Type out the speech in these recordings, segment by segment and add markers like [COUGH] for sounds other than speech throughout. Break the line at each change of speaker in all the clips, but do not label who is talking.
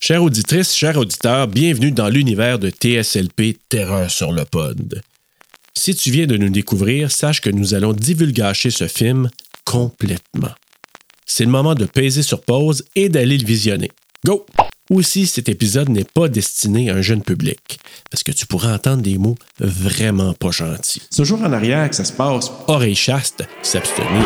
Chères auditrices, chers auditeurs, bienvenue dans l'univers de TSLP Terreur sur le Pod. Si tu viens de nous découvrir, sache que nous allons divulgacher ce film complètement. C'est le moment de peser sur pause et d'aller le visionner. Go! Aussi, cet épisode n'est pas destiné à un jeune public, parce que tu pourras entendre des mots vraiment pas gentils.
C'est toujours en arrière que ça se passe.
Oreille chaste, s'abstenir.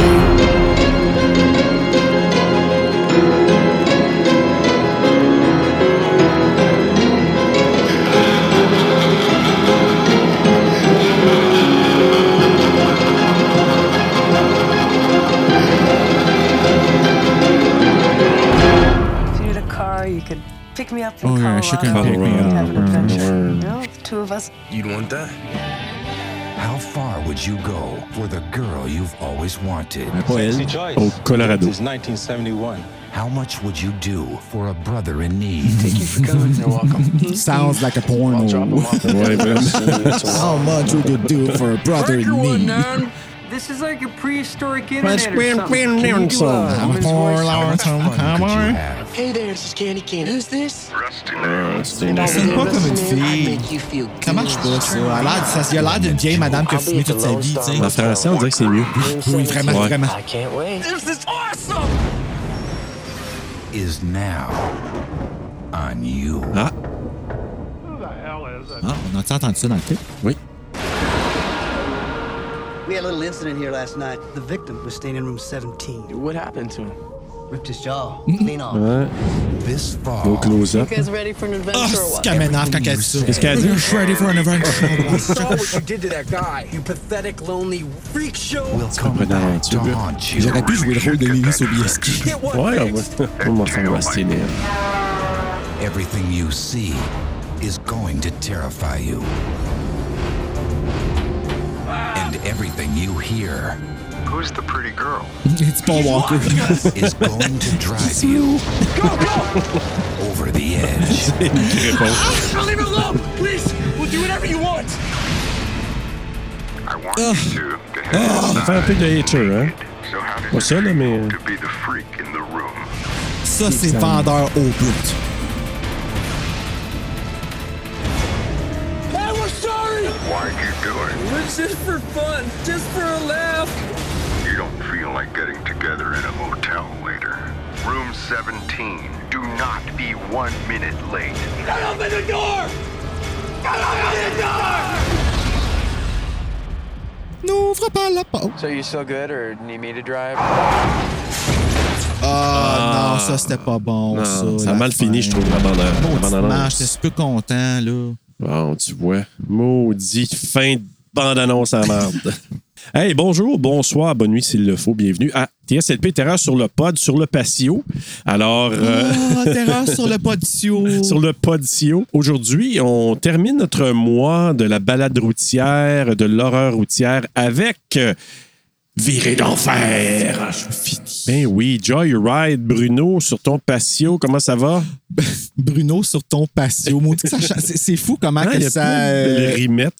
If you need a car, you could pick me up in
Oh, yeah,
Colorado.
she can pick me
and
up. Mm-hmm.
Have an adventure. You know, the two of us.
You'd want that?
How far would you go for the girl you've always wanted?
Pas elle.
choice.
Au Colorado.
It's 1971.
How much would you do for a brother in need?
Thank you for coming. You're welcome.
Hmm? Sounds like a
I'll drop
porno.
him
[LAUGHS]
off.
Ouais, vraiment.
How much would you do for a brother in need?
This is like a prehistoric
I'm a poor lover,
How
some
much fun could you
cowboy.
have?
Hey there, this is Candy Cane. Who's this?
Ah, C'est une affaire.
C'est pas comme une
I
fille.
make you feel good.
Ça marche pas, ça. Elle a l'air- ça- Il a l'air d'une vieille madame qui a fumé toute sa vie, tu sais.
En français, on dirait que c'est mieux.
Oui, vraiment,
Ouais.
vraiment.
I can't wait.
Is now on you.
Ah,
Ah, on a-tu entendu ça dans le clip?
oui.
We had a little incident here last night. The victim was staying in room 17.
What happened to him?
Ripped his jaw clean off.
This fall.
Au close-up.
You guys ready for an adventure
Ah,
or
c'est
what?
qu'elle m'énerve quand elle dit ça.
Qu'est-ce qu'elle a dit?
Je suis ready for an adventure.
Saw what you did to that guy. You pathetic, lonely freak show.
will come
pas dans
back to
l'aventure.
haunt you.
J'aurais pu jouer le rôle de Lily Sobieski. [LAUGHS]
Get one
Ouais, on
fixed.
va, on va faire la style.
Everything you see is going to terrify you. And everything you hear
Who's the pretty girl?
It's Paul Walker.
is going to drive you over the edge.
Ah, leave him alone, please. We'll do whatever you want.
I want you to go ahead
Ah. On va faire un peu de hater, hein?
So how did
Pas ça, là, mais. euh,
to be the freak in the room?
Ça, c'est vendeur au bout.
Hey, we're sorry.
Why'd you do it?
It's just for fun, just for a laugh.
You don't feel like getting together in a motel later. Room 17. Do not be one minute late.
Get open the door. Get open the door.
N'ouvre pas la porte.
So you still good, or need me to drive?
Ah, non, ça, c'était pas bon,
Non,
Ah, ça.
ça a
la
mal fini, je
fin.
trouve, la bande la
Maudite
bande
marche,
annonce.
j'étais super content, là.
Bon, tu vois. Maudit fin de bande annonce à merde. [LAUGHS] Hey, bonjour, bonsoir, bonne nuit s'il le faut. Bienvenue à TSLP Terreur sur le pod, sur le patio. Alors. euh,
Ah, terreur sur le
[LAUGHS]
patio.
sur le patio. Aujourd'hui, on termine notre mois de la balade routière, de l'horreur routière avec euh, Virée d'enfer.
Ah,
Ben oui, Joyride, Bruno, sur ton patio, comment ça va?
Bruno sur ton patio. Maudit que ça cha- c'est, c'est fou comment
Ah, il y
que
a
ça.
plein de
euh,
belles rimettes.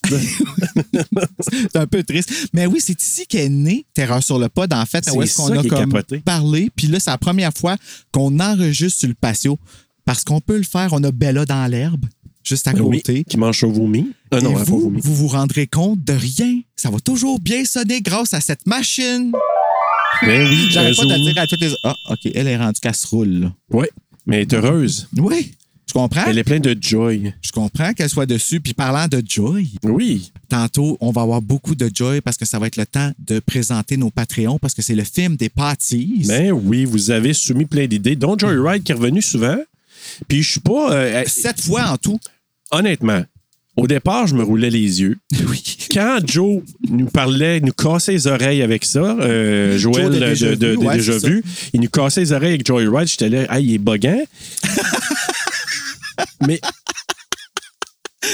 c'est un peu triste. Mais oui, c'est ici qu'est née Terreur sur le pod, en fait.
C'est
Où est-ce
ça
qu'on a
qui est
comme
capoté.
parlé? Puis là, c'est la première fois qu'on enregistre sur le patio parce qu'on peut le faire. On a Bella dans l'herbe, juste à
Oui,
côté.
qui mange au vomi. Ah non,
Et
elle a pas
vous,
vomi.
vous vous rendrez compte de rien. Ça va toujours bien sonner grâce à cette machine.
Ben oui, un
J'arrête pas de
zoom.
dire à toutes les. Ah, OK, elle est rendue casserole. là.
Ouais, mais elle est heureuse.
Oui. Je comprends.
Elle est pleine de joy.
Je comprends qu'elle soit dessus. Puis parlant de Joy,
Oui.
Tantôt, on va avoir beaucoup de joy parce que ça va être le temps de présenter nos Patreons parce que c'est le film des pâtisses.
Ben oui, vous avez soumis plein d'idées, dont Joyride qui est revenu souvent. Puis je suis pas. euh,
Sept fois
[LAUGHS]
en tout.
honnêtement, au départ, je me roulais les yeux.
Oui.
Quand
[LAUGHS]
Joe nous parlait, nous cassait les oreilles avec ça, euh, Joël
Joe
de,
de Déjà
de-
Vu,
de
ouais,
Déjà
c'est
Vu, il nous cassait les oreilles avec Joyride. J'étais là, ah, il est
[LAUGHS]
boguant. Mais.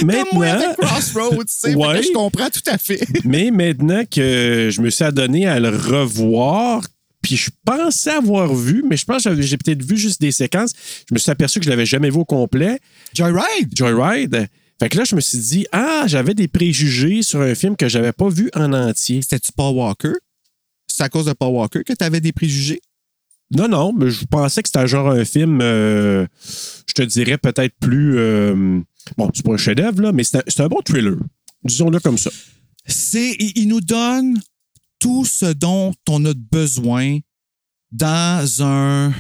Comme moi
Maintenant,
avec Crossroads, tu sais, fait que
Ouais.
je comprends tout à fait.
mais maintenant que je me suis adonné à le revoir, puis je pensais avoir vu, mais je pense que j'avais- j'ai peut-être vu juste des séquences, je me suis aperçu que je l'avais jamais vu au complet.
Joyride!
[LAUGHS] Joyride. Fait que là, je me suis dit, ah, j'avais des préjugés sur un film que j'avais pas vu en entier.
C'était-tu Paul Walker? C'est à cause de Paul Walker que tu avais des préjugés?
Non, non, mais je pensais que c'était genre un film, euh, je te dirais peut-être plus. euh, bon, c'est pas un chef-d'œuvre, là, mais c'est un, c'est un bon thriller. Disons-le comme ça.
C'est, il il nous donne tout ce dont on a besoin dans un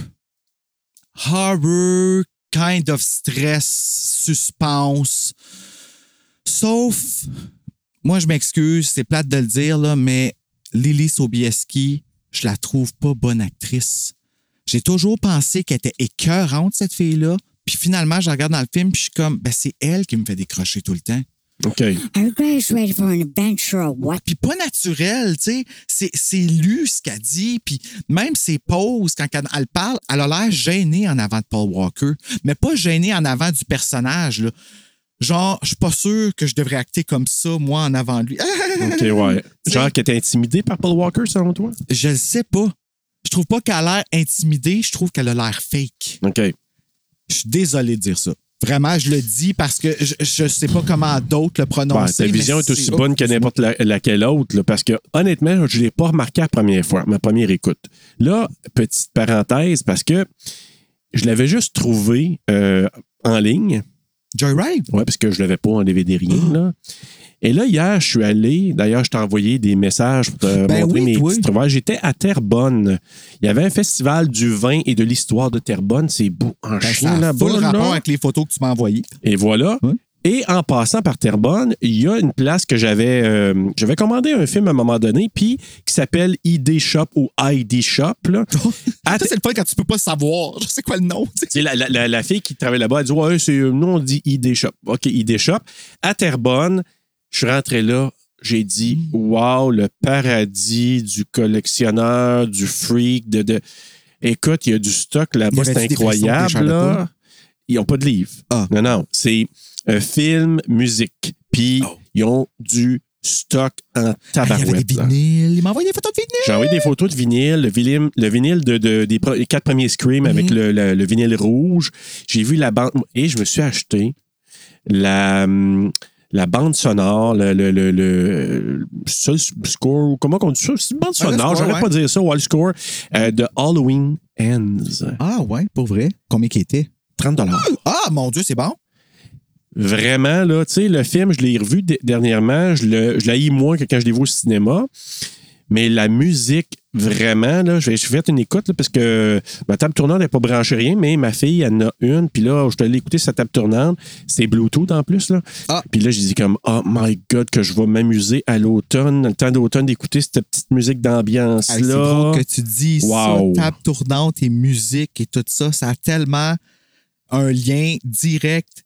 horror kind of stress, suspense. Sauf, moi je m'excuse, c'est plate de le dire, là, mais Lily Sobieski, je la trouve pas bonne actrice. J'ai toujours pensé qu'elle était écœurante, cette fille-là. Puis finalement, je la regarde dans le film, puis je suis comme, ben, c'est elle qui me fait décrocher tout le temps.
OK.
Everybody's ready for an adventure or what?
Puis pas naturel, tu sais. C'est- C'est lu ce qu'elle dit. Puis même ses pauses, quand elle, elle parle, elle a l'air gênée en avant de Paul Walker. Mais pas gênée en avant du personnage, là. Genre, je suis pas sûr que je devrais acter comme ça, moi, en avant de lui. [LAUGHS]
OK, ouais. Genre qui était intimidé par Paul Walker, selon toi?
je le sais pas. Je trouve pas qu'elle a l'air intimidée, je trouve qu'elle a l'air fake.
OK.
Je suis désolé de dire ça. Vraiment, je le dis parce que je, je sais pas comment d'autres le
Ben,
prononcer.
ta vision
mais
est aussi
c'est-
bonne que n'importe la- laquelle autre, là, parce que honnêtement, je ne l'ai pas remarqué la première fois, ma première écoute. Là, petite parenthèse, parce que je l'avais juste trouvé euh, en ligne,
Joyride?
ouais, parce que je l'avais pas en DVD
Ah.
rien. Là. Et là, hier, je suis allé, d'ailleurs, je t'ai envoyé des messages pour te
Ben
montrer
oui,
mes
toi.
petits trouvailles. J'étais à Terrebonne. Il y avait un festival du vin et de l'histoire de Terrebonne. C'est beau en
Ben,
chien
ça a
là-bas.
full
là.
rapport avec les photos que tu m'as envoyées.
Et voilà.
Ouais.
Et en passant par Terrebonne, il y a une place que j'avais euh, j'avais commandé un film à un moment donné, puis qui s'appelle ID Shop ou ID Shop. là. À-
[LAUGHS] Ça, c'est le point quand tu peux pas savoir. Je sais quoi le nom. tu sais.
c'est la, la- la- la fille qui travaille là-bas, elle dit Ouais, c'est, euh, nous on dit ID Shop. OK, ID Shop. À Terrebonne, je suis rentré là, j'ai dit
Mm.
Waouh, le paradis du collectionneur, du freak. De, de- Écoute, il y a du stock
Y
là-bas,
avait-tu
c'est
des frissons, des
incroyable.
Charlotte
là.
Poule?
Ils n'ont pas de livre.
Ah.
Non, non, c'est euh, film, musique. Puis ils ont du stock en
Oh. Ah, il y avait
tabarouette.
des
là.
vinyles. Il m'a envoyé des photos de vinyles.
J'ai envoyé des photos de vinyle, le vinyle, le vinyle de, de- des pro- les quatre premiers Scream avec
Mhm.
le, le- le vinyle rouge. J'ai vu la bande et je me suis acheté la, hum, la bande sonore, le, le, le, le- ça, le score, ou comment on dit ça? C'est une bande
Ouais, le
sonore,
score,
j'aurais
ouais.
pas dire ça, wall score, euh, de Halloween Ends.
Ah ouais, pour vrai. Combien qui était?
30
Ah mon Dieu, c'est bon.
Vraiment, là, tu sais, le film, je l'ai revu d- dernièrement, je le je l'haïs moins que quand je l'ai vu au cinéma. Mais la musique, vraiment, là, je vais je vais faire une écoute là, parce que euh, ma table tournante n'est pas branchée rien, mais ma fille, elle en a une. Puis là, je te l'ai écouter sa table tournante. C'est Bluetooth en plus. Là.
Ah.
Puis là, j'ai dit comme Oh my God, que je vais m'amuser à l'automne, dans le temps d'automne, d'écouter cette petite musique
Hey, Ah c'est
d'ambiance-là.
drôle que tu dis
Wow.
ça, table tournante et musique et tout ça, ça a tellement un lien direct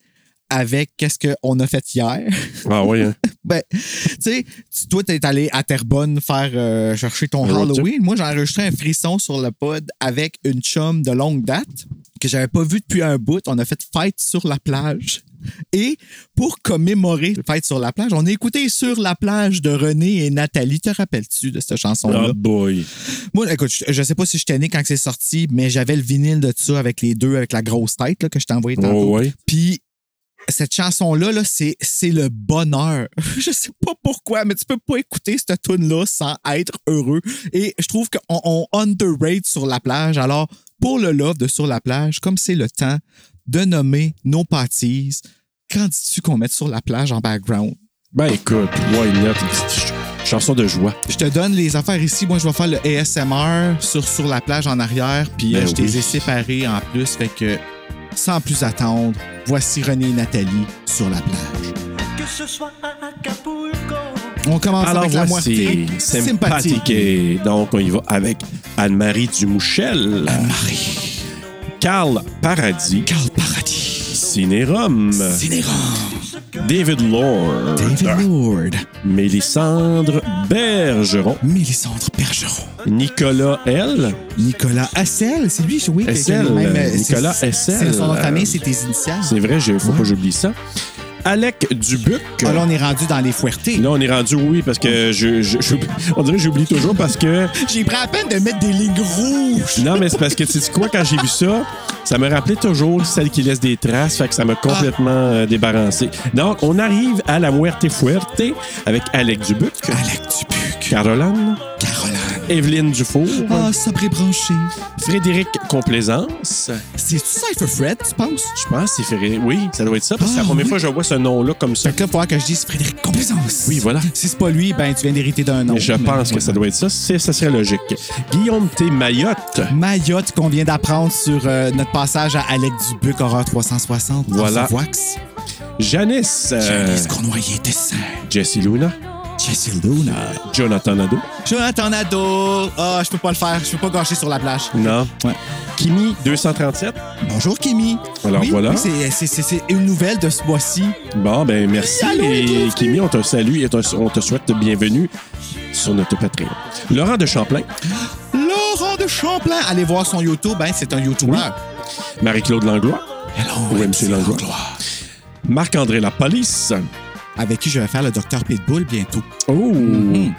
avec qu'est-ce qu'on a fait hier.
ah oui, hein.
Ben, [LAUGHS] tu sais, tu- toi, t'es allé à Terrebonne faire euh, chercher ton
Un road trip.
Halloween. Moi, j'ai enregistré un frisson sur le pod avec une chum de longue date que j'avais pas vue depuis un bout. On a fait fête sur la plage. Et pour commémorer fête sur la plage, on a écouté sur la plage de René et Nathalie. Te rappelles-tu de cette chanson-là?
Oh boy.
Moi, écoute, je, je sais pas si j'étais né quand c'est sorti, mais j'avais le vinyle de ça avec les deux, avec la grosse tête là, que je t'ai envoyé tantôt.
Oh, ouais.
Puis cette chanson-là, là, c'est, c'est le bonheur. [LAUGHS] je sais pas pourquoi, mais tu peux pas écouter cette tune-là sans être heureux. Et je trouve qu'on on underrate sur la plage. Alors, pour le love de Sur la plage, comme c'est le temps de nommer nos pâtisses, quand dis-tu qu'on mette sur la plage en background?
Ben écoute, why not? Ch- Chanson de joie.
Je te donne les affaires ici. Moi, je vais faire le ASMR sur, sur la plage en arrière. Puis
Ben
euh, je
oui.
les ai séparés en plus. Fait que, sans plus attendre, voici René et Nathalie sur la plage.
Que ce soit à Acapulco.
On commence
Alors
avec la moitié
voici,
sympathique.
sympathique. Donc, on y va avec Anne-Marie Dumouchel. Anne-Marie. Carl Paradis.
Carl Paradis.
Cinérum.
Cinérum.
David Lord.
David Lord.
Mélissandre Bergeron.
Mélissandre Bergeron.
Nicolas L.
Nicolas Hassel. C'est lui, oui. que-
Hassel,
que même, euh,
Nicolas
c'est-
Hassel.
C'est son nom de famille, c'est tes initiales.
C'est vrai, il faut pas que j'oublie ça. Alec Dubuc.
Ah, là, on est rendu dans les fuertés.
Là, on est rendu, oui, parce que je, je- je- on dirait que j'oublie toujours parce que
J'ai pris à peine de mettre des lignes rouges.
Non, mais c'est parce que tu sais quoi, quand j'ai vu ça, ça me rappelait toujours celle qui laisse des traces, fait que ça m'a
Ah.
complètement euh, débarrassé. Donc, on arrive à la Muerte Fuerte avec Alec Dubuc,
Alec Dupuc.
Caroline,
Caroline.
Evelyne Dufour,
Ah, sabré branché.
Frédéric Complaisance.
C'est-tu Cypher Fred, tu penses?
Je pense que c'est Frédéric. Oui, ça doit être ça, parce que c'est
Ah,
la première
oui.
fois que je vois ce nom-là comme ça.
Fait que là, il faut que je dise Frédéric Complaisance.
Oui, voilà.
Si c'est pas lui, ben, tu viens d'hériter d'un nom.
Je pense que ça doit être ça. C'est- Ça serait logique. Guillaume T. Mayotte.
Mayotte qu'on vient d'apprendre sur euh, notre passage à Alec Dubuc, Horreur 360.
Voilà.
House of Wax.
Janice. euh,
Janice Cournoyer Dessin.
Jessie Luna.
Jessie Luna.
Jonathan Nadeau.
Jonathan Nadeau. Ah, je peux pas le faire. Je peux pas gâcher sur la plage.
Non.
Ouais.
Kimi 237.
Bonjour, Kimi.
Alors,
Oui,
voilà.
oui, c'est- c'est- c'est c'est une nouvelle de ce mois-ci.
Bon, ben merci.
Allô, les
Et
kids.
Kimi, on te salue et te- on te souhaite bienvenue sur notre Patreon. Laurent de Champlain.
Laurent de Champlain. Allez voir son YouTube. Hein, c'est un YouTuber.
Marie-Claude Langlois.
Hello,
Oui, monsieur Langlois. Marc-André La Police.
Avec qui je vais faire le Dr Pitbull bientôt.
Oh,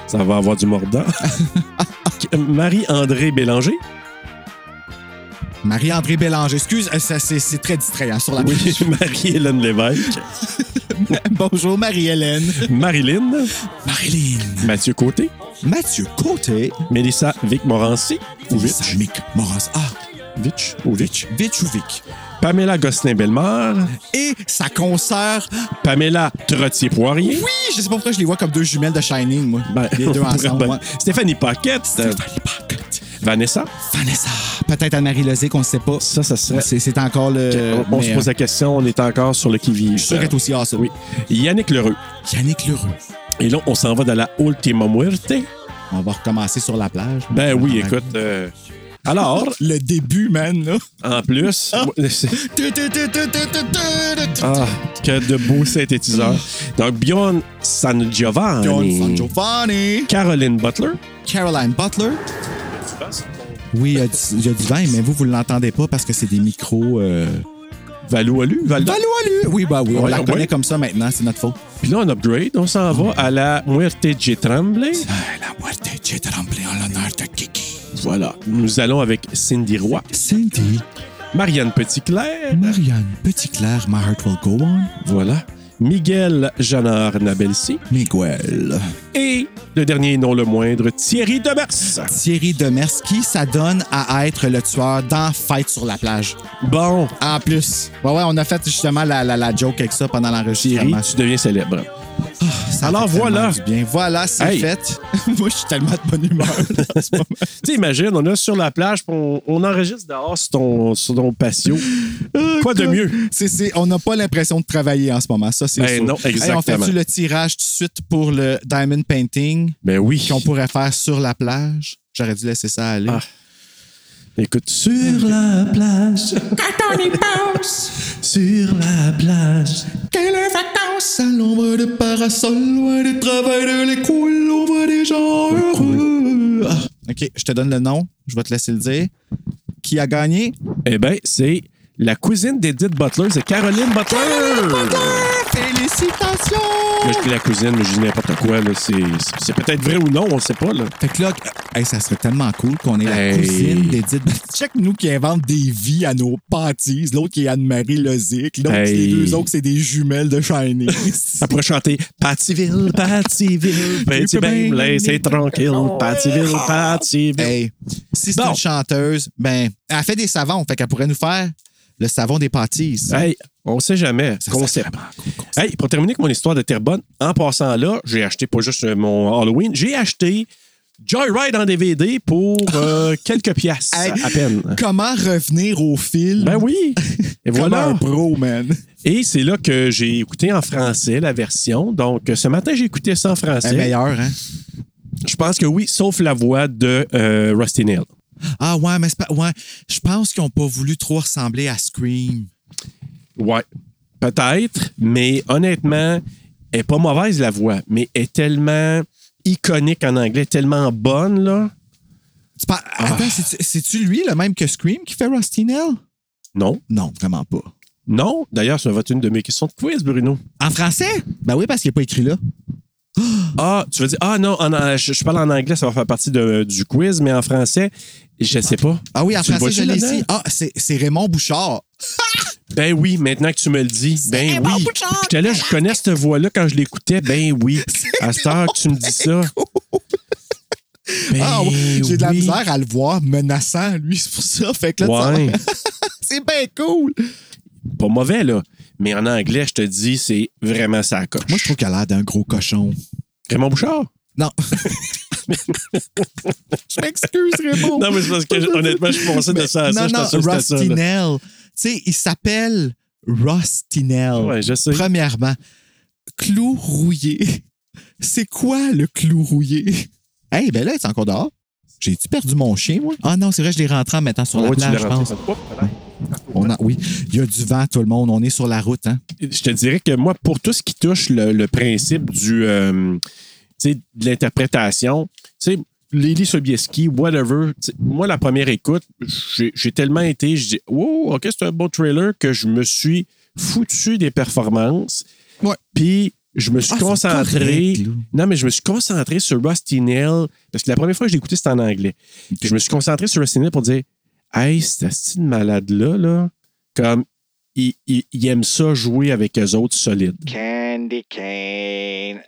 ça va avoir du mordant. [LAUGHS] Marie-André Bélanger.
Marie-André Bélanger. Excuse, euh, ça, c'est c'est très distrayant sur la
Oui,
plage.
[LAUGHS] Marie-Hélène Lévesque.
[LAUGHS] Bonjour, Marie-Hélène.
Marilyn.
Marilyn.
Mathieu Côté.
Mathieu Côté.
Mélissa Vic Morancy. Ou Vitch.
Samick Morance. Ah,
Vitch. Ou Vitch.
Vitchovic.
Pamela Gosselin-Bellemare.
Et sa consoeur.
Pamela Trottier-Poirier.
Oui, je sais pas pourquoi je les vois comme deux jumelles de Shining, moi.
Ben, [LAUGHS]
les deux ensemble.
ben,
moi.
Stéphanie Paquette.
Stéphanie Paquette.
Vanessa.
Vanessa. Peut-être Anne-Marie Lozé, on ne sait pas.
Ça, ça serait.
C'est c'est encore le.
Euh, on
mais,
se pose la question, on est encore sur le qui-vive.
Je suis sûr qu'elle est aussi awesome.
Oui. Yannick Lheureux.
Yannick Leroux.
Et là, on s'en va dans la Ultima Muerte.
On va recommencer sur la plage. Oh,
Ben oui, écoute. euh, alors,
Le début, man, là.
en plus, moi, [LAUGHS] c'est- ah, que de beaux synthétiseurs. Donc, Bjorn San Giovanni,
John San Giovanni.
Caroline Butler,
Caroline Butler. Oui, il y, a du- il y a du vin, mais vous, vous ne l'entendez pas parce que c'est des micros. Euh...
Valou Alu, Val-
Allô, allô. Oui, bah oui, on
Ouais,
la
ouais.
connaît comme ça maintenant, c'est notre faute.
Puis là, on upgrade, on s'en va à la Muerte de Tremblay.
La muerte de tremblé en l'honneur de Kiki.
Voilà. Nous allons avec Cindy Roy,
Cindy,
Marianne Petitclerc,
Marianne, Petit Claire, My Heart Will Go On,
voilà. Miguel Janard Nabelsi
Miguel.
et le dernier et non le moindre, Thierry Demers.
Thierry Demers, qui s'adonne à être le tueur dans Fight sur la plage.
Bon,
En plus. Ouais, ouais, on a fait justement la, la, la joke avec ça pendant
Thierry,
l'enregistrement.
tu deviens [LAUGHS] célèbre.
Ça
Alors
fait tellement
voilà.
du bien. Voilà, c'est
Hey.
fait. [LAUGHS] Moi, je suis tellement de bonne humeur. là, en ce moment.
Tu sais, imagine, on est sur la plage, puis on, on enregistre dehors sur ton, sur ton patio. Quoi de mieux?
C'est- c'est- on n'a pas l'impression de travailler en ce moment, ça, c'est
Eh
sûr.
non,
on
exactement.
fait-tu le tirage tout de suite pour le Diamond Painting
Ben oui.
qu'on pourrait faire sur la plage? J'aurais dû laisser ça aller.
Ah. Écoute, sur la plage,
Quand on y pense,
sur la plage.
quelle vacances à l'ombre de parasol, loin des travail de l'école, on voit des gens heureux. Ah. OK, je te donne le nom, je vais te laisser le dire. Qui a gagné?
Eh ben, c'est la cousine d'Edith Butler, c'est Caroline Butler. Là,
Ah, Félicitations!
je dis la cousine, mais je dis n'importe quoi. là. C'est c'est peut-être vrai ou non, on ne sait pas. Là.
Fait que là, hey, ça serait tellement cool qu'on ait la
Hey.
cousine d'Edith. Check nous qui invente des vies à nos panties. L'autre qui est Anne-Marie Lozic. L'autre,
Hey.
les deux autres, c'est des jumelles de Shining.
Ça pourrait chanter Pattyville, Pattyville, ben tu ben me laisser tranquille, Pattyville, Pattyville.
[LAUGHS] hey, si c'est
Bon.
une chanteuse, ben, elle fait des savons. Fait qu'elle pourrait nous faire le savon des panties.
Hey, on sait jamais. Concept. Hey, pour terminer avec mon histoire de Terrebonne, en passant là, j'ai acheté pas juste euh, mon Halloween, j'ai acheté Joyride en DVD pour euh, quelques piastres
Hey.
à peine.
Comment revenir au film?
Ben oui!
[LAUGHS]
Et
Comme
voilà!
un pro, man.
[LAUGHS] Et c'est là que j'ai écouté en français la version. Donc, euh, ce matin, j'ai écouté ça en
C'est
français.
meilleur, hein?
Je pense que oui, sauf la voix de euh, Rusty Nail.
Ah ouais, mais c'est pas. Ouais, je pense qu'ils n'ont pas voulu trop ressembler à Scream.
Ouais. Peut-être, mais honnêtement, elle est pas mauvaise la voix, mais elle est tellement iconique en anglais, tellement bonne, là.
Tu par-
Ah.
Attends, c'est-tu- c'est-tu lui le même que Scream qui fait Rusty Nail?
Non.
Non, vraiment pas.
Non. D'ailleurs, ça va être une de mes questions de quiz, Bruno.
En français? Ben oui, parce qu'il n'est pas écrit là.
Ah, tu veux dire, ah non, en- en- je, je parle en anglais, ça va faire partie de- du quiz, mais en français, je sais pas.
Ah oui, en
Tu le
français, je
vois-tu
l'ai
là-dedans?
ici. Ah, c'est c'est Raymond Bouchard.
Ben oui, maintenant que tu me le dis, ben oui. J'étais là, je connais
[LAUGHS]
cette voix-là quand je l'écoutais, ben oui. À cette heure que tu me dis ça.
Ah ouais, J'ai de la
oui.
misère à le voir menaçant, lui, [LAUGHS] c'est pour ça. Fait que là, tu [LAUGHS]
Ouais.
sais, c'est bien cool.
Pas mauvais, là. Mais en anglais, je te dis, c'est vraiment ça coche.
Moi, je trouve qu'il a l'air d'un gros cochon.
Raymond Bouchard?
Non. je m'excuse, Raymond.
Non, mais c'est parce [LAUGHS] que, honnêtement, je pensais de ça à ça.
non,
je
non,
t'assure, c'était ça, là.
Rustinel. Tu sais, il s'appelle Rustinel.
Ouais, je sais.
Premièrement, clou rouillé. C'est quoi le clou rouillé? Hey, ben là, il est encore dehors. J'ai-tu perdu mon chien, moi? Ah non, c'est vrai, je l'ai rentré en mettant sur
Ah Ouais,
la
tu l'as
plage, je pense.
rentré, ça- Oups, voilà.
On en- oui, il y a du vent, tout le monde. On est sur la route, hein?
je te dirais que moi, pour tout ce qui touche le, le principe du, euh, tu sais, de l'interprétation, tu sais, Lily Sobieski, whatever, tu sais, moi, la première écoute, j'ai j'ai tellement été, je dis, wow, OK, c'est un beau trailer que je me suis foutu des performances.
Ouais.
Puis, je me suis
Ah, c'est
concentré.
correct, là.
non, mais je me suis concentré sur Rusty Nail, parce que la première fois que je l'ai écouté, c'était en anglais. Puis je me suis concentré sur Rusty Nail pour dire, hey, ce style de malade-là, là, comme, il, il- il aime ça jouer avec eux autres solides.
Candy cane.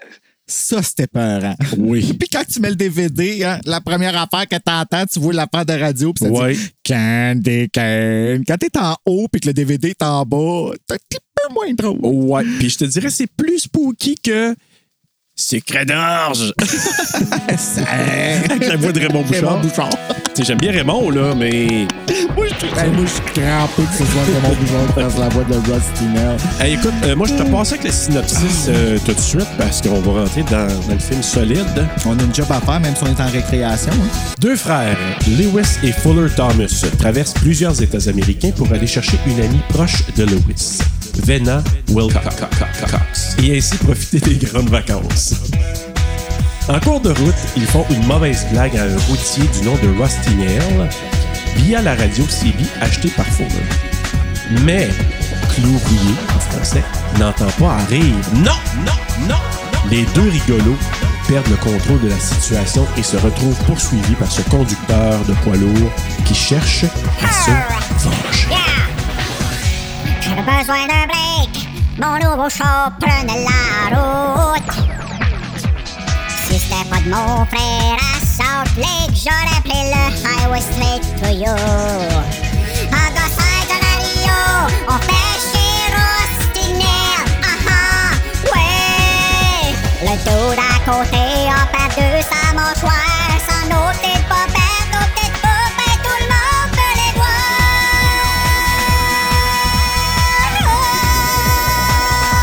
Ça, c'était peurant.
Oui.
Puis quand tu mets le DVD, hein, la première affaire que t'entends, tu vois la part de radio, puis ça
Ouais.
dit Candy Cane. Quand t'es en haut, puis que le DVD est en bas, t'es un petit peu moins drôle.
Ouais. Puis je te dirais, c'est plus spooky que Secret d'Orge [LAUGHS] avec la voix de Raymond Bouchard.
Raymond Bouchard.
Tu sais, J'aime bien Raymond, là, mais.
moi, je suis Ben, moi, je suis crampé que ce soit Raymond Bouchard qui fasse la voix de Rustinel.
Hey, écoute, euh, moi, je te passe avec le synopsis euh, tout de suite parce qu'on va rentrer dans, dans le film solide.
On a une job à faire, même si on est en récréation. hein.
Deux frères, Lewis et Fuller Thomas, traversent plusieurs États américains pour aller chercher une amie proche de Lewis, Vena Wilcox, et ainsi profiter des grandes vacances. En cours de route, ils font une mauvaise blague à un routier du nom de Rusty Nail via la radio CB achetée par Fuller. Mais Clou Rouillé, en français, n'entend pas à rire. Non, non, non! Les deux rigolos perdent le contrôle de la situation et se retrouvent poursuivis par ce conducteur de poids lourd qui cherche à se venger.
J'avais besoin d'un break. Mon nouveau show prenait la route. Si c'était pas de mon frère à Salt Lake, j'aurais pris le highway straight to you. En gossant de Rio, on fait chez Rostinel. Ah ah, ouais. Le dos d'à côté a perdu sa mâchoire. Sans nos petites popettes, nos petites poupées, tout le monde peut les voir.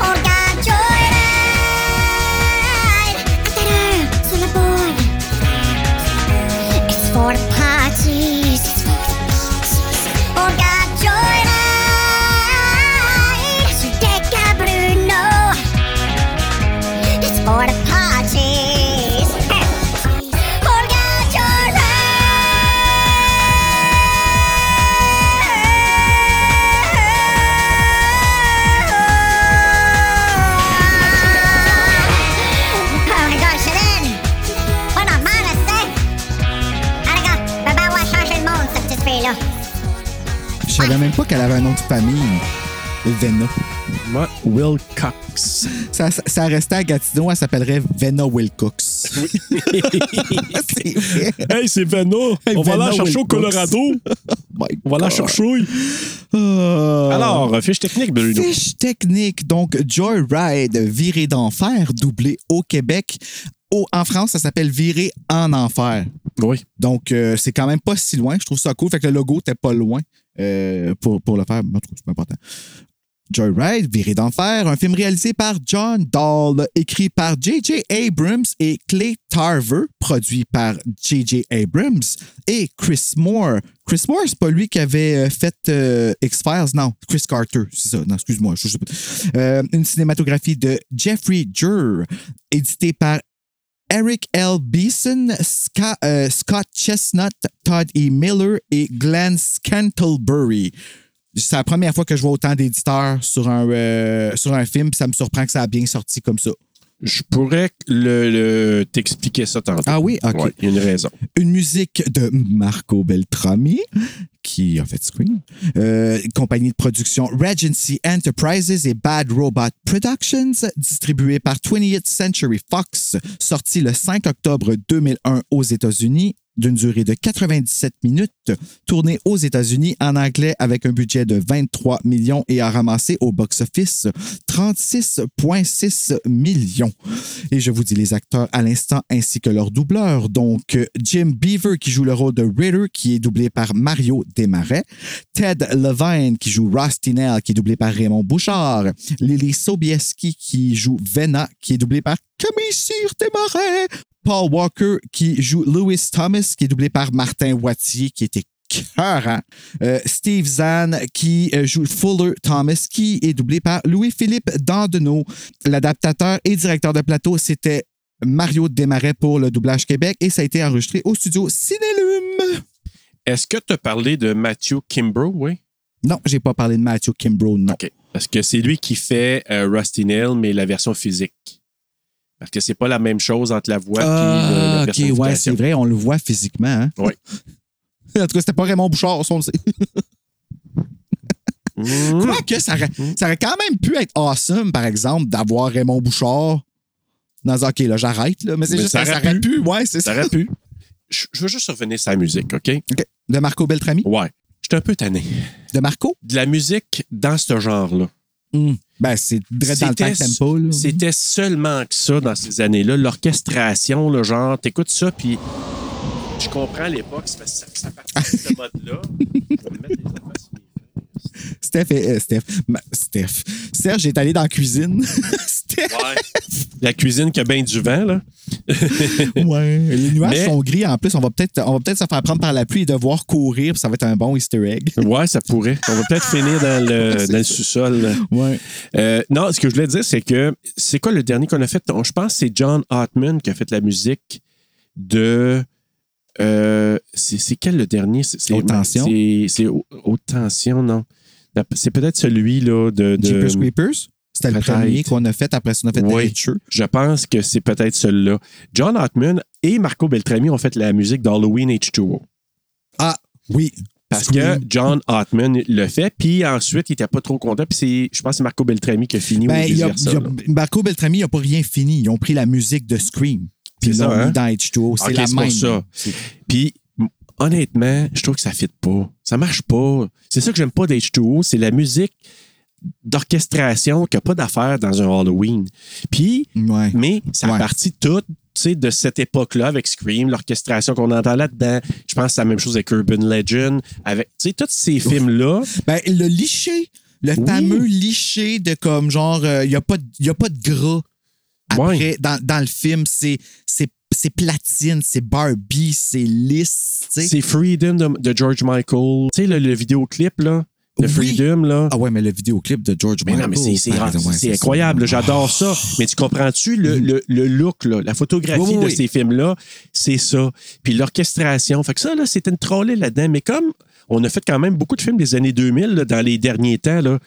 On regarde Joyride. Attends, sur le board. It's for the parties. On regarde Joyride. Sur Deca Bruno. It's for the parties. On regarde Joyride. Oh my gosh, Hélène! Pas normal, là, tu sais! Ah, regarde, Baba va changer le monde, cette petite fille-là.
Je savais même pas qu'elle avait un nom de famille. Vena.
Moi, Wilcox.
Ça, ça, ça restait à Gatineau, elle s'appellerait Vena Wilcox. [LAUGHS] c'est vrai.
Hey, c'est Vena!
Hey,
On va
Vena
la chercher au
Wilcox. Ah.
Colorado!
My
On va la
God.
chercher!
Euh,
Alors, euh, fiche technique, Bruno.
Fiche technique, donc Joyride, virée d'enfer, doublé au Québec. Au- en France, ça s'appelle Virée en enfer.
Oui.
Donc, euh, c'est quand même pas si loin. Je trouve ça cool. Fait que le logo était pas loin euh, pour, pour le faire. Moi, je trouve que c'est pas important. Joyride, Virée d'enfer, un film réalisé par John Dahl, écrit par J.J. Abrams et Clay Tarver, produit par J.J. Abrams et Chris Moore. Chris Moore, c'est pas lui qui avait euh, fait euh, X-Files, non, Chris Carter, c'est ça, non, excuse-moi, je sais pas. Euh, une cinématographie de Jeffrey Jur, édité par Eric L. Beeson, Sca- euh, Scott Chestnut, Todd E. Miller et Glenn Scantlebury. C'est la première fois que je vois autant d'éditeurs sur un, euh, sur un film, puis ça me surprend que ça a bien sorti comme ça.
Je pourrais le, le- t'expliquer ça tantôt.
Ah oui? OK.
Ouais, Il y a une raison.
Une musique de Marco Beltrami, qui a fait Scream. Euh, compagnie de production Regency Enterprises et Bad Robot Productions, distribuée par 20th Century Fox, sortie le 5 octobre 2001 aux États-Unis d'une durée de 97 minutes, tournée aux États-Unis en anglais avec un budget de 23 millions et a ramassé au box-office 36,6 millions. Et je vous dis les acteurs à l'instant ainsi que leurs doubleurs. Donc, euh, Jim Beaver qui joue le rôle de Ritter, qui est doublé par Mario Desmarais. Ted Levine qui joue Rostinell, qui est doublé par Raymond Bouchard. Lily Sobieski qui joue Vena, qui est doublé par Camille Cyr Desmarais. Paul Walker qui joue Lewis Thomas, qui est doublé par Martin Wattier, qui était cœurant. Euh, Steve Zahn qui euh, joue Fuller Thomas, qui est doublé par Louis-Philippe Dandenot. L'adaptateur et directeur de plateau, c'était Mario Desmarais pour le doublage Québec et ça a été enregistré au studio Cinélume.
Est-ce que tu as parlé de Matthew Kimbrough, oui?
Non, j'ai pas parlé de Matthew Kimbrough, non.
OK. Parce que c'est lui qui fait euh, Rusty Nail, mais la version physique. Parce que c'est pas la même chose entre euh, la voix et la
Ah, ok, ouais, c'est
personnification.
vrai, on le voit physiquement. hein.
Ouais.
[LAUGHS] en tout cas, c'était pas Raymond Bouchard, ça, on
[LAUGHS]
le sait.
Mmh.
Quoique, ça aurait, ça aurait quand même pu être awesome, par exemple, d'avoir Raymond Bouchard dans OK, là, j'arrête, là, mais c'est
Mais
juste
ça
que ça
aurait
aurait pu, ouais, c'est ça.
Ça aurait pu. Je je veux juste revenir sur la musique, OK?
OK. De Marco Beltrami?
Ouais. J'étais un peu tanné.
De Marco?
De la musique dans ce genre-là.
Ben, c'est direct dans le temps
C'était-
que t'aimes pas, là.
C'était seulement que ça dans ces années-là, l'orchestration, le genre, t'écoutes ça, puis je comprends à l'époque, c'est parce que ça, ça partait de ce
[LAUGHS]
mode-là. Je vais mettre les affaires sur mes fesses.
Steph, et- euh, Steph, Ma- Steph. Serge est allé dans la cuisine. [LAUGHS] Steph,
Ouais. La cuisine qui a bien du vent, là.
ouais. Les nuages
Mais-
sont gris. En plus, on va peut-être on va peut-être se faire prendre par la pluie et devoir courir, puis ça va être un bon Easter egg.
Ouais, ça pourrait. On va peut-être finir dans le, dans le sous-sol. là.
Ouais.
Euh, non, ce que je voulais dire, c'est que c'est quoi le dernier qu'on a fait? On- Je pense que c'est John Hartman qui a fait la musique de. euh, c'est c'est quel le dernier? C'est- c'est-
Haute tension?
c'est- C'est Haute Haute tension, non. La- C'est peut-être celui là, de. de-
Jeepers Creepers, c'était le
Peut-être.
premier qu'on a fait. Après ça, on a fait
Oui.
The Hitcher.
je pense que c'est peut-être celui-là. John Hartman et Marco Beltrami ont fait la musique d'Halloween H2O.
Ah, oui.
Parce que
Scream.
John Hartman le fait, puis ensuite, il n'était pas trop content, puis c'est- je pense que c'est Marco Beltrami qui a fini
Ben,
ou
il y a-
vice-versa,
il y a-
là.
Marco Beltrami, il n'a pas rien fini. Ils ont pris la musique de Scream.
C'est
Puis ils
ça,
l'ont
hein?
mis dans H2O. C'est
Ok,
la
c'est pour
même.
ça.
C'est-
Puis, m- honnêtement, je trouve que ça fit pas. Ça marche pas. C'est ça que j'aime pas d'H2O, c'est la musique d'orchestration qui n'a pas d'affaire dans un Halloween. Puis,
Ouais.
mais ça a
Ouais.
parti tout tu sais, de cette époque-là avec Scream, l'orchestration qu'on entend là-dedans. Je pense que c'est la même chose avec Urban Legend, avec tu sais, tous ces films-là.
Ben, le liché, le
Oui.
fameux liché de comme genre, euh, il n'y a, pas de- il y a pas de gras après
Ouais.
dans, dans le film. C'est c'est- c'est platine, c'est Barbie, c'est lisse. tu sais.
C'est Freedom de, de George Michael. Tu sais, le, le vidéoclip, là, de
Oui.
Freedom, là.
Ah ouais, mais le vidéoclip de George
Mais non,
Michael.
mais c'est- c'est
par exemple, ouais,
c'est
ça. Mm.
incroyable. J'adore ça. Mais tu comprends-tu le, le- le look, là, la photographie
Oui, oui,
de
oui.
ces films-là, c'est ça. Puis l'orchestration. Fait que ça, là, c'était une trollée là-dedans. Mais comme on a fait quand même beaucoup de films des années 2000, là, dans les derniers temps, là,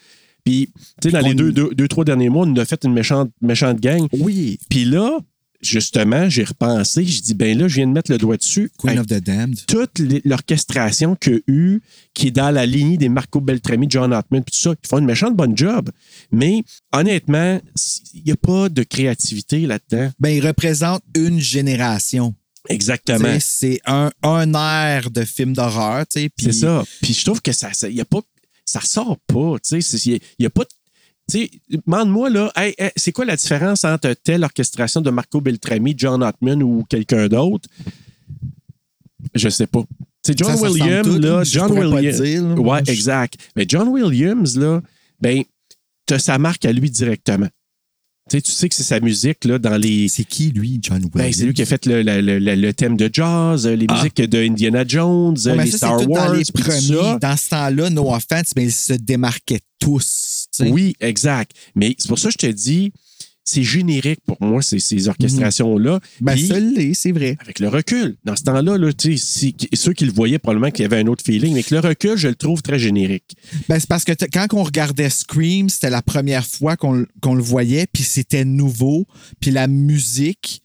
puis, tu sais, dans les
qu'on-
deux, deux, deux, trois derniers mois, on a fait une méchante, méchante gang.
Oui,
Puis là, justement, j'ai repensé. J'ai dit, ben là, je viens de mettre le doigt dessus.
Queen
Hey,
of the Damned.
toute l- l'orchestration qu'il y a eu, qui est dans la lignée des Marco Beltrami, John Hartman, puis tout ça, ils font une méchante bonne job. Mais honnêtement, s- il n'y a pas de créativité là-dedans.
Ben, il représente une génération. Tu
Exactement.
sais, C'est un, un air de film d'horreur. tu sais, puis-
C'est ça. Puis je trouve que ça ça, y a pas, ça ressort pas. Tu sais, il n'y a pas de. Tu sais, demande-moi, là, hey, hey, c'est quoi la différence entre telle orchestration de Marco Beltrami, John Hartman ou quelqu'un d'autre? Je sais pas. Tu sais, John
Ça se ressemble
Williams,
tout,
là,
je
John
pourrais pas
Williams.
te dire, là.
ouais,
Je-
exact. Mais John Williams, là, ben, t'as sa marque à lui directement. Tu sais, tu sais que c'est sa musique, là, dans les.
C'est qui, lui, John Williams?
Ben, c'est lui qui a fait le, le- le- le- le thème de jazz, euh, les
Ah.
musiques de Indiana Jones, euh,
Ouais, mais
les
ça, c'est
Star
tout
Wars,
dans les
puis tout ça.
premiers. Dans ce temps-là, No Offense, mais ils se démarquaient tous. tu sais.
Oui, exact. Mais c'est pour ça que je te dis, c'est générique pour moi, ces, ces orchestrations-là.
Ben,
Puis,
ça l'est, c'est vrai.
avec le recul, dans ce temps-là, là, tu sais, si- qui- ceux qui le voyaient probablement qu'il y avait un autre feeling, mais avec le recul, je le trouve très générique.
Ben, c'est parce que t- quand on regardait Scream, c'était la première fois qu'on l- qu'on le voyait, puis c'était nouveau, puis la musique,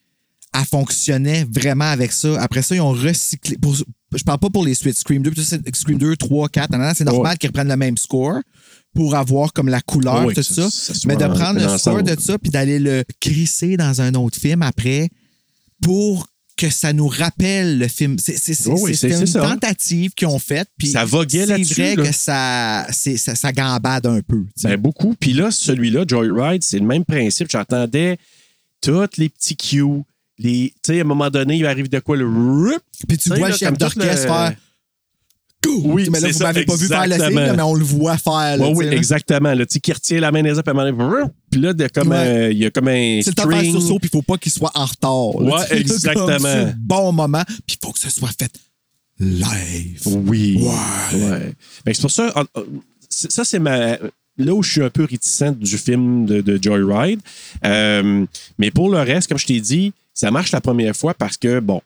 elle fonctionnait vraiment avec ça. Après ça, ils ont recyclé. Pour, je parle pas pour les suites Scream 2, puis ça, c'est Scream 2, 3, 4. nanana, C'est normal qu'ils reprennent le même score pour avoir comme la couleur,
Oui,
tout
ça-
ça.
ça se
Mais
voit
de
dans-
prendre
dans
le score
l'ensemble.
de ça, puis d'aller le crisser dans un autre film après pour que ça nous rappelle le film. C'est c'est- c'est-
Oui, oui,
c'était
c'est-
une
c'est ça.
tentative qu'ils ont faite. puis
Ça voguait là-dessus,
C'est vrai
là.
que ça, c'est- ça, ça gambade un peu. tu sais.
Ben, beaucoup. Puis là, celui-là, Joyride, c'est le même principe. J'entendais tous les petits cues. Les, tu sais, à un moment donné, il arrive de quoi le rup.
Puis tu
Tu sais,
vois
là,
le chef
comme tout
d'orchestre
le-
faire Go!
Oui,
mais là,
c'est
vous
ça,
m'avez pas vu faire le signe, là,
exactement.
mais on le voit faire. là,
Ouais,
tu
oui,
sais, là.
exactement. Là, tu sais, qui retient la main des autres, puis à un moment donné, rup. Puis là, de- comme
Ouais.
un- il y a comme un.
C'est le temps de faire
string.
sur saut, puis il faut pas qu'il soit en retard. là,
Ouais,
tu sais, [LAUGHS] comme
exactement.
c'est le bon moment, puis il faut que ce soit fait live.
Oui. Ouais. Fait que c'est pour ça, en- en- c'est- ça, c'est ma. Là où je suis un peu réticent du film de, de Joyride. Euh, mais pour le reste, comme je t'ai dit, ça marche la première fois parce que, bon,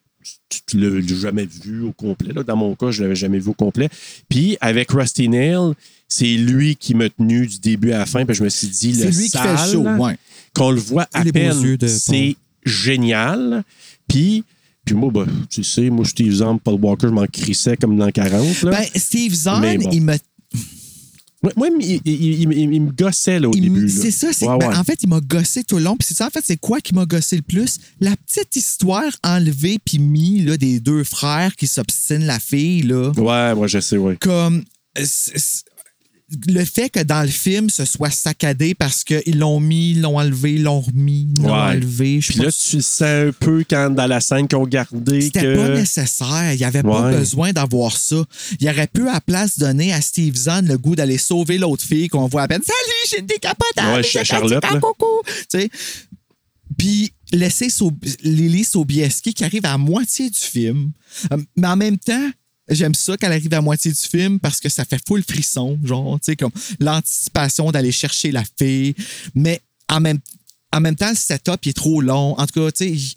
tu, tu l'as jamais vu au complet. là. Dans mon cas, je l'avais jamais vu au complet. Puis avec Rusty Nail, c'est lui qui m'a tenu du début à la fin. Puis je me suis dit,
C'est
le
lui qui fait le
sale,
show. Ouais.
qu'on le voit à
Les beaux
peine.
yeux de
C'est génial. Puis, puis moi, ben, tu sais, moi, Steve Zahn, Paul Walker, je m'en crissais comme dans 40. Là.
Ben, Steve
Mais
Zahn,
bon.
il me
Ouais, moi, il, il- il- il- il me gossait là, au
Il m-
début. là.
C'est ça, c'est
Ouais,
ben,
ouais.
en fait, il m'a gossé tout le long. Puis c'est ça, en fait, c'est quoi qui m'a gossé le plus? La petite histoire enlevée puis mis là, des deux frères qui s'obstinent la fille, là.
Ouais, moi, je sais, ouais.
Comme. euh, c'est- c'est- le fait que dans le film, ce soit saccadé parce qu'ils l'ont mis, ils l'ont enlevé, ils l'ont remis, ils l'ont
Ouais.
enlevé. Je
Puis
sais pas
là, tu le sens un peu quand dans la scène qu'on gardait.
c'était
que...
pas nécessaire. Il n'y avait pas
Ouais.
besoin d'avoir ça. Il aurait pu, à place, donner à Steve Zahn le goût d'aller sauver l'autre fille qu'on voit à peine. Salut, j'ai une décapotable.
Ouais,
j'ai un
Charlotte,
petit
là.
coucou. Tu sais. Puis laisser Sob- Lily Sobieski qui arrive à moitié du film. Euh, Mais en même temps, j'aime ça qu'elle arrive à moitié du film parce que ça fait full frisson, genre, tu sais, comme l'anticipation d'aller chercher la fille. Mais en même, en même temps, le setup il est trop long. En tout cas, tu sais, il-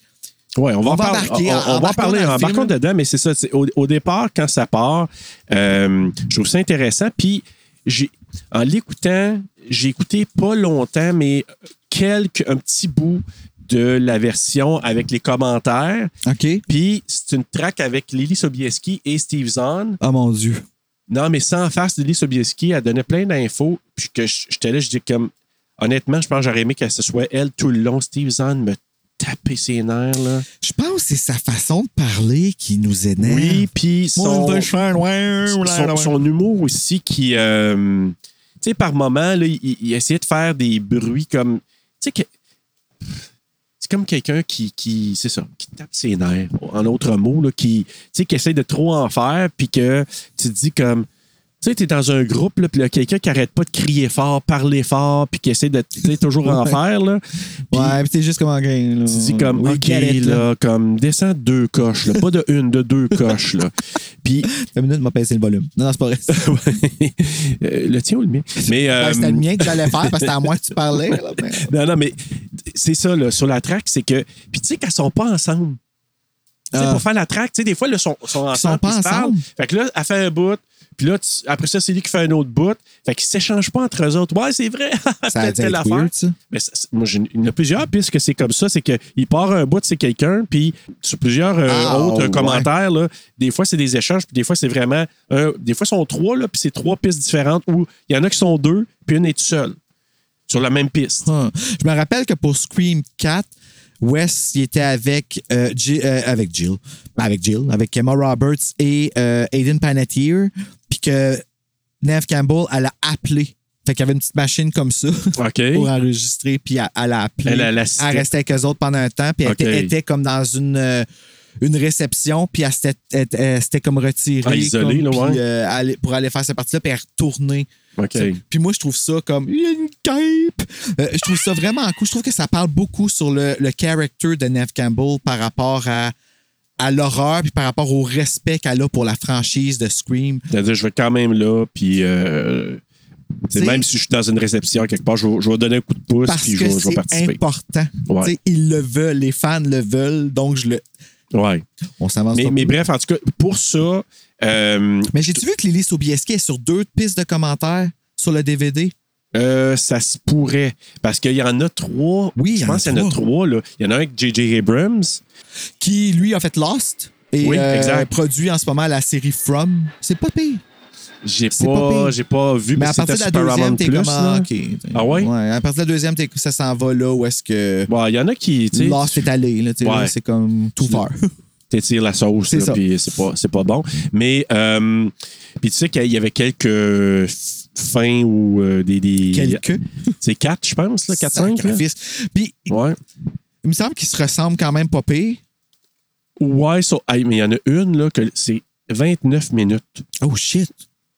Ouais, on va,
On
en
va
parler.
embarquer,
on, on va en
embarquons
parler
dans le
en
film,
embarquant
là.
dedans, mais c'est ça. c'est- Au, au départ, quand ça part, euh, je trouve ça intéressant. Puis, j'ai- en l'écoutant, j'ai écouté pas longtemps, mais quelques, un petit bout de la version avec les commentaires.
OK.
Puis, c'est une track avec Lily Sobieski et Steve Zahn.
Oh mon Dieu.
Non, mais sans face, Lily Sobieski, elle donnait plein d'infos. Puis, que je- j'étais là, je dis comme, honnêtement, je pense que j'aurais aimé que ce soit elle tout le long. Steve Zahn me tapait ses nerfs, là.
Je pense que c'est sa façon de parler qui nous énerve.
Oui, puis son, son,
son,
son humour aussi qui, euh, tu sais, par moments, là, il, il essayait de faire des bruits comme, tu sais, que- c'est comme quelqu'un qui, qui c'est ça, qui tape ses nerfs, en autre mot, là, qui, tu sais, qui essaie de trop en faire, puis que tu te dis comme, tu sais, t'es dans un groupe, là, puis là, quelqu'un qui arrête pas de crier fort, parler fort, puis qui essaie de, tu sais, toujours en
Ouais.
faire, là. Puis-
Ouais, puis t'es juste comme en gain. là.
tu dis comme,
We
OK,
get it,
là, comme, descends de deux coches, là, pas de une, de deux coches, là. Puis,
La minute m'a baissé le volume. Non, non, c'est pas vrai.
[LAUGHS] Ouais. Euh, le tien ou le mien? Mais, euh,
Ouais, C'était le mien que j'allais faire parce que c'était à moi que tu parlais. là,
[LAUGHS]
mais-
non, non, mais c'est ça, là, sur la track, c'est que. Puis tu sais, qu'elles sont pas ensemble. Tu sais,
Ah.
Pour faire la track, tu sais, des fois, là, sont, sont ensemble.
sont pas
puis ils se parlent.
ensemble.
Fait que là, elle fait un bout. Puis là, tu- après ça, c'est lui qui fait un autre bout. Fait qu'ils s'échangent pas entre eux autres. Ouais, c'est vrai. [LAUGHS]
Ça a
Peut-être
dû
telle
être
affaire.
weird, ça.
Mais ça- ça- moi, j'ai- il y en a plusieurs pistes que c'est comme ça. C'est qu'il part un bout, c'est quelqu'un, puis sur plusieurs euh,
Ah,
autres euh,
ouais.
commentaires, là, des fois, c'est des échanges, puis des fois, c'est vraiment. un- des fois, sont trois, là, puis c'est trois pistes différentes où il y en a qui sont deux, puis une est toute seule sur la même piste.
Hum. Je me rappelle que pour Scream 4, Wes, il était avec, euh, Ji- euh, avec Jill. Ben, Avec Jill, avec Emma Roberts et euh, Aiden Panettiere. Puis que Neve Campbell, elle a appelé. Fait qu'il y avait une petite machine comme ça.
OK.
pour enregistrer, puis elle, elle a appelé.
Elle, elle
restait
assistait.
avec eux autres pendant un temps, puis elle
OK.
était, était comme dans une, euh, une réception, puis elle s'était- elle- elle s'était comme retirée.
Ah, isolée,
comme,
là, ouais.
puis, euh, aller- pour aller faire cette partie-là, puis elle est retournée.
OK.
T'sais, Puis moi, je trouve ça comme Il y a une cape. Euh, je trouve ça vraiment cool. Je trouve que ça parle beaucoup sur le, le character de Neve Campbell par rapport à, à l'horreur, puis par rapport au respect qu'elle a pour la franchise de Scream.
C'est-à-dire, je vais quand même là, puis. euh, C'est
T'sais-
Même si je suis dans une réception quelque part, je vais, je vais donner un coup de pouce
Parce
puis je,
que
vais- je vais
c'est
participer.
important.
Ouais.
Tu sais, Ils le veulent, les fans le veulent, donc je le.
Ouais.
On s'avance
Mais,
pas
mais
plus.
bref, en tout cas, pour ça, euh,
Mais j'ai-tu vu que Lily Sobieski est sur deux pistes de commentaires sur le DVD?
euh, ça se pourrait. Parce qu'il y en a trois.
Oui, il y
je
en a
pense qu'il y en a trois. Là. Il y en a un avec J.J. Abrams.
Qui, lui, a fait Lost et euh,
Oui, exact.
produit en ce moment la série From. C'est pas pire.
J'ai
C'est
pas,
pas pire.
j'ai pas vu,
Mais
mais
à
c'était
partir de la
sur Paramount
deuxième, t'es
Plus.
comme.
là.
ah, ok.
Ah ouais?
À partir de la deuxième, t'es- ça s'en va là où est-ce que
Bon, il y en a qui, tu sais,
Lost est allé. là, tu sais,
Ouais.
là, C'est comme tout faire. [LAUGHS]
t'étires la sauce,
C'est
là,
ça.
puis c'est pas, c'est pas bon. Mais, euh, puis tu sais qu'il y avait quelques euh, f- fins ou euh, des. des
Quelques.
C'est 4, je pense, là, 4-5.
Sacrifice. Puis,
Ouais.
il me semble qu'ils se ressemblent quand même pas pire.
Ouais, so- hey, mais il y en a une, là, que c'est 29 minutes.
Oh shit.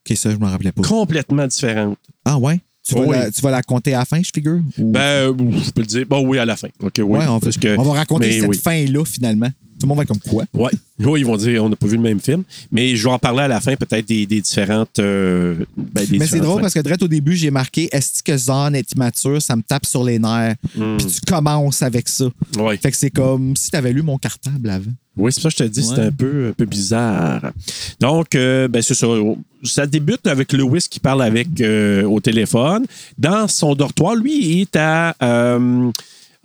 Ok, ça, je m'en rappelais pas.
Complètement différente.
Ah ouais? Tu vas,
Oui.
la, tu vas la compter à la fin, je figure? Ou-
Ben, euh, je peux le dire. Bon, oui, à la fin. OK, oui.
ouais, on, va,
parce que-
on va raconter
mais
cette
oui.
fin-là, finalement. Tout le monde va être comme quoi?
Ouais. Oui, ils vont dire on n'a pas vu le même film. Mais je vais en parler à la fin, peut-être des, des différentes. euh, ben, des
Mais c'est
différentes
drôle
fins.
parce que direct au début, j'ai marqué Est-ce que Zahn est immature Ça me tape sur les nerfs.
Hmm.
Puis tu commences avec ça.
Ouais.
Fait que c'est comme si t'avais lu mon cartable avant.
Oui, c'est pour ça que je te dis, c'est
Ouais.
un peu, un peu bizarre. Donc, euh, ben, c'est ça. Ça débute avec Lewis qui parle avec euh, au téléphone. Dans son dortoir, lui, il est à. euh,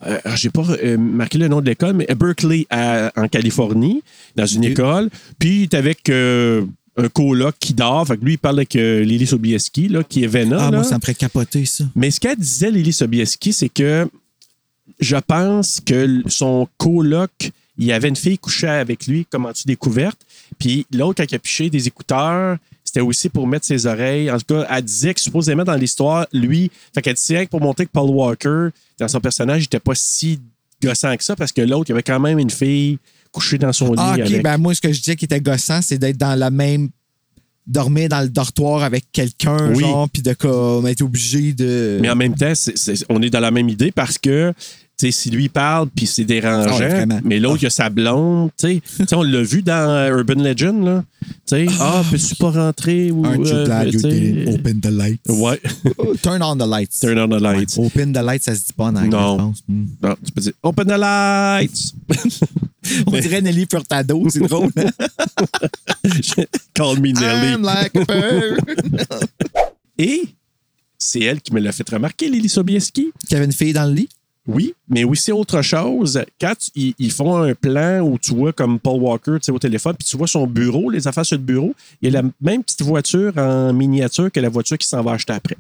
euh, J'ai pas euh, marqué le nom de l'école, mais à Berkeley, à- en Californie, dans une école. Puis, il est avec. euh, un coloc qui dort. Fait que lui, il parle avec euh, Lily Sobieski, là, qui est Vena.
Ah,
là.
moi, ça me ferait capoter, ça.
Mais ce qu'elle disait, Lily Sobieski, c'est que je pense que l- son coloc, il y avait une fille couchée avec lui, comme en dessous des couvertes. Puis l'autre, quand il a piché des écouteurs, c'était aussi pour mettre ses oreilles. En tout cas, elle disait que supposément dans l'histoire, lui, fait qu'elle disait que pour montrer que Paul Walker, dans son personnage, il n'était pas si gossant que ça parce que l'autre, il y avait quand même une fille couchée dans son lit.
Ah, ok.
avec-
Ben, moi, ce que je disais qui était gossant, c'est d'être dans la même. dormir dans le dortoir avec quelqu'un,
Oui.
genre, puis de comme être obligé de.
Mais en même temps, c'est- c'est- on est dans la même idée parce que tu sais, si lui parle puis c'est dérangeant,
Ah ouais, vraiment.
mais l'autre, il a sa blonde. tu
[LAUGHS]
sais. Tu sais, on l'a vu dans euh, Urban Legend. Là. Tu sais, Ah, peux-tu pas rentrer? Ou,
Aren't you
euh,
glad you
tu sais,
did? Open the lights.
Ouais,
[LAUGHS]
[LAUGHS]
Turn on the lights.
turn on the lights.
Open the lights, ça se dit pas en anglais,
Non.
je pense. Hmm.
Non, tu peux dire Open the lights! [LAUGHS]
On dirait Nelly Furtado, [LAUGHS] c'est drôle.
Call me Nelly.
I'm like a bird. [LAUGHS]
Et c'est elle qui me l'a fait remarquer, Lily Sobieski.
Qu'il y avait une fille dans le lit.
Oui, mais oui, c'est autre chose. Quand tu- ils, ils font un plan où tu vois comme Paul Walker, tu sais, au téléphone, puis tu vois son bureau, les affaires sur le bureau, il y a la même petite voiture en miniature que la voiture qui s'en va acheter
[LAUGHS]
après.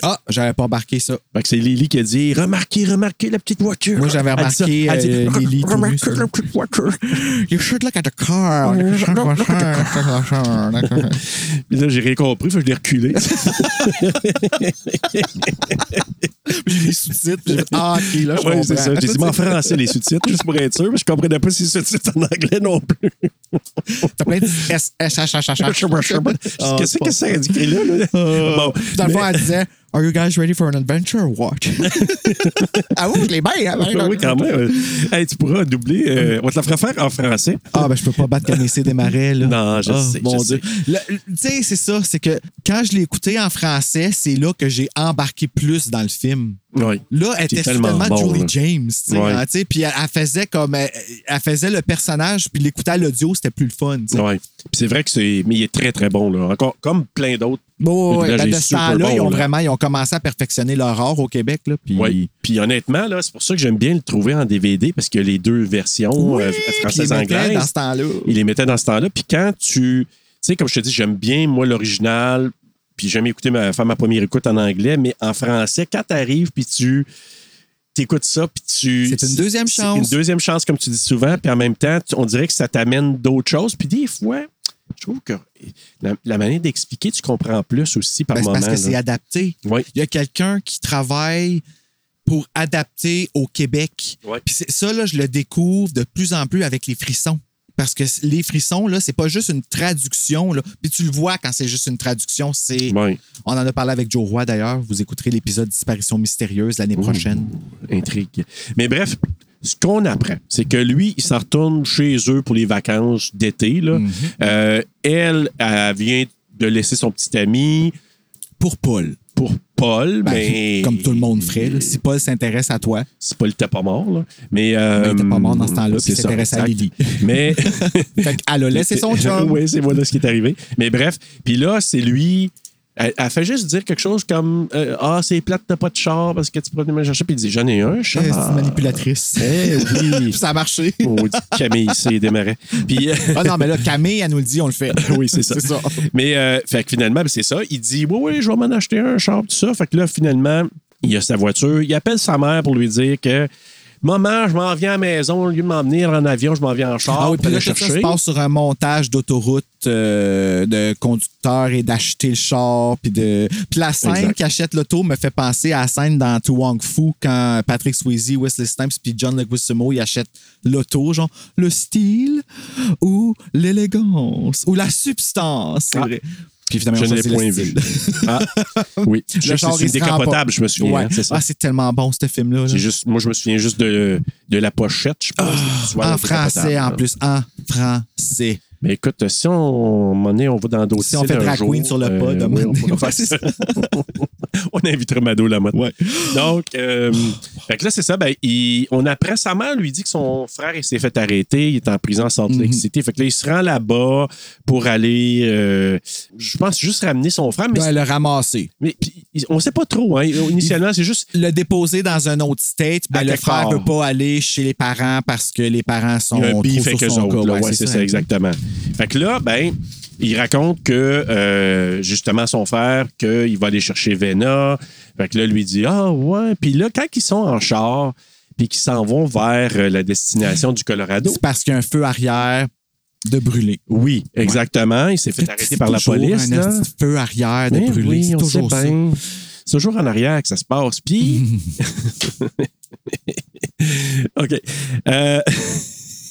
Ah, j'avais pas embarqué ça.
Fait que c'est Lily qui a dit Remarquez, remarquez la petite voiture.
Moi, j'avais
Elle dit ça.
remarqué,
Elle dit,
euh, Lily tout nu
Remarquez
sur le-
la petite voiture. [LAUGHS]
You should look at the car. Oh, Look at the car.
Puis là, j'ai rien compris, fait que je l'ai
[LAUGHS]
reculé.
Les sous-titres. j'ai fait, Ah, ok, là, je
Ouais,
comprends.
c'est ça. J'ai dit mais en français les sous-titres, juste pour être sûr, mais je comprenais pas si les sous-titres en anglais non plus.
T'as plein de S, S, H, H, H, H. Ah,
Qu'est-ce
c'est
que ça indiquait là? là? Bon,
Puis Dans le fond, elle disait Are you guys ready for an adventure or what? [LAUGHS] ah oui, je l'ai bien. hein,
Ah oui, quand même. Hey, tu pourras doubler. euh, on te la fera faire en français.
Ah, ben, je peux pas battre comme essai des marais, là.
Non, je
Ah,
sais,
Mon
je
Dieu. Le- le- Tu sais, c'est ça, c'est que quand je l'ai écouté en français, c'est là que j'ai embarqué plus dans le film.
Oui.
Là, elle
C'est
était
tellement
tellement
bon,
Julie
là.
James, tu sais,
Ouais.
hein, tu sais, puis elle, elle faisait comme elle, elle faisait le personnage, puis l'écouter à l'audio, c'était plus le fun. tu sais.
Ouais. Puis c'est vrai que c'est. Mais il est très, très bon, là. Encore, comme plein d'autres.
Bon, ouais,
Le doublage
ouais, ben,
est
de ce
super
temps-là,
bon,
ils ont
là.
vraiment, ils ont commencé à perfectionner leur art au Québec, là. Puis
Oui. Puis honnêtement, là, c'est pour ça que j'aime bien le trouver en DVD parce que les deux versions,
Oui,
euh,
puis ils
française et
mettaient
anglaise,
dans ce temps-là.
il les mettait dans ce temps-là. Puis quand tu. Tu sais, comme je te dis, j'aime bien, moi, l'original. Puis j'aime écouter ma, faire ma première écoute en anglais, mais en français, quand t'arrives, puis tu. T'écoutes ça, puis tu.
C'est une deuxième
c'est
chance.
Une deuxième chance, comme tu dis souvent, puis en même temps, tu- on dirait que ça t'amène d'autres choses. Puis des fois, je trouve que la, la manière d'expliquer, tu comprends plus aussi par
Ben, c'est
moment.
parce que c'est
là.
adapté.
Oui.
Il y a quelqu'un qui travaille pour adapter au Québec.
Ouais.
Puis c'est- ça, là, je le découvre de plus en plus avec les frissons. Parce que c- les frissons, là, c'est pas juste une traduction. Là. Puis tu le vois quand c'est juste une traduction, c'est.
Oui.
On en a parlé avec Joe Roy d'ailleurs. Vous écouterez l'épisode Disparition mystérieuse l'année prochaine.
intrigue. Mais bref, ce qu'on apprend, c'est que lui, il s'en retourne chez eux pour les vacances d'été. là.
Mhm.
Euh, elle, elle vient de laisser son petit ami
Pour Paul.
pour Paul,
Ben,
mais.
Comme tout le monde ferait. là. Si Paul s'intéresse à toi,
C'est pas le t'es pas mort, là. Mais. euh,
Ben, il était pas mort dans ce temps-là, puis
c'est
il
ça,
s'intéressait à
exact.
Lily.
[LAUGHS]
[LAUGHS]
Mais.
fait qu'elle a
[LAUGHS]
laissé son chum.
oui, c'est voilà ce qui est arrivé. Mais bref, puis là, c'est lui. Elle, elle fait juste dire quelque chose comme euh, Ah, c'est plate, t'as pas de char parce que tu pourrais venir me chercher. Puis il dit J'en ai un
Eh,
char.
C'est une manipulatrice.
Eh oui.
[LAUGHS] ça a marché.
Oh, Camille, c'est démarré. Puis. euh,
Ah non, mais là, Camille, elle nous le dit, on le fait.
[LAUGHS] oui, c'est ça.
C'est ça.
Mais euh, fait que finalement, ben, c'est ça. Il dit Oui, oui, je vais m'en acheter un, un char, tout ça. Fait que là, finalement, il a sa voiture. Il appelle sa mère pour lui dire que Maman, je m'en viens à la maison, au lieu de m'en venir en avion, je m'en viens en char.
Ah oui,
pour
puis là,
le
tout ça se
chercher.
passe sur un montage d'autoroute euh, de conducteur et d'acheter le char. Puis de... puis la scène
Exact.
qui achète l'auto me fait penser à la scène dans To Wong Fu quand Patrick Swayze, Wesley Snipes puis John Leguizamo, ils achètent l'auto, genre le style ou l'élégance ou la substance. C'est
Ah.
vrai. Puis finalement,
Je
on
ne l'ai
choisit le
point
style.
vu.
[LAUGHS]
Ah, oui. Je sais
Le
que
char,
c'est
il se rend
décapotable,
pas.
je me souviens.
Ouais.
hein, c'est ça.
Ah, c'est tellement bon, ce film-là. là.
J'ai juste, moi, je me souviens juste de, de la pochette, je pense. du soir,
Ah, en
le décapotable,
français,
là.
en plus. En français.
Mais écoute, si on, m'en est, on va dans d'autres
Si on
styles
fait
un
drag
jour,
queen sur le
euh,
pod, à un
oui,
moment
on pourra
donné.
faire
[LAUGHS] Ouais, c'est
ça. [LAUGHS] on invitera Mado Lamotte. Donc, euh, fait que là, c'est ça. Ben, il- on apprend, sa mère lui dit que son frère il s'est fait arrêter. Il est en prison à Salt Lake
Mhm.
City. Fait que là, il se rend là-bas pour aller, euh, je pense, juste ramener son frère. Mais,
Ben, le ramasser.
mais- puis, il- on sait pas trop. Hein. Initialement, c'est juste
le déposer dans un autre state,
À
ben le
quelque
frère
part.
ne peut pas aller chez les parents parce que les parents sont
Il y a un beef
trop
avec
sur
eux
son
autres.
cas.
là.
Ouais,
Ouais, c'est ça, exactement. Fait que là, ben, il raconte que, euh, justement, son frère, qu'il va aller chercher Vena. Fait que là, lui dit Ah, ouais. Puis là, quand ils sont en char, puis qu'ils s'en vont vers euh, la destination du Colorado.
C'est parce qu'il y a un feu arrière de brûler.
Oui, exactement. Il s'est fait arrêter par la
Toujours
police.
Un
là.
petit feu arrière de
Mais
brûler.
oui,
c'est
on sait
toujours ça.
bien. C'est toujours en arrière que ça se passe. Puis. OK. [LAUGHS] Euh,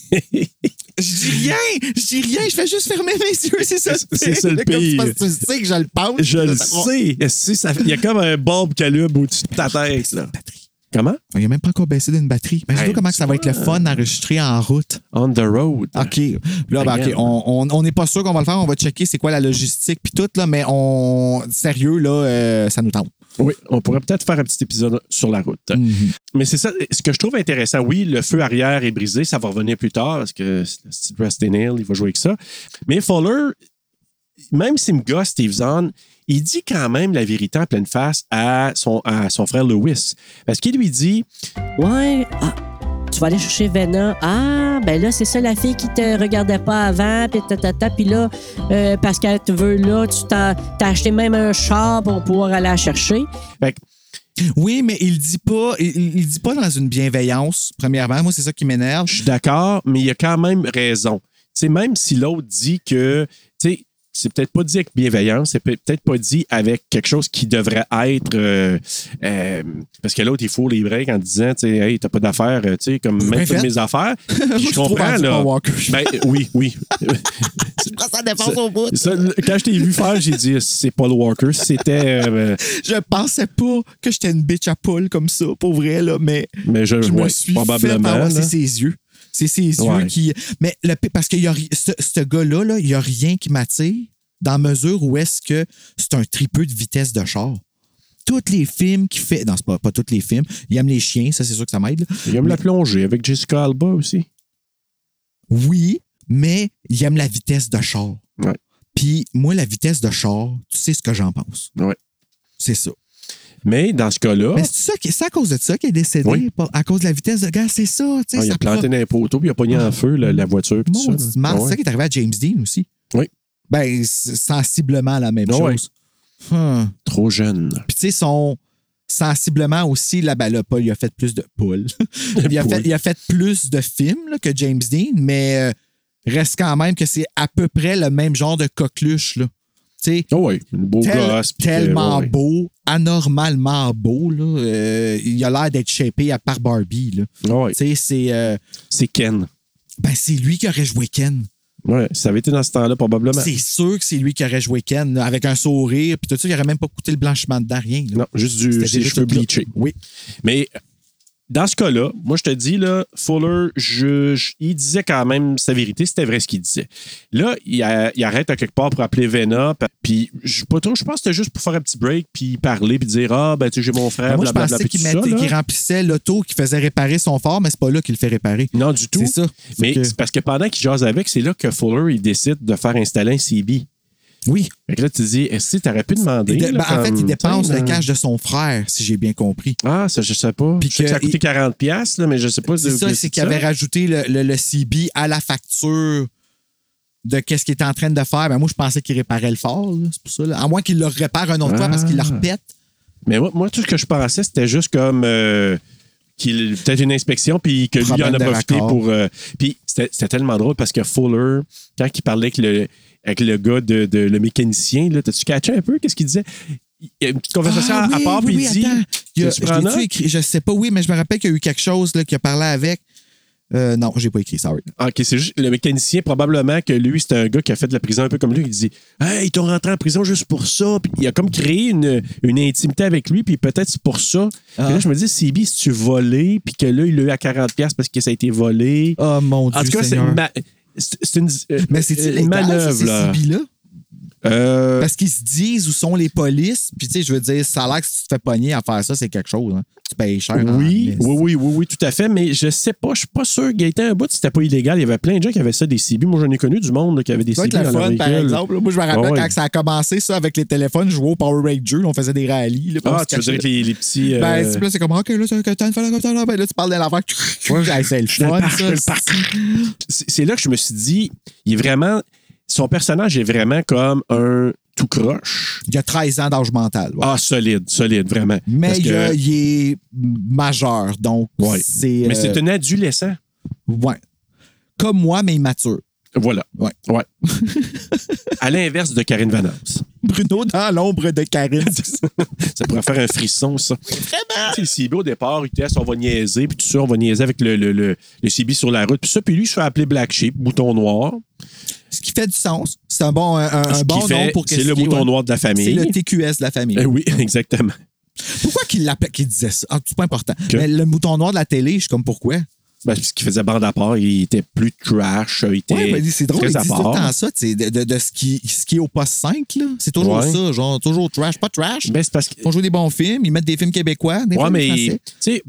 Je dis rien, je dis rien, je fais juste fermer mes yeux, c'est ça.
C'est ça le
Comme
pire.
parce que Tu sais que je le pense.
Je le
Ça, ça-
sais. Si, ça- Il y a comme un bulbe calibre au-dessus de ta tête. Là. Comment?
Il n'a même pas encore baissé d'une batterie. Mais
Hey,
sais comment que ça va être le fun d'enregistrer en route.
On the road.
OK. Puis Là, ben,
Again.
OK, on- on on n'est pas sûr qu'on va le faire. On va checker c'est quoi la logistique puis tout, là, mais on. Sérieux, là, euh, ça nous tente.
Oui, on pourrait peut-être faire un petit épisode sur la route. Mais c'est ça, ce que je trouve intéressant, oui, le feu arrière est brisé, ça va revenir plus tard, parce que Steve Rustin Hill, il va jouer avec ça. Mais Fowler, même s'il me gosse Steve Zahn, il dit quand même la vérité en pleine face à son, à son frère Lewis. Parce qu'il lui dit,
Ouais, ah, tu vas aller chercher Vena. Ah, ben là, c'est ça la fille qui te regardait pas avant, puis tatata, puis là, euh, parce qu'elle te veut là, tu t'en- t'as acheté même un char pour pouvoir aller la chercher.
fait que
Oui, mais il dit pas, il, il dit pas dans une bienveillance. Premièrement, moi c'est ça qui m'énerve.
Je suis d'accord, mais il y a quand même raison. Tu sais, même si l'autre dit que, tu sais, c'est peut-être pas dit avec bienveillance, c'est peut- peut-être pas dit avec quelque chose qui devrait être. euh, euh, parce que l'autre, il faut les breaks en disant, tu sais, hey, t'as pas d'affaires, euh, tu sais, comme
Bien
même toutes
fait.
mes
[LAUGHS]
affaires. Puis
suis
je
trop
comprends,
rendu
là.
Paul Walker.
Ben, oui,
[LAUGHS]
oui.
prends sa défense au bout.
Ça, le- quand je t'ai vu faire, j'ai dit, c'est Paul Walker. C'était. euh,
Je pensais pas que j'étais une bitch à poule comme ça, pour vrai là, mais
mais je,
je
ouais,
me suis fait
probablement.
avoir.
là.
C'est ses yeux, c'est ses yeux
Ouais.
qui. Mais le pi- parce qu'il y a ri- ce, ce gars-là, là, il y a rien qui m'attire dans mesure où est-ce que c'est un tripeux de vitesse de char. Tous les films qu'il fait, non, c'est pas, pas tous les films. Il aime les chiens, ça c'est sûr que ça m'aide. là.
Il aime la plongée avec Jessica Alba aussi.
Oui, mais il aime la vitesse de char.
Ouais.
Puis moi, la vitesse de char, tu sais ce que j'en pense.
Ouais.
C'est ça.
Mais dans ce cas-là.
Mais c'est ça qui- c'est à cause de ça qu'il est décédé,
Oui.
pas- à cause de la vitesse de gars, c'est ça. Tu sais,
Ah, il
ça
a planté
provoque-
dans les poteaux, puis il a pogné en feu la, la voiture. puis tout ça, là.
Mon Dieu, Marc,
Ah ouais.
c'est ça qui est arrivé à James Dean aussi.
Oui.
Ben, c'est sensiblement la même
Ah ouais.
chose. Hum.
Trop jeune.
Puis tu sais, son sensiblement aussi, là, ben là, Paul, il a fait plus de Paul. [LAUGHS] il, a
Paul.
fait, il a fait plus de films là, que James Dean, mais euh, reste quand même que c'est à peu près le même genre de coqueluche. Là. Tu sais,
Ah ouais, le beau
tel-
gosse. puis que-
tellement
ouais, ouais.
beau, anormalement beau. Là, Euh, il a l'air d'être shapé à part Barbie. Là.
Ah ouais,
Tu sais, c'est euh,
C'est Ken.
ben, c'est lui qui aurait joué Ken.
Ouais, ça avait été dans ce temps-là, probablement.
C'est sûr que c'est lui qui aurait joué Ken, là, avec un sourire, puis tout ça, il aurait même pas coûté le blanchiment dedans, rien. là.
Non, juste du,
C'était
ses
déjà
cheveux
tout là.
bleachés.
Oui.
Mais dans ce cas-là, moi, je te dis, là, Fuller, je, je- il disait quand même sa vérité, c'était vrai ce qu'il disait. Là, il, a- il arrête à quelque part pour appeler Vena, pa- puis je sais pas trop, je pense que c'était juste pour faire un petit break, puis parler, puis dire Ah, ben, tu sais, j'ai mon frère,
moi, je
blablabla,
pensais
puis
qu'il
tout ça,
mettait-
là.
qu'il remplissait l'auto qui faisait réparer son fort, mais c'est pas là qu'il le fait réparer.
Non, du tout.
C'est ça. Fait
Mais
que-
c'est parce que pendant qu'il jase avec, c'est là que Fuller, il décide de faire installer un CB.
Oui.
Fait que là, tu dis, est-ce que t'aurais pu demander?
Il dé-
là,
ben, en fait,
comme,
il dépense
tu sais,
le
euh,
cash de son frère, si j'ai bien compris.
Ah, ça, je sais pas.
Puis
Je sais que
que-
ça a coûté 40$, piastres, là, mais je sais pas.
C'est ça, c'est qu'il avait rajouté le, le- le CB à la facture de qu'est-ce qu'il était en train de faire. Ben, moi, je pensais qu'il réparait le fort, là, c'est pour ça. là. À moins qu'il le répare un autre fois parce qu'il le
Ah.
repète.
Mais moi, moi, tout ce que je pensais, c'était juste comme euh, qu'il peut-être une inspection, puis que lui il en a
Problème de
profité
raccord.
pour. euh, puis c'était c'était tellement drôle parce que Fuller, quand il parlait avec le, avec le gars de, de- le mécanicien, là, t'as-tu catché un peu? Qu'est-ce qu'il disait? Il y a une petite conversation
Ah
à- à
oui,
part,
oui,
puis
oui,
il dit.
attends. Il y a-
tu
je
prends
l'ai-tu
note?
écrit? Je sais pas, oui, mais je me rappelle qu'il y a eu quelque chose là, qu'il a parlé avec. Euh, non, j'ai pas écrit, sorry.
Ah, OK, c'est juste le mécanicien, probablement que lui, c'était un gars qui a fait de la prison un peu comme lui. Il dit Hey, ils t'ont rentré en prison juste pour ça. Puis il a comme créé une, une intimité avec lui, puis peut-être c'est pour ça. Puis
Ah.
là, je me dis CB, si tu volé, puis que là, il l'a eu à 40$ parce que ça a été volé.
Oh mon Dieu.
en tout cas, c'est
Seigneur.
une, ma- c'est- c'est une, euh,
Mais c'est-tu
une
légal, ça,
manœuvre.
ces
là.
CB-là?
Euh,
Parce qu'ils se disent où sont les polices. Puis, tu sais, je veux dire, ça a l'air que si tu te fais pogner à faire ça, c'est quelque chose. hein. Tu payes cher. en
Oui, oui,
liste.
oui, oui, oui, tout à fait. Mais je sais pas, je suis pas sûr. Gaëtan, un bout, c'était pas illégal. Il y avait plein de gens qui avaient ça, des CB. Moi, j'en ai connu du monde là, qui avait des
Ça
CB
doit être le
dans leur
fun, par
véhicule.
exemple. là. Moi, je me rappelle
Ah ouais.
quand ça a commencé, ça, avec les téléphones, je jouais au Power Ranger, là, on faisait des rallyes. là, puis on
Ah,
se
tu veux dire
cachait.
avec les, les petits. euh,
Ben, c'est- là, c'est comme, OK, là, c'est un coton, fais la comme ça, là, ben, là, tu parles de l'affaire. Hey, c'est le
dans le
fun,
parc, dans le
ça.
parc. c'est c'est là que je me suis dit, il est vraiment. Son personnage est vraiment comme un tout croche.
Il y a 13 ans d'âge mental. ouais.
Ah, solide, solide, vraiment.
Mais
Parce
il,
que-
a- il est majeur, donc
Ouais.
c'est.
mais c'est
euh,
un adolescent.
ouais. Comme moi, mais immature.
Voilà.
Ouais.
Ouais. [LAUGHS] à l'inverse de Karine Vanance.
Bruno dans l'ombre de [LAUGHS] Karine.
[LAUGHS] Ça pourrait faire un frisson, ça. Vraiment? Le CB, au départ, il teste, on va niaiser, puis tout ça, on va niaiser avec le, le, le, le CB sur la route, puis ça. Puis lui, il se fait appeler Black Sheep, mouton noir.
Ce qui fait du sens. C'est un bon, un, un
Ce qui
bon nom
fait-
pour
C'est
qu'est-ce
le
qu'il-
mouton
ouais.
noir de la
C'est
famille.
le TQS de la famille.
Eh oui, [LAUGHS] exactement.
Pourquoi qu'il l'appelait, qu'il disait ça? Ah, c'est pas important.
Que-
Mais le mouton noir de la télé, je suis comme pourquoi?
Ben, c'est parce qu'il faisait bande à part, il était plus trash, il était.
Ouais, mais c'est drôle,
très
il
à
dit tout le
part.
temps ça, tu sais, de, de, de ce, qui, ce qui est au poste 5, là. C'est toujours
Ouais.
ça, genre, toujours trash, pas trash.
Ben, c'est parce que.
Ils font jouer des bons films, ils mettent des films québécois, des
Ouais,
films
mais. Tu
français.
sais,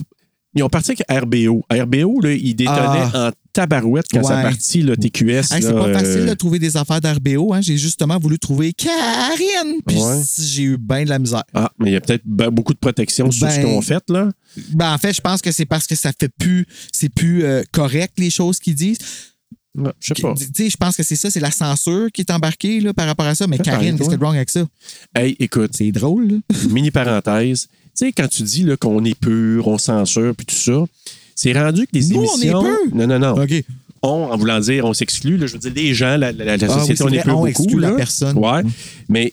ils ont parti avec RBO. RBO, là, il détonnait
Ah.
en tabarouette quand ça
Ouais.
partit, le TQS.
Hey, c'est
là,
pas
euh,
facile de trouver des affaires d'RBO. Hein. J'ai justement voulu trouver Karine, puis
Ouais.
j'ai eu bien de la misère.
Ah, mais il y a peut-être ben beaucoup de protection sur ce
Ben-
qu'on fait, là.
Ben, en fait, je pense que c'est parce que ça fait plus, c'est plus euh, correct les choses qu'ils disent.
Ouais, Je sais pas.
Tu sais, je pense que c'est ça, c'est la censure qui est embarquée là, par rapport à ça. Mais
Peut-être,
Karine, qu'est-ce
ouais.
que wrong avec ça?
Hey, écoute,
C'est drôle, là.
[LAUGHS] mini parenthèse. Tu sais, quand tu dis là, qu'on est pur, on censure, puis tout ça, c'est rendu que les
Nous, on est
émissions.
pur.
Non, non, non.
OK.
on, en voulant dire, on s'exclut. là, Je veux dire, les gens, la, la- la
Ah oui,
société,
c'est
on est
vrai,
peu
on
beaucoup.
exclut la
là.
personne. Hum.
Ouais. Mais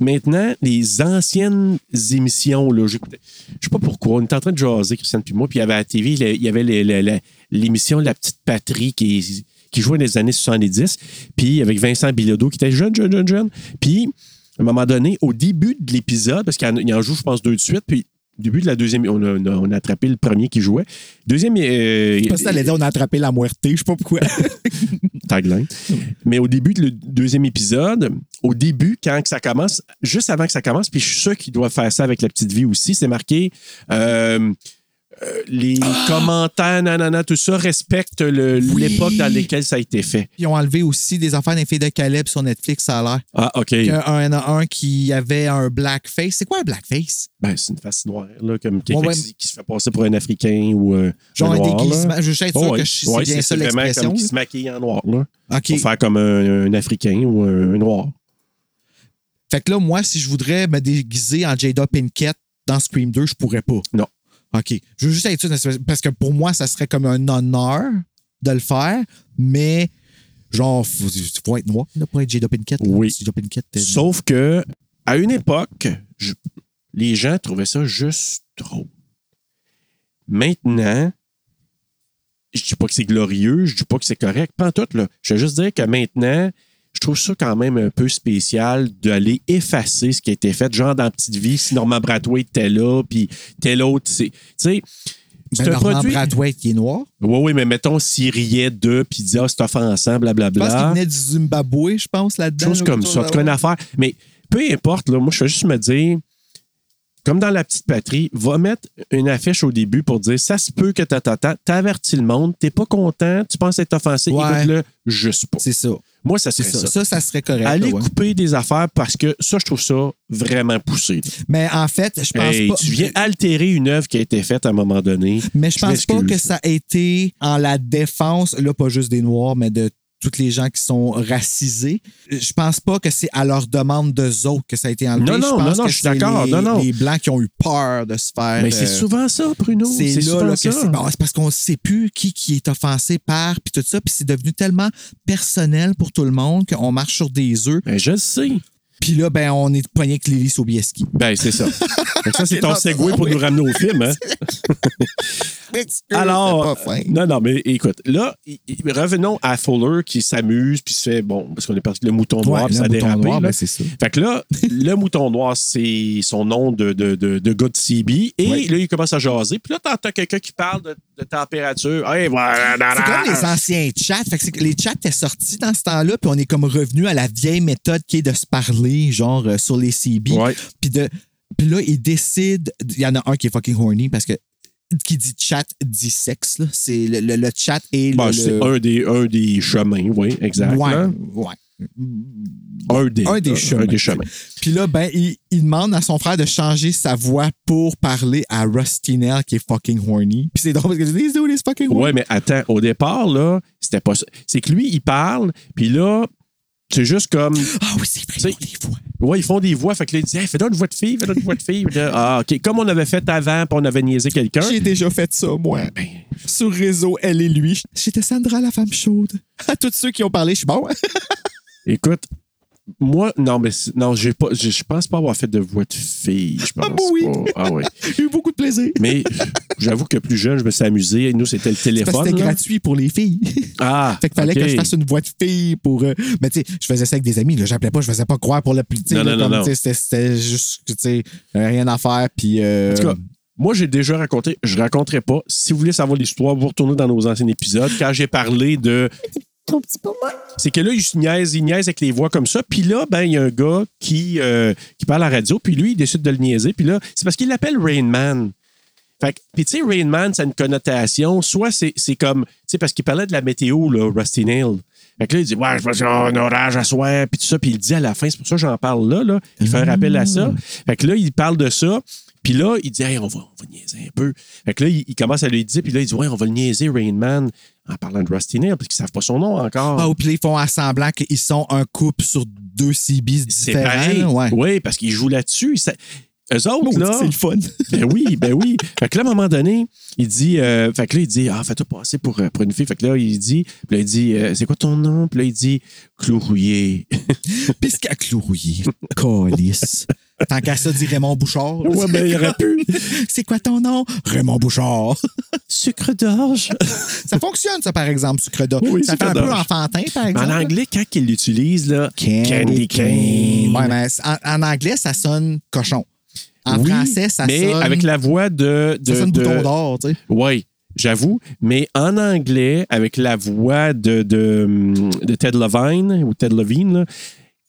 maintenant, les anciennes émissions, là, j'écoutais- je sais pas pourquoi, on était en train de jaser, Christiane puis moi, puis il y avait à la TV, le- il y avait le- le- la- l'émission La Petite Patrie qui, qui jouait dans les années 70, puis avec Vincent Bilodeau qui était jeune, jeune, jeune, jeune. Puis, à un moment donné, au début de l'épisode, parce qu'il en- il en joue, je pense, deux de suite, puis au début de la deuxième, on a, on a- on a attrapé le premier qui jouait. Deuxième. euh,
Je sais pas si t'allais dire on a attrapé la moitié, je sais pas pourquoi.
tagline. Mais au début du deuxième épisode, au début, quand que ça commence, juste avant que ça commence, puis je suis sûr qu'ils doivent faire ça avec la petite vie aussi, c'est marqué euh, euh, les commentaires, nanana, tout ça respecte le-
Oui.
Euh, l'époque dans laquelle ça a été fait.
Ils ont enlevé aussi des affaires des filles de Caleb sur Netflix, ça a l'air.
Ah, OK.
Il y en a un, qui avait un blackface. C'est quoi un blackface?
Ben, c'est une face noire, là, comme quelqu'un
Ouais, ouais.
qui, qui se fait passer pour un Africain ou euh,
Genre
un
un
noir.
déguisement.
là.
Je suis sûr
Ouais,
que je- c'est
ouais,
bien ça
vraiment
l'expression.
comme qui
là.
se maquille en noir, là.
OK.
Pour faire comme un, un Africain ou un, un noir.
Fait que là, moi, si je voudrais me déguiser en Jada Pinkett dans Scream 2, je pourrais pas.
Non.
OK. Je veux juste être sûr, parce que pour moi, ça serait comme un honneur de le faire, mais genre, faut, faut être noir là, pour être Jada Pinkett. là.
Oui.
Jada Pinkett. euh,
Sauf que, à une époque, je- les gens trouvaient ça juste trop. Maintenant, je dis pas que c'est glorieux, je dis pas que c'est correct, pas en tout, là. Je veux juste dire que maintenant, je trouve ça quand même un peu spécial d'aller effacer ce qui a été fait, genre dans Petite Vie, si Norman Brathwaite était là, puis tel autre, c'est... Tu sais,
C'est
Ben,
un
Norman
produit.
Brathwaite, qui est noir.
Oui, oui, mais mettons s'il riait d'eux puis il disait, ah, c'est offensant,
Je pense qu'il
blablabla.
venait du Zimbabwe, je pense, là-dedans.
Chose
là,
comme
quelque
ça. En
chose
tout cas, une
de-
affaire. Mais peu importe, là, moi, je veux juste me dire, comme dans la petite patrie, va mettre une affiche au début pour dire, ça se peut que ta ta ta, t'avertis le monde, t'es pas content, tu penses être offensé,
Ouais.
écoute-le juste pas.
C'est ça.
Moi, ça
C'est
serait
ça.
ça.
Ça, ça serait correct. là,
Allez
ouais.
couper des affaires parce que ça, je trouve ça vraiment poussé. là.
Mais en fait, je pense
Hey,
pas.
Tu viens altérer une œuvre qui a été faite à un moment donné.
Mais je pense pas
m'excuse.
que ça a été en la défense, là, pas juste des Noirs, mais de toutes les gens qui sont racisés. Je pense pas que c'est à leur demande d'eux autres que ça a été enlevé.
Non, non,
pense
non, non,
que
je suis
c'est
d'accord.
Les,
Non, non.
les Blancs qui ont eu peur de se faire.
Mais c'est
euh,
souvent ça, Bruno.
C'est là,
souvent
là, que
ça.
c'est bon, c'est parce qu'on ne sait plus qui, qui est offensé par, puis tout ça, puis c'est devenu tellement personnel pour tout le monde qu'on marche sur des œufs.
Ben, je le sais.
Puis là, ben, on est poigné avec Lily Sobieski.
Ben, c'est
[LAUGHS]
ça. Fait que ça, c'est ton
là,
segway pour
oui.
nous ramener au film. hein? Alors,
c'est pas fin.
non, non, mais écoute, là, i- i- revenons à Fuller qui s'amuse, puis se fait, bon, parce qu'on est parti, le mouton noir,
Ouais,
puis
le
ça a
mouton
dérapé.
noir,
là.
ben, c'est ça.
Fait que là, le mouton noir, c'est son nom de, de, de, de gars de CB. Et
Ouais.
là, il commence à jaser. Puis là, t'entends quelqu'un qui parle de, de température. Hey, voilà,
C'est
voilà.
comme les anciens chats. Fait que c'est que les chats étaient sortis dans ce temps-là, puis on est comme revenu à la vieille méthode qui est de se parler, genre euh, sur les CB.
Ouais.
Puis de. Puis là, ils décident. Il y en a un qui est fucking horny parce que qui dit chat dit sexe. là. C'est le, le- le chat et
Bon,
le.
Bah, c'est
le-
un des, un des chemins, oui, exact.
Ouais,
là.
ouais.
Un des,
Un des chemins.
Un des chemins.
Puis là, ben, il, il demande à son frère de changer sa voix pour parler à Rustinel qui est fucking horny. Puis c'est drôle parce que tu dis, This dude is fucking horny.
Ouais, mais attends, au départ, là, c'était pas ça. C'est que lui, il parle, puis là, c'est juste comme.
Ah oui, c'est vrai,
C'est-
ils font des voix.
Ouais, ils font des voix, fait que là, ils disent, hey, fais donc une voix de fille, fais donc une voix de fille. Puis là, Ah, OK. Comme on avait fait avant, puis on avait niaisé quelqu'un. ben,
J'ai déjà fait ça, moi. Sur réseau, elle et lui. J'étais Sandra, la femme chaude. À tous ceux qui ont parlé, je suis bon. [LAUGHS]
Écoute, moi, non, mais c'est- non, j'ai pas, je je pense pas avoir fait de voix de fille. Je pense
Ah, bah oui.
pas. Ah oui.
[LAUGHS] J'ai eu beaucoup de plaisir.
Mais j'avoue que plus jeune, je me suis amusé. Nous, c'était le
C'est parce que
téléphone.
C'était
là.
gratuit pour les filles. [LAUGHS]
Ah,
Fait qu'il fallait
OK.
que je fasse une voix de fille pour. euh, Mais tu sais, je faisais ça avec des amis. là. J'appelais pas, je faisais pas croire pour le plus. tu sais,
Non,
là,
non, non,
comme,
non.
tu sais, C'était c'était juste, tu sais, rien à faire. Puis. euh,
En tout cas, moi, j'ai déjà raconté, je raconterai pas. Si vous voulez savoir l'histoire, vous retournez dans nos anciens épisodes. Quand j'ai parlé de. C'est que là, il se niaise, il niaise avec les voix comme ça. Puis là, ben, il y a un gars qui, euh, qui parle à la radio. Puis lui, il décide de le niaiser. Puis là, c'est parce qu'il l'appelle Rain Man. Fait que, puis tu sais, Rain Man, ça a une connotation. Soit c'est c'est comme, tu sais, parce qu'il parlait de la météo, là, Rusty Nail. Fait que là, il dit, ouais, je pense qu'il y a un orage à soir, puis tout ça. Puis il dit à la fin, c'est pour ça que j'en parle là, là. Il fait un rappel à ça. Fait que là, il parle de ça. Puis là, il dit, hey, on va, on va niaiser un peu. Fait que là, il, il commence à lui dire, puis là, il dit, ouais, on va le niaiser, Rain Man, en parlant de Rusty Nail, parce qu'ils savent pas son nom encore.
Ah, ou puis ils font à semblant qu'ils sont un couple sur deux CBs
c'est
différents.
pareil.
là, Ouais.
Oui, parce qu'ils jouent là-dessus. Ça- Eux autres, là.
C'est
[LAUGHS]
le fun.
Ben oui, ben oui. Fait que là, à un moment donné, il dit, euh, fait que là, il dit, ah, fais-toi passer pour, euh, pour une fille. Fait que là, il dit, puis là, il dit, euh, c'est quoi ton nom? Puis là, il dit,
[LAUGHS]
Clourouillé.
Pisca Clourouillé. Calice. Tant qu'à ça, dit Raymond Bouchard.
Ouais, ben, il aurait pu.
C'est quoi ton nom? Raymond Bouchard.
Sucre d'orge.
[LAUGHS] Ça fonctionne, ça, par exemple, sucre d'or.
Oui,
ça fait
sucre
un peu
d'orge.
enfantin, par
Mais
exemple.
en anglais, quand il l'utilise, là, Candy cane.
Ouais, mais en, en anglais, ça sonne cochon. En
Oui,
français, ça
mais
sonne.
avec la voix de. de
ça sonne
de-
bouton d'or, tu sais.
Oui, j'avoue. Mais en anglais, avec la voix de, de, hum, de Ted Levine ou Ted Levine, là,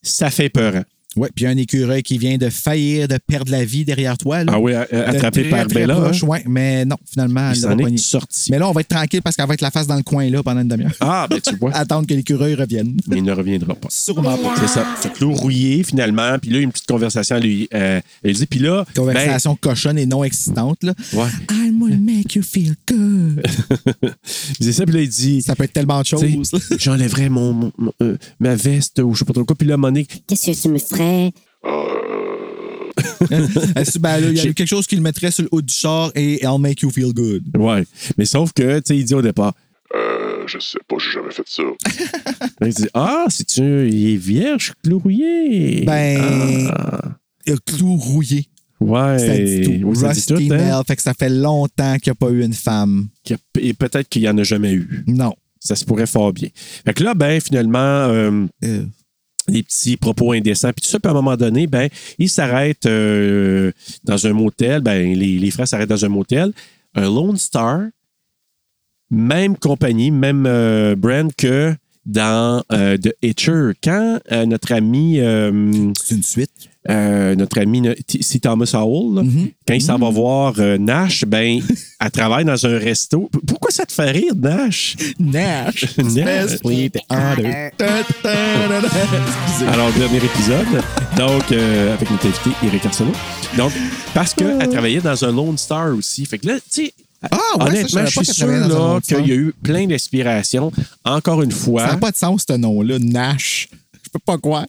ça fait peur. hein.
Ouais, puis il y a un écureuil qui vient de faillir, de perdre la vie derrière toi. Là.
Ah oui, a- a- attrapé
Très,
par
très
Bella.
proche,
hein.
ouais, mais non, finalement,
Il
elle l'a
s'en
pas
est
pogné.
sorti.
Mais là, on va être tranquille parce qu'elle va être la face dans le coin là pendant une demi-heure.
Ah, ben
[LAUGHS]
tu vois.
Attendre que l'écureuil revienne.
mais il ne reviendra pas.
Sûrement pas.
C'est ça. Fait que là, rouillé, finalement. Puis là, une petite conversation à lui. euh, elle dit, puis là. ben, [LAUGHS]
Conversation cochonne et non excitante. Là.
Ouais.
I'm gonna make you feel good.
il dit ça, puis là, il dit.
ça peut être tellement de
tu
[LAUGHS] choses. là.
sais, [LAUGHS] J'enlèverais mon, mon- mon, euh, ma veste ou je sais pas trop quoi. Puis là, Monique,
Qu'est-ce que tu me ferais?
Elle dit, ben, là, Il y a eu quelque chose qu'il mettrait sur le haut du char et I'll make you feel good.
Ouais. Mais sauf que, tu sais, il dit au départ.
Euh, je sais pas, j'ai jamais fait ça.
Là, il dit Ah, c'est-tu. Il est vierge, clourouillé.
Ben.
Ah.
Le clou rouillé.
Ouais.
Ça dit tout.
Oui, ça dit
Rusty
tout, hein.
Nail, fait que ça fait longtemps qu'il n'y a pas eu une femme.
Qu'il y a- Et peut-être qu'il n'y en a jamais eu.
Non.
Ça se pourrait fort bien. Fait que là, ben, finalement. euh,
Euh,
des petits propos indécents. Puis tout ça, puis à un moment donné, ben, ils s'arrêtent euh, dans un motel. Ben, les, les frères s'arrêtent dans un motel. un Lone Star, même compagnie, même euh, brand que dans euh, The Hitcher. Quand euh, notre ami. euh,
C'est une suite.
euh, notre ami, no- T- c'est Thomas Howell, là,
Mhm.
quand il s'en va voir euh, Nash, ben, elle travaille dans un resto. P- Pourquoi ça te fait rire, Nash?
Nash.
[LAUGHS] Nash.
Sweet honor. Ta, ta, ta, ta. Excusez.
Alors, dernier épisode. Donc, euh, avec notre invité, Eric Arsenault. Donc, parce qu'elle travaillait dans un Lone Star aussi. Fait que là, tu sais,
Euh. Ah, ouais,
honnêtement,
ça, je savais
je
pas
suis
qu'elle
sûr
travaillait dans un
là,
Lone Star.
qu'il y a eu plein d'inspirations. Encore une
Ça
fois.
n'a pas de sens, ce nom-là, Nash. Je peux pas croire.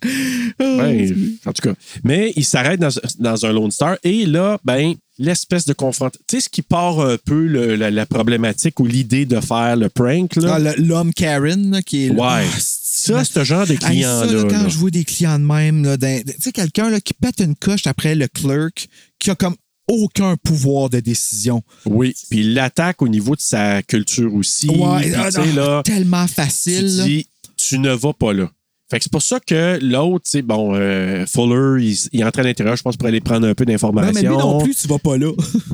Ouais, en tout cas. Mais il s'arrête dans, dans un Lone Star et là, ben, l'espèce de confrontation. Tu sais, ce qui part un peu le- la, la problématique ou l'idée de faire le prank, là.
Ah, le- L'homme Karen, là, qui est là.
ouais.
Ah,
ça, c'est ce genre de
Hey,
client-là.
ça, là, quand
là.
je vois des clients de même, là, d'un- tu sais, quelqu'un là, qui pète une coche après le clerk, qui a comme aucun pouvoir de décision.
Oui. Puis il l'attaque au niveau de sa culture aussi. Puis,
ah,
tu sais,
non,
là,
tellement
tu
facile. là.
dis, tu ne vas pas là. Fait que c'est pour ça que l'autre, tu sais, bon, euh, Fuller, il, il entre à l'intérieur, je pense, pour aller prendre un peu
Non,
d'informations.
mais lui non plus, tu vas pas
[LAUGHS]
là.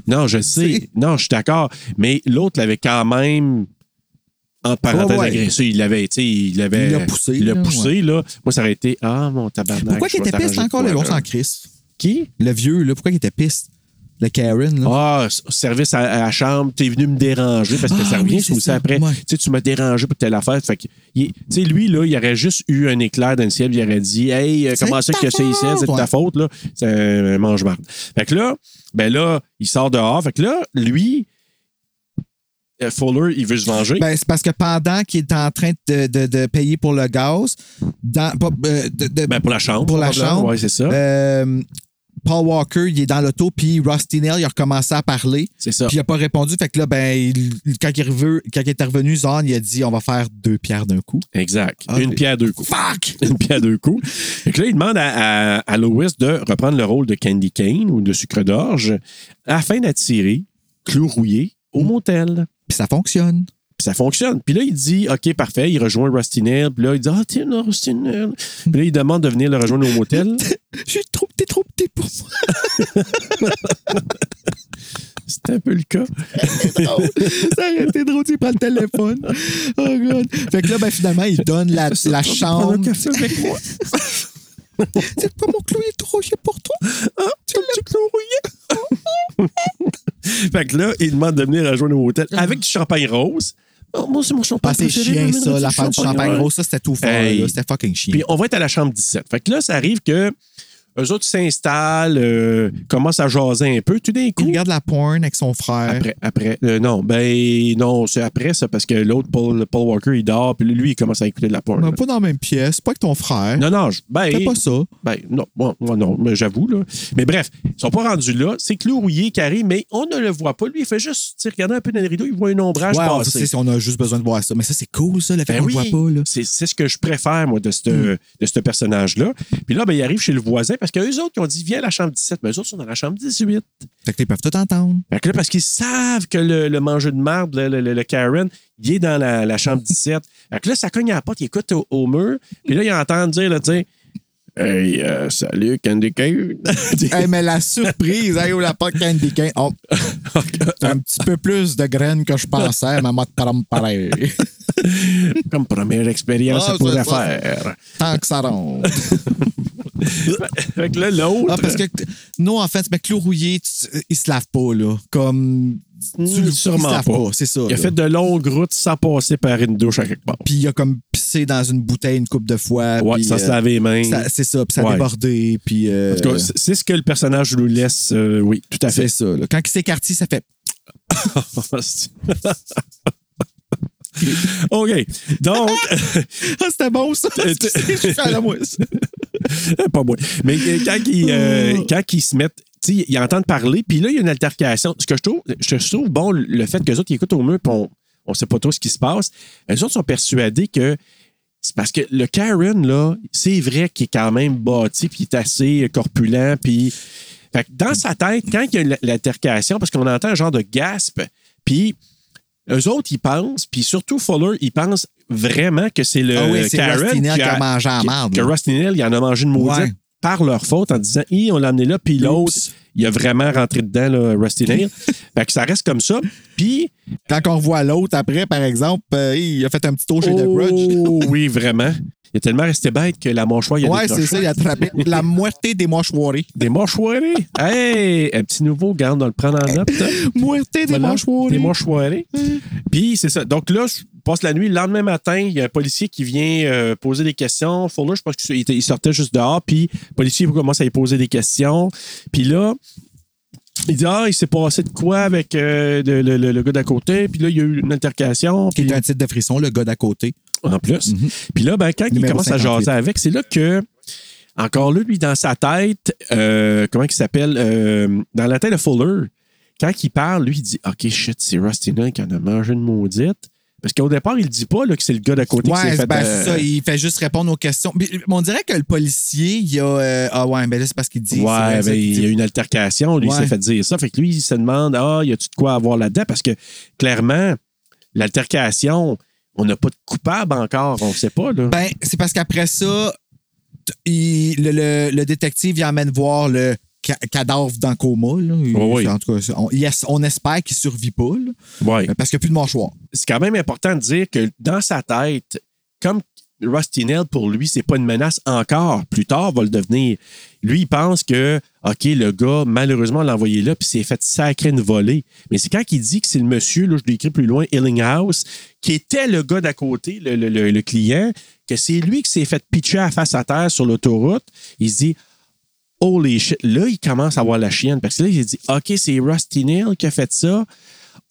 Non, je sais. Non, je suis d'accord. Mais l'autre l'avait quand même, en parenthèse,
Ouais, ouais.
agressé. Il l'avait, tu sais, il l'avait.
Il l'a poussé,
Il l'a
là,
poussé, là. Moi, ça aurait été, ah, mon tabarnak.
Pourquoi
je
qu'il
vais
était piste
t'arranger
encore,
de
le
quoi,
gros
là.
en Christ?
Qui?
Le vieux, là, pourquoi il était piste? Le Karen, là.
Ah, s- service à, à la chambre, t'es venu me déranger parce que
Ah,
ça revient
oui,
sous
c'est
ça
ça,
après.
ouais.
Tu sais, tu m'as dérangé pour telle affaire. Fait que, il- tu sais, lui, là, il aurait juste eu un éclair dans le ciel, puis il aurait dit, hey, euh,
C'est
comment
de
ça
ta
que c'est ici,
faute,
c'est de
ouais.
ta faute, là. C'est un mange-marde. Fait que là, ben là, il sort dehors. Fait que là, lui, euh, Fuller, il veut se venger.
Ben, c'est parce que pendant qu'il est en train de, de- de payer pour le gaz, dans, pas- euh, de- de-
Ben, pour la chambre.
Pour la
probablement.
chambre.
Ouais, c'est ça.
euh, Paul Walker, il est dans l'auto, puis Rusty Nail, il a recommencé à parler.
c'est ça.
Puis il a pas répondu. Fait que là, ben, il- il- quand, il est revenu- quand il est revenu, Zahn, il a dit on va faire deux pierres d'un coup.
Exact.
Ah,
Une
mais-
pierre deux coups.
Fuck!
[LAUGHS] Une pierre deux coups. Fait que là, il demande à, à, à Lois de reprendre le rôle de Candy Cane ou de Sucre d'Orge afin d'attirer Clou Rouillé
Hmm.
au motel.
Puis ça fonctionne.
Puis ça fonctionne. Puis là, il dit OK, parfait. Il rejoint Rusty Nail. Puis là, il dit Ah, tiens, non, Rusty Nail. Puis là, il demande de venir le rejoindre au motel.
[LAUGHS] Je suis trop, t'es trop petit pour
[LAUGHS]
moi.
C'était un peu le cas.
[LAUGHS] Ça aurait été drôle, tu prends le téléphone. Oh god. Fait que là, ben, finalement, il donne la, la chambre.
café avec moi.
C'est pas mon clou, il est trop chier pour toi.
Tu l'as [LAUGHS] fait que là, il demande de venir rejoindre au hôtel avec du champagne rose. Oh, moi, c'est mon champagne
Ah, c'est
préféré,
chien,
mais
ça,
du
l'affaire du champagne rose. Ça, c'était tout fort.
Hey.
là. C'était fucking chien.
Puis on va être à la chambre 17. Fait que là, ça arrive que eux autres s'installent, euh, commencent à jaser un peu. Tout d'un
il
coup,
regarde la porn avec son frère.
après, après euh, non, ben non, c'est après ça, parce que l'autre, Paul, Paul Walker, il dort, puis lui, il commence à écouter de la porn.
Non,
là.
pas dans la même pièce, pas avec ton frère.
Non, non, je- ben,
Fais pas ça.
ben, non, moi, moi, non, mais j'avoue, là. Mais bref, ils sont pas rendus là. C'est Clou Rouillé qui arrive, mais on ne le voit pas. Lui, il fait juste, tu sais, regarder un peu dans les rideaux, il voit un ombrage
Ouais, on,
passer.
sait, on a juste besoin de voir ça. Mais ça, c'est cool, ça, le fait
Ben
qu'on
oui.
le voit pas, là. Hmm.
C'est c'est ce que je préfère, moi, de ce de ce personnage-là. Puis là, ben, il arrive chez le voisin parce qu'eux autres, ils ont dit, viens à la chambre 17, mais eux autres sont dans la chambre 18.
Fait que ils peuvent tout entendre.
Fait que là, parce qu'ils savent que le, le mangeur de marde, le, le- le- le Karen, il est dans la, la chambre 17. Fait que là, ça cogne à la porte, il écoute au, au mur, puis là, il entend dire, là, tu sais, Hey, euh, salut, Candy Cane.
[LAUGHS]
[LAUGHS]
[LAUGHS] Hey, mais la surprise, hey, où la porte candy cane. Oh, un petit peu plus de graines que je pensais, maman de parme [LAUGHS] pareil.
Comme première expérience,
Ah,
ça pourrait
ça, ça.
faire.
Tant que ça rentre.
Fait que là, l'autre.
Ah, parce que, nous, en fait, mais Clou Rouillé, tu- il se lave pas, là. Comme. Tu,
Mm,
il
sûrement
se lave
pas.
pas, c'est ça.
Il a
là.
fait de longues routes sans passer par une douche à quelque part.
Puis il a comme pissé dans une bouteille une coupe de fois.
Ouais,
puis,
sans
euh,
se laver les mains.
ça- C'est ça, puis ça
Ouais.
a débordé, puis. euh,
En tout cas, c'est- c'est ce que le personnage nous laisse. euh, oui, tout à
c'est
fait.
ça, là. Quand il s'écartille, ça fait.
[LAUGHS]
[LAUGHS]
OK.
[LAUGHS]
Donc,
Ah, c'était bon, ça. [LAUGHS]
Euh, tu-
Excusez, je fais à
[LAUGHS]
la mousse.
pas moi. Mais euh, quand ils,
Oh.
euh, quand ils se mettent, tu sais, ils entendent parler, puis là, il y a une altercation. Ce que je trouve, je trouve bon, le fait que les autres, ils écoutent au mur, puis on ne sait pas trop ce qui se passe. Les autres sont persuadés que c'est parce que le Karen, là, c'est vrai qu'il est quand même bâti, puis il est assez corpulent, puis. Fait que dans sa tête, quand il y a une- l'altercation, parce qu'on entend un genre de gasp, puis eux autres, ils pensent, puis surtout Fuller, ils pensent vraiment que c'est le
Ah oui, c'est
Karen
Rusty Nail qui a mangé en
que-
marde,
Que
là.
Rusty Nail, il en a mangé une maudite
Ouais.
par leur faute en disant, Hi, on l'a amené là, puis l'autre, il a vraiment rentré dedans, là, Rusty Nail.
[LAUGHS]
fait que ça reste comme ça. Puis.
Quand on revoit l'autre après, par exemple, euh, il a fait un petit tour chez The
Oh
Grudge. [LAUGHS]
oui, vraiment. Il est tellement resté bête que la mâchoire, il a
ouais, c'est
décroché.
ça, il a attrapé
[LAUGHS]
la moitié des mâchoirés.
Des mâchoirés. Hey, un petit nouveau, garde, on le prend en note. hein.
[LAUGHS] Moitié des
Voilà,
mâchoirés.
Des mâchoirés. Puis c'est ça. Donc là, je passe la nuit. Le lendemain matin, il y a un policier qui vient euh, poser des questions. Fourneux, je pense qu'il était- il sortait juste dehors. Puis le policier commence à lui poser des questions. Puis là, il dit Ah, il s'est passé de quoi avec euh, de- le, le- le gars d'à côté. Puis là, il y a eu une altercation.
Qui
Puis-
est un titre de frisson, le gars d'à côté.
en plus. Puis là, ben, quand il
Mhm. Numéro
commence à
58.
jaser avec, c'est là que, encore là, lui, dans sa tête, euh, comment il s'appelle Euh, Dans la tête de Fuller, quand il parle, lui, il dit Ok, shit, c'est Rusty Nail qui en a mangé une maudite. Parce qu'au départ, il dit pas là, que c'est le gars d'à côté qui s'est
Ouais,
fait.
c'est ben,
euh,
ça, il fait juste répondre aux questions. Mais, mais on dirait que le policier, il a. euh, ah ouais, ben là, c'est parce qu'il dit. c'est vrai,
Ouais,
ça
ben,
qu'il
il
dit.
y a eu une altercation, lui, il s'est
Ouais.
fait dire ça. Fait que lui, il se demande Ah, y a-tu de quoi avoir là-dedans Parce que clairement, l'altercation, on n'a pas de coupable encore, on sait pas. Là.
Ben, c'est parce qu'après ça, t- il- le, le- le détective, il emmène voir le ca- cadavre dans le coma. là. Il-
Ouais, ouais.
En tout cas, on, il es- on espère qu'il survit pas, là,
ouais.
parce qu'il n'y a plus de mâchoire.
c'est quand même important de dire que dans sa tête, comme Rusty Nail, pour lui, c'est pas une menace encore. Plus tard, va le devenir. Lui, il pense que, OK, le gars, malheureusement, on l'a envoyé là, puis s'est fait sacrer une volée. Mais c'est quand il dit que c'est le monsieur, là, je l'ai écrit plus loin, Illinghouse, qui était le gars d'à côté, le, le- le- le client, que c'est lui qui s'est fait pitcher à face à terre sur l'autoroute. Il se dit, Holy shit. Là, il commence à avoir la chienne. Parce que là, il dit OK, c'est Rusty Nail qui a fait ça.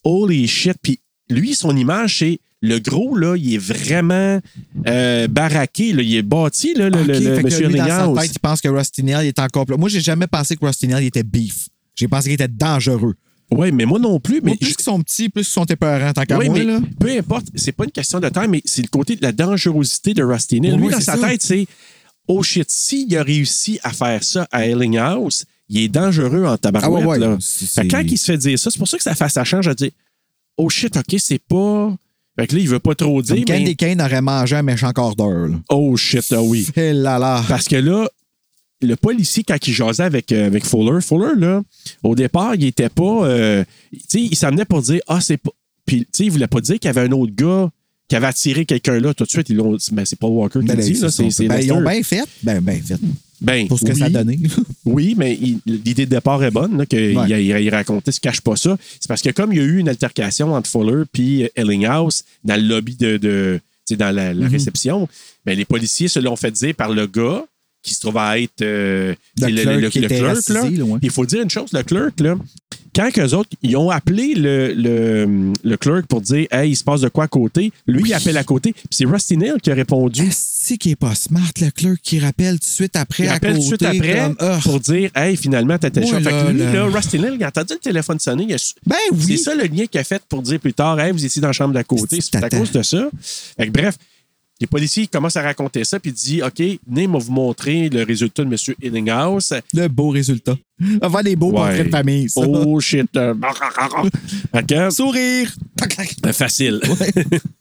Holy shit. Puis lui, son image, c'est le gros, là, il est vraiment euh, baraqué. là. Il est bâti, là, le,
Ah, Ok,
le- le
fait que
monsieur
lui, dans sa
Ringhouse.
tête, il pense que Rusty Nail il est encore plus. Moi, j'ai jamais pensé que Rusty Nail il était beef. J'ai pensé qu'il était dangereux.
Oui, mais moi non plus. Mais
Moi, plus
je-
qu'ils sont petits, plus qu'ils sont épeurants, tant qu'à
Oui,
moi,
mais
là.
peu importe, c'est pas une question de temps, mais c'est le côté de la dangerosité de Rusty Nail.
Oui,
Lui,
oui,
dans
c'est
sa
ça.
tête, c'est Oh shit, s'il a réussi à faire ça à Ellinghouse, il est dangereux en tabarouette.
Ah ouais, ouais.
là.
C'est-
Fait que quand
c'est-
il se fait dire ça, c'est pour ça que sa face, ça change. Elle dit Oh shit, ok, c'est pas. Fait que là, il veut pas trop
Comme
dire.
Candy
mais-
Kane aurait mangé un méchant quart d'heure. là.
Oh shit, ah oui.
Eh là là.
Parce que là, le policier, quand il jasait avec, euh, avec Fuller, Fuller, là, au départ, il était pas. euh, tu sais, il s'amenait pour dire Ah, c'est pas. Puis, tu sais, il voulait pas dire qu'il y avait un autre gars qui avait attiré quelqu'un là tout de suite. Ils l'ont dit Ben, c'est pas Walker qui
Ben,
le dit,
c'est
là,
ça.
c'est c'est
Ben, ils
Lester.
ont bien fait. Ben, bien fait.
Ben,
Pour ce que ça a
oui.
donné.
Oui, mais il- l'idée de départ est bonne, là, que
Ouais.
il, il- il racontait, se cache pas ça. C'est parce que comme il y a eu une altercation entre Fuller puis euh, Ellinghouse dans le lobby de, de tu sais, dans la,
Mhm.
la réception, ben, les policiers se l'ont fait dire par le gars qui se trouve à être euh,
Le clerc qui était
clerc,
racisé,
là.
là, ouais.
Puis Il faut dire une chose, le clerc, là, quand eux autres, ils ont appelé le, le, le clerc pour dire Hey, il se passe de quoi à côté, lui, il appelle à côté. Puis c'est Rusty Nail qui a répondu.
Asti qui est pas smart, le clerc qui rappelle tout de suite après
Il
à
appelle tout de suite
côté,
après
comme, ah.
pour dire Hey, finalement, t'as tel
Oui,
chose. Fait que
là,
lui,
là.
là, Rusty Nail, il a entendu le téléphone sonner. il a su-
Ben oui.
C'est ça le lien qu'il a fait pour dire plus tard Hey, vous étiez dans la chambre d'à côté.
C'est
C'est à
attends.
cause de ça. Fait que bref, les policiers ils commencent à raconter ça, puis ils disent OK, venez, on va vous montrer le résultat de M. Inninghouse.
Le beau résultat. Avoir des beaux
Ouais.
portraits de famille. ça.
Oh shit. euh, [LAUGHS] Fait que-
Sourire.
Ben, Facile. [LAUGHS]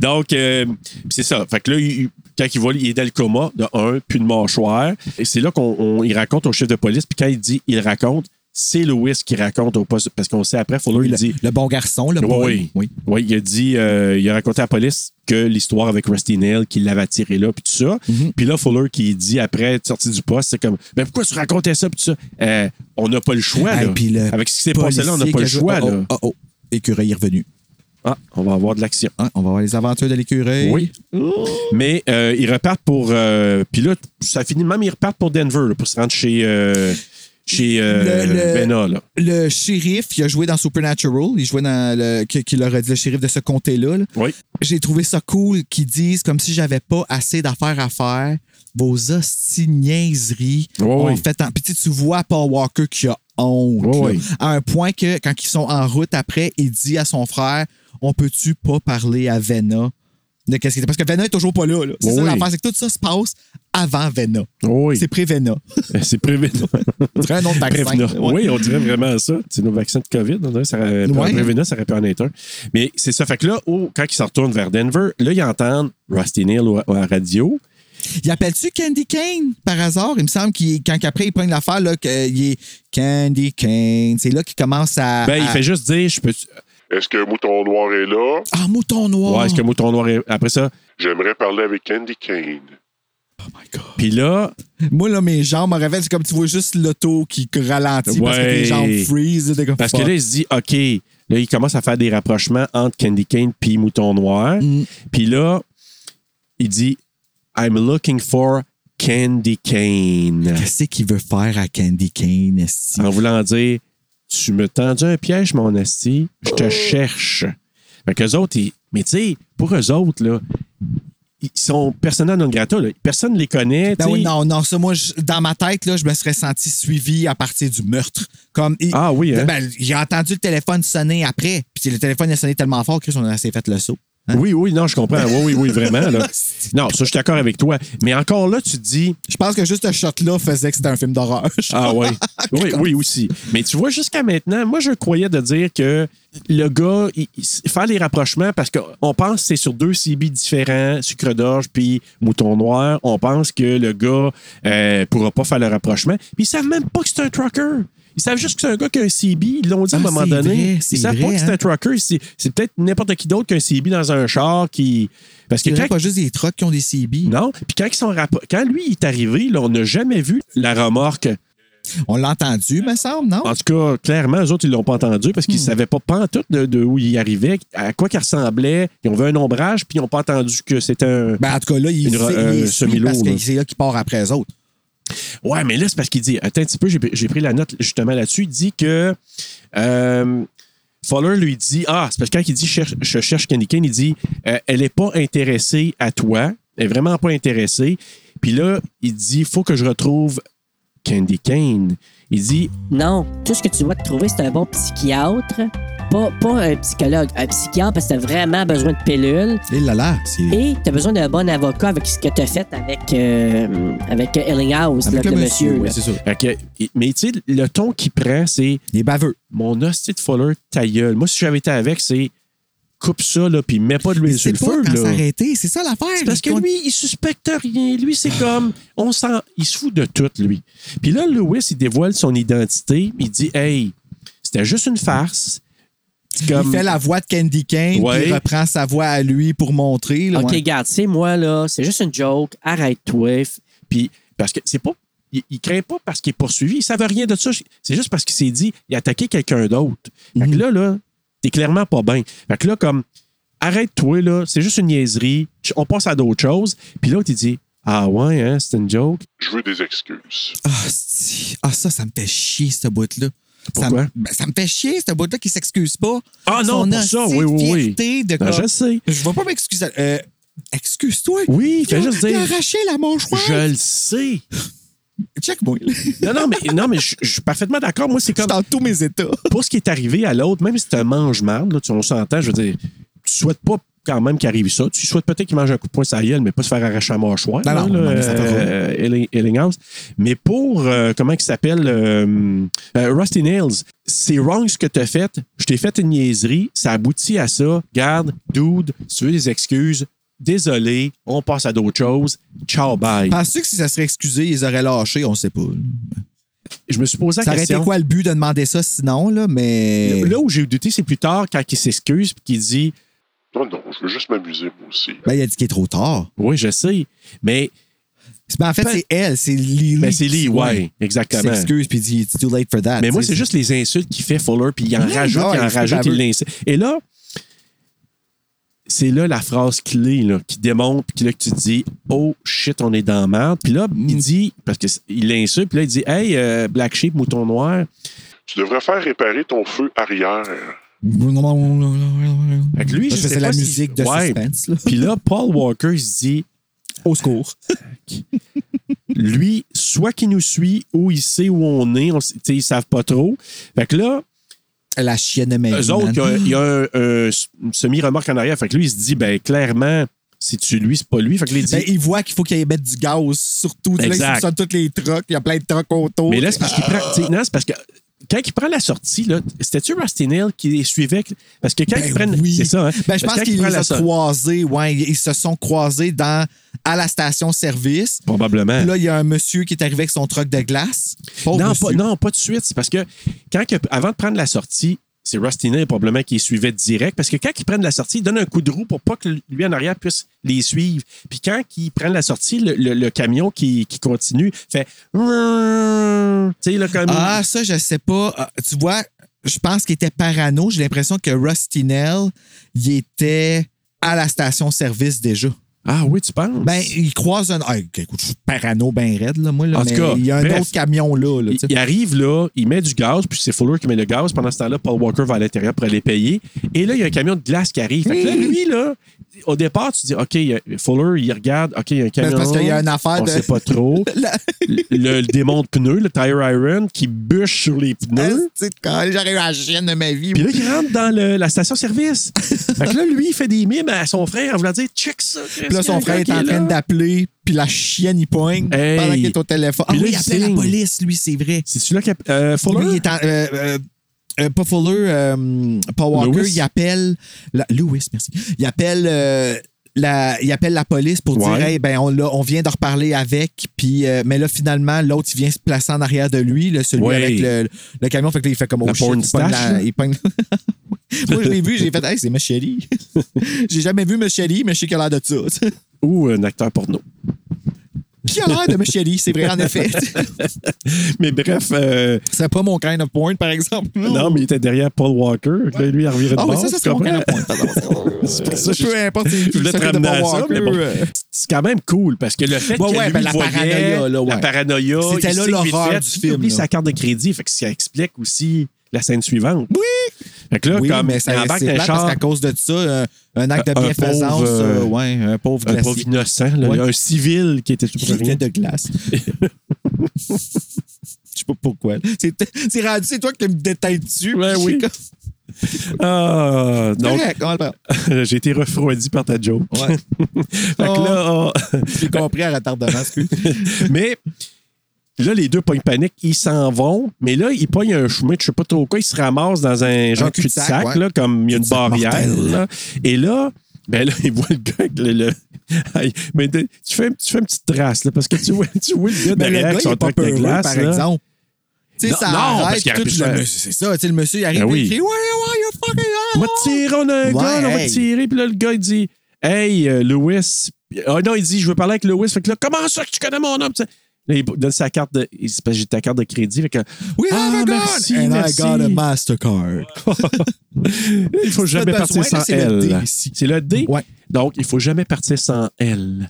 Donc, euh, pis c'est ça. Fait que là, il- il- quand il voit, il est dans le coma de un, puis de mâchoire. Et c'est là qu'on on- il raconte au chef de police. Puis quand il dit il raconte, c'est Louis qui raconte au poste. Parce qu'on sait après, Fuller, il
Le,
dit.
le bon garçon, le
Oui,
bon.
oui. Oui, il a dit, euh, il a raconté à la police que l'histoire avec Rusty Nail, qu'il l'avait attiré là, puis tout ça.
Mhm.
Puis là, Fuller qui dit après être sorti du poste, c'est comme, mais pourquoi tu racontais ça, puis tout ça? Euh, on n'a pas le choix,
Hey,
là.
puis le
Avec ce qui s'est passé là, on n'a
policier
pas le
qui a-
choix,
oh,
là.
Oh, oh, oh. Écureuil est revenu.
Ah, on va avoir de l'action.
Hein, on va voir les aventures de l'écureuil.
Oui. Mais euh, ils repartent pour. euh, puis là, ça finit même, ils repartent pour Denver, là, pour se rendre chez. euh, chez euh,
Le- le-
Benna, là.
Le shérif, il a joué dans Supernatural. Il jouait dans le. qui, qui leur a dit le shérif de ce comté-là. là.
Oui.
J'ai trouvé ça cool qu'ils disent comme si j'avais pas assez d'affaires à faire. Vos hosties de niaiseries
Ouais,
ont
ouais.
fait. En... Puis tu sais, tu vois Paul Walker qui a honte.
Ouais,
là.
ouais.
À un point que quand ils sont en route après, il dit à son frère On peut-tu pas parler à Vena de qu'est-ce qui était- Parce que Vena est toujours pas là. là. C'est
Ouais,
ça
ouais.
l'affaire, c'est que tout ça se passe avant Vena.
Oui.
C'est pré-Vena. [LAUGHS]
Euh, C'est Prévena.
dirait un nom de [LAUGHS] vaccin.
Prévena.
Ouais.
Oui, on dirait vraiment ça. C'est nos vaccins de COVID. On dirait ça, aurait-
Ouais.
Prévena, ça aurait pu en être un. Mais c'est ça. Fait que là, oh, quand ils se retournent vers Denver, là, ils entendent Rusty Neal au- à la radio.
Il appelle-tu Candy Kane par hasard? Il me semble qu'il, quand après il prend l'affaire, là, qu'il est Candy Kane. C'est là qu'il commence à.
Ben, il
à-
fait juste dire, je peux.
Est-ce que Mouton Noir est là?
Ah, mouton noir.
Ouais, est-ce que mouton noir est... Après ça.
J'aimerais parler avec Candy Kane.
Puis là,
Moi, là, mes jambes me réveillent. C'est comme tu vois juste l'auto qui ralentit parce que
Ouais.
tes jambes freeze. là, t'es comme,
Parce que
fuck.
là, il se dit, OK, là, il commence à faire des rapprochements entre Candy Cane puis Mouton Noir.
Mhm.
Puis là, il dit, I'm looking for Candy Cane.
Qu'est-ce qu'il veut faire à Candy Cane, esti?
En voulant dire, tu me tendais un piège, mon esti, je
Oh.
te cherche. Fait qu'eux autres, ils- mais tu sais, pour eux autres, là, ils sont personnels non grata, là. personne ne les connaît. tu
Ben
sais.
oui, non, non, ça, moi, je- dans ma tête, là, je me serais senti suivi à partir du meurtre. Comme, il-
Ah oui, hein?
Ben, j'ai entendu le téléphone sonner après, puis le téléphone a sonné tellement fort qu'on a s'est fait le saut.
Oui, oui, non, je comprends. Oui, oui, oui, vraiment.
[LAUGHS]
Là. Non, ça, je suis d'accord avec toi. Mais encore là, tu te dis,
Je pense que juste ce shot-là faisait que c'était un film d'horreur. [LAUGHS]
Ah ouais. Oui, oui aussi. Mais tu vois, jusqu'à maintenant, moi, je croyais de dire que le gars, il, il- faire les rapprochements, parce qu'on pense que c'est sur deux CB différents, sucre d'orge puis mouton noir, on pense que le gars euh, pourra pas faire le rapprochement. Puis ils savent même pas que c'est un trucker. Ils savent juste que c'est un gars qui a un CB. Ils l'ont dit à un
Ah,
moment
c'est
donné.
vrai, c'est
ils savent
vrai,
pas que c'est
hein.
un trucker. C'est c'est peut-être n'importe qui d'autre qu'un CB dans un char qui. Parce que
Il y a
quand
pas juste des trucks qui ont des CB.
non, puis quand, ils sont rappro- quand lui il est arrivé, là, on n'a jamais vu la remorque
On l'a entendu, me semble, non?
en tout cas, clairement, eux autres, ils l'ont pas entendu parce
Hmm.
qu'ils ne savaient pas pantoute de, de où il arrivait, à quoi qu'il ressemblait. Ils ont vu un ombrage, puis ils n'ont pas entendu que c'était un.
Ben, en tout cas, là, il,
Une
sait-
re-
il
euh,
les suit
semi-lourd,
parce
là.
que c'est là qu'il part après eux autres.
Ouais, mais là, c'est parce qu'il dit. Attends un petit peu, j'ai j'ai pris la note justement là-dessus. Il dit que. euh, Fowler lui dit Ah, c'est parce que quand il dit cherche- Je cherche Candy Kane, il dit euh, Elle n'est pas intéressée à toi. Elle est vraiment pas intéressée. Puis là, il dit Faut que je retrouve Candy Kane. Il dit
Non, Oh, tout ce que tu dois te trouver, c'est un bon psychiatre. Pas, pas un psychologue, un psychiatre parce que t'as vraiment besoin de pilules.
Et là là, c'est.
Et t'as besoin d'un bon avocat avec ce que t'as fait avec, euh, avec Ellinghouse,
Avec
là,
le
le
monsieur,
monsieur.
ouais,
là.
c'est ça.
Fait que- mais tu sais, le ton qu'il prend, c'est
Il est baveux.
mon hostie de Fowler, ta gueule. Moi, si j'avais été avec, c'est coupe ça, là, puis mets pas de l'huile
Il
sur
sait
le
pas
feu,
quand
là.
s'arrêter. C'est ça l'affaire.
C'est parce que
Il-
lui, il suspecte rien. Lui, c'est comme, on s'en, il se fout de tout, lui. Puis là, Lewis, il dévoile son identité. Il dit, hey, c'était juste une farce. C'est
Il
comme-
fait la voix de Candy Kane,
Ouais.
puis il reprend sa voix à lui pour montrer. là,
OK,
ouais.
garde, c'est moi, là. C'est juste une joke. Arrête-toi.
Puis, parce que c'est pas. Il, il craint pas parce qu'il est poursuivi. Il savait rien de ça. C'est juste parce qu'il s'est dit, il a attaqué quelqu'un d'autre. Fait
Mhm.
que là, là, t'es clairement pas bien. Fait que là, comme, arrête-toi, là, c'est juste une niaiserie. Ch- On passe à d'autres choses. Puis l'autre, il dit, ah ouais, hein, c'est une joke.
Je veux des excuses.
Ah, si. Ah, ça, ça me fait chier, ce bout-là. Ça
Pourquoi?
me- ben, Ça me fait chier, ce bout-là, qui s'excuse pas.
Ah non,
Son
pour ça,
hostie
oui,
de
oui, oui.
fierté De
Non,
comme-
je sais.
Je vais pas m'excuser. Euh, Excuse-toi.
Oui, il fait
a-
juste
Il a
dire,
arraché la manche roide.
je le sais. [LAUGHS]
Check-moi. là.
Non, non, mais, non, mais je je suis parfaitement d'accord. Moi, c'est
Je suis
comme,
dans tous mes états.
pour ce qui est arrivé à l'autre, même si c'est un mange-marde, là, tu- on s'entend, je veux dire, tu souhaites pas quand même qu'il arrive ça. Tu souhaites peut-être qu'il mange un coup de poing sur la gueule, mais pas se faire arracher la mâchoire.
Non,
là,
non,
là,
non, mais ça fait
euh, Elling- Ellinghouse. Mais pour, euh, comment il s'appelle, euh, euh, Rusty Nails, c'est wrong ce que tu as fait. Je t'ai fait une niaiserie. Ça aboutit à ça. Garde, dude, si tu veux des excuses, désolé, on passe à d'autres choses. Ciao, bye.
Penses-tu que si ça serait excusé, ils auraient lâché? On sait pas.
Je me suis posé la
Ça aurait été
question.
quoi le but de demander ça sinon, là, mais.
Là où j'ai eu douté, c'est plus tard quand il s'excuse et qu'il dit
Non, non, je veux juste m'amuser, moi aussi.
Ben, il a dit qu'il est trop tard.
Oui, je sais, mais
Ben, en fait,
Ben-
c'est elle, c'est Lily.
Ben, c'est Lee,
qui-
ouais,
qui
exactement.
s'excuse puis dit, it's too late for that.
Mais moi,
Tu sais,
c'est juste les insultes qu'il fait Fuller, puis il en
Oui,
rajoute,
ouais,
il en
c'est
rajoute, il
baveux.
l'insulte. Et là, c'est là la phrase clé là, qui démontre, puis là que tu te dis, oh shit, on est dans la merde. Puis là, il dit, parce qu'il l'insulte, puis là, il dit, hey, euh, Black Sheep, mouton noir.
Tu devrais faire réparer ton feu arrière.
Fait que lui, je
Là, je faisais
sais
la
pas si-
musique de
Ouais.
suspense. là.
Puis là, Paul Walker, il se dit, Euh,
Au secours.
lui, soit qu'il nous suit ou il sait où on est, on, s- tu sais, ils savent pas trop. Fait que là,
La chienne de ma vie,
Eux autres,
man.
il y a, il y a un, un s- une semi-remorque en arrière. Fait que lui, il se dit, ben clairement, si tu lui, c'est pas lui. Fait que là, il dit-
Ben, ils voient qu'il faut qu'ils mettent du gaz, surtout. Tu sais, Là,
Exact.
ils soupçonnent tous les trucks. Il y a plein de trucks autour.
mais là, c'est parce qu'il prend. tu sais, Non, c'est parce que quand il prend la sortie, là, c'était-tu Rusty Neal qui les suivait? Parce que quand
Ben
ils prennent.
oui.
C'est ça, hein?
Ben,
Parce
je pense
que quand
qu'ils
ils prennent
les
la
ont
sor-
croisés, ouais. Ils ils se sont croisés dans, à la station-service.
Probablement.
Puis Là, il y a un monsieur qui est arrivé avec son truck de glace. Pauvre
Non
monsieur.
pas, non, pas de suite. C'est parce que quand que- avant de prendre la sortie, c'est Rusty Neal probablement qui les suivait direct. Parce que quand ils prennent la sortie, ils donnent un coup de roue pour pas que lui en arrière puisse les suivre. Puis quand ils prennent la sortie, le, le- le camion qui, qui continue fait. Tu sais, là, comme.
Ah, ça, je sais pas. Ah, Tu vois, je pense qu'il était parano. J'ai l'impression que Rustinel, il était à la station-service déjà.
Ah oui, tu penses?
Ben, il croise un. Ah, écoute, je suis parano ben raide, là, moi. Là,
En tout
mais
cas,
il y a un
bref.
autre camion là. là,
Il,
tu [LAUGHS] sais.
il arrive là, il met du gaz, puis c'est Fuller qui met le gaz. Pendant ce temps-là, Paul Walker va à l'intérieur pour aller payer. Et là, il y a un camion de glace qui arrive. Fait que là, lui, là, au départ, tu dis, OK, il y a- Fuller, il regarde, OK, il y a un
Ben,
camion.
c'est parce qu'il y a une affaire
on
de.
sait pas trop.
La-
le, le démon de pneus, le tire iron, qui bûche sur les
[LAUGHS]
pneus.
Tu sais, quand J'aurais eu la chienne de ma vie.
Puis là, il rentre dans le- la
[LAUGHS]
station-service. fait que là, lui, il fait des mimes à son frère en voulant dire check ça.
Puis là, son frère est en train d'appeler, puis la chienne, il poigne
Hey.
pendant qu'il est au téléphone. Ah
Puis là,
oui, il
il
appelait
signe.
la police, lui, c'est vrai.
C'est celui-là qui. a- euh, Fuller?
Lui, il est en- euh, euh, euh, pas Fuller, euh, Paul Walker,
Lewis.
il appelle. La, Lewis, merci. Il appelle. euh, la, il appelle la police pour
Ouais.
dire hey, ben on, l'a- on vient de reparler avec puis euh, mais là finalement l'autre il vient se placer en arrière de lui là, celui
Ouais.
avec le, le camion fait que là, il fait comme
La
oh shit,
porn
il pogne
stache, là.
il pogne- [LAUGHS] moi je l'ai vu j'ai fait hey, c'est Macheli [LAUGHS] j'ai jamais vu Macheli mais je sais qu'il a l'air de ça [LAUGHS] tu sais.
Ou un acteur porno.
qui a l'air de Macheli c'est vrai en effet [LAUGHS]
Mais bref, euh,
c'est pas mon kind of porn par exemple
non, mais il était derrière Paul Walker. Là, lui, il revirait de
Ah,
bord.
mais ça, ça,
tu
c'est mon
comprends?
kind of porn pardon.
[LAUGHS] C'est pour ça que je-
peu importe c'est qui,
je voulais te
ça fait de
ramener à
Paul
ça,
Walker,
mais bon.
euh,
C'est quand même cool parce que le fait
Ouais,
que
ouais,
lui
ben, la
voyait
paranoïa, là, ouais.
la paranoïa,
C'était
il
là
sait que
l'horreur
vite
du
fait, il
film,
oublie
là.
sa carte de crédit, fait que ça explique aussi la scène suivante. Oui. Fait que là,
oui,
comme
mais ça,
il embarque
c'est
dans le
plate
char,
parce qu'à cause de ça, euh, un acte de
Un
bienfaisance,
pauvre, euh,
euh, ouais, un pauvre
un
glacier
pauvre innocent, là,
Ouais.
un civil qui était tout
qui
pour rien.
était
[LAUGHS]
de glace. Je sais pas pourquoi. C'est c'est rendu, c'est toi qui me déteins dessus.
Ouais,
puis je
oui.
suis comme,
Ah, donc,
correct, on va le
[LAUGHS]
prendre.
j'ai été refroidi par ta joke.
Ouais. Oh,
fait que là,
Ah!
on-
J'ai compris à
[LAUGHS]
retardement, excuse.
Mais là, les deux pognes panique, ils s'en vont, mais là, ils pognent un chemin, de je sais pas trop quoi, ils se ramassent dans un genre
Un
de cul-de-sac,
cul-de-sac, ouais.
là, comme il y a une
Cul-de-sac
barrière.
mortel.
là. Et là, ben là, [LAUGHS] ils voient le gars avec le. le- [LAUGHS] Aïe, mais de- tu, fais, tu fais une petite trace, là, parce que tu vois, tu vois le gars
Mais Ben, le
derrière
gars,
avec
il
son
est pas
tank de
peureux,
glace.
par
là.
exemple. Tu sais,
Non,
ça
non, parce
arrête,
qu'il
puis
aurait
tout,
pu
le
faire-
monsieur- c'est ça, tu sais, le monsieur, il arrive,
Ben
il
oui.
crie, ouais, ouais, you fucking
On va
asshole.
tirer, on a un
Ouais,
gun, on va
hey.
tirer. Puis là, le gars, il dit Hey, euh, Lewis. Ah non, il dit Je veux parler avec Lewis. Fait que là, comment ça que tu connais mon homme Puis Là, il donne sa carte de. Il dit Parce que j'ai ta carte de crédit. Fait que.
We
Ah,
have a gun!
merci,
And
merci.
I got a Mastercard.
[LAUGHS] il faut jamais
pas besoin,
partir
là,
sans
c'est
L.
le D ici.
C'est le D.
Ouais. [LAUGHS]
Donc, il faut jamais partir sans L.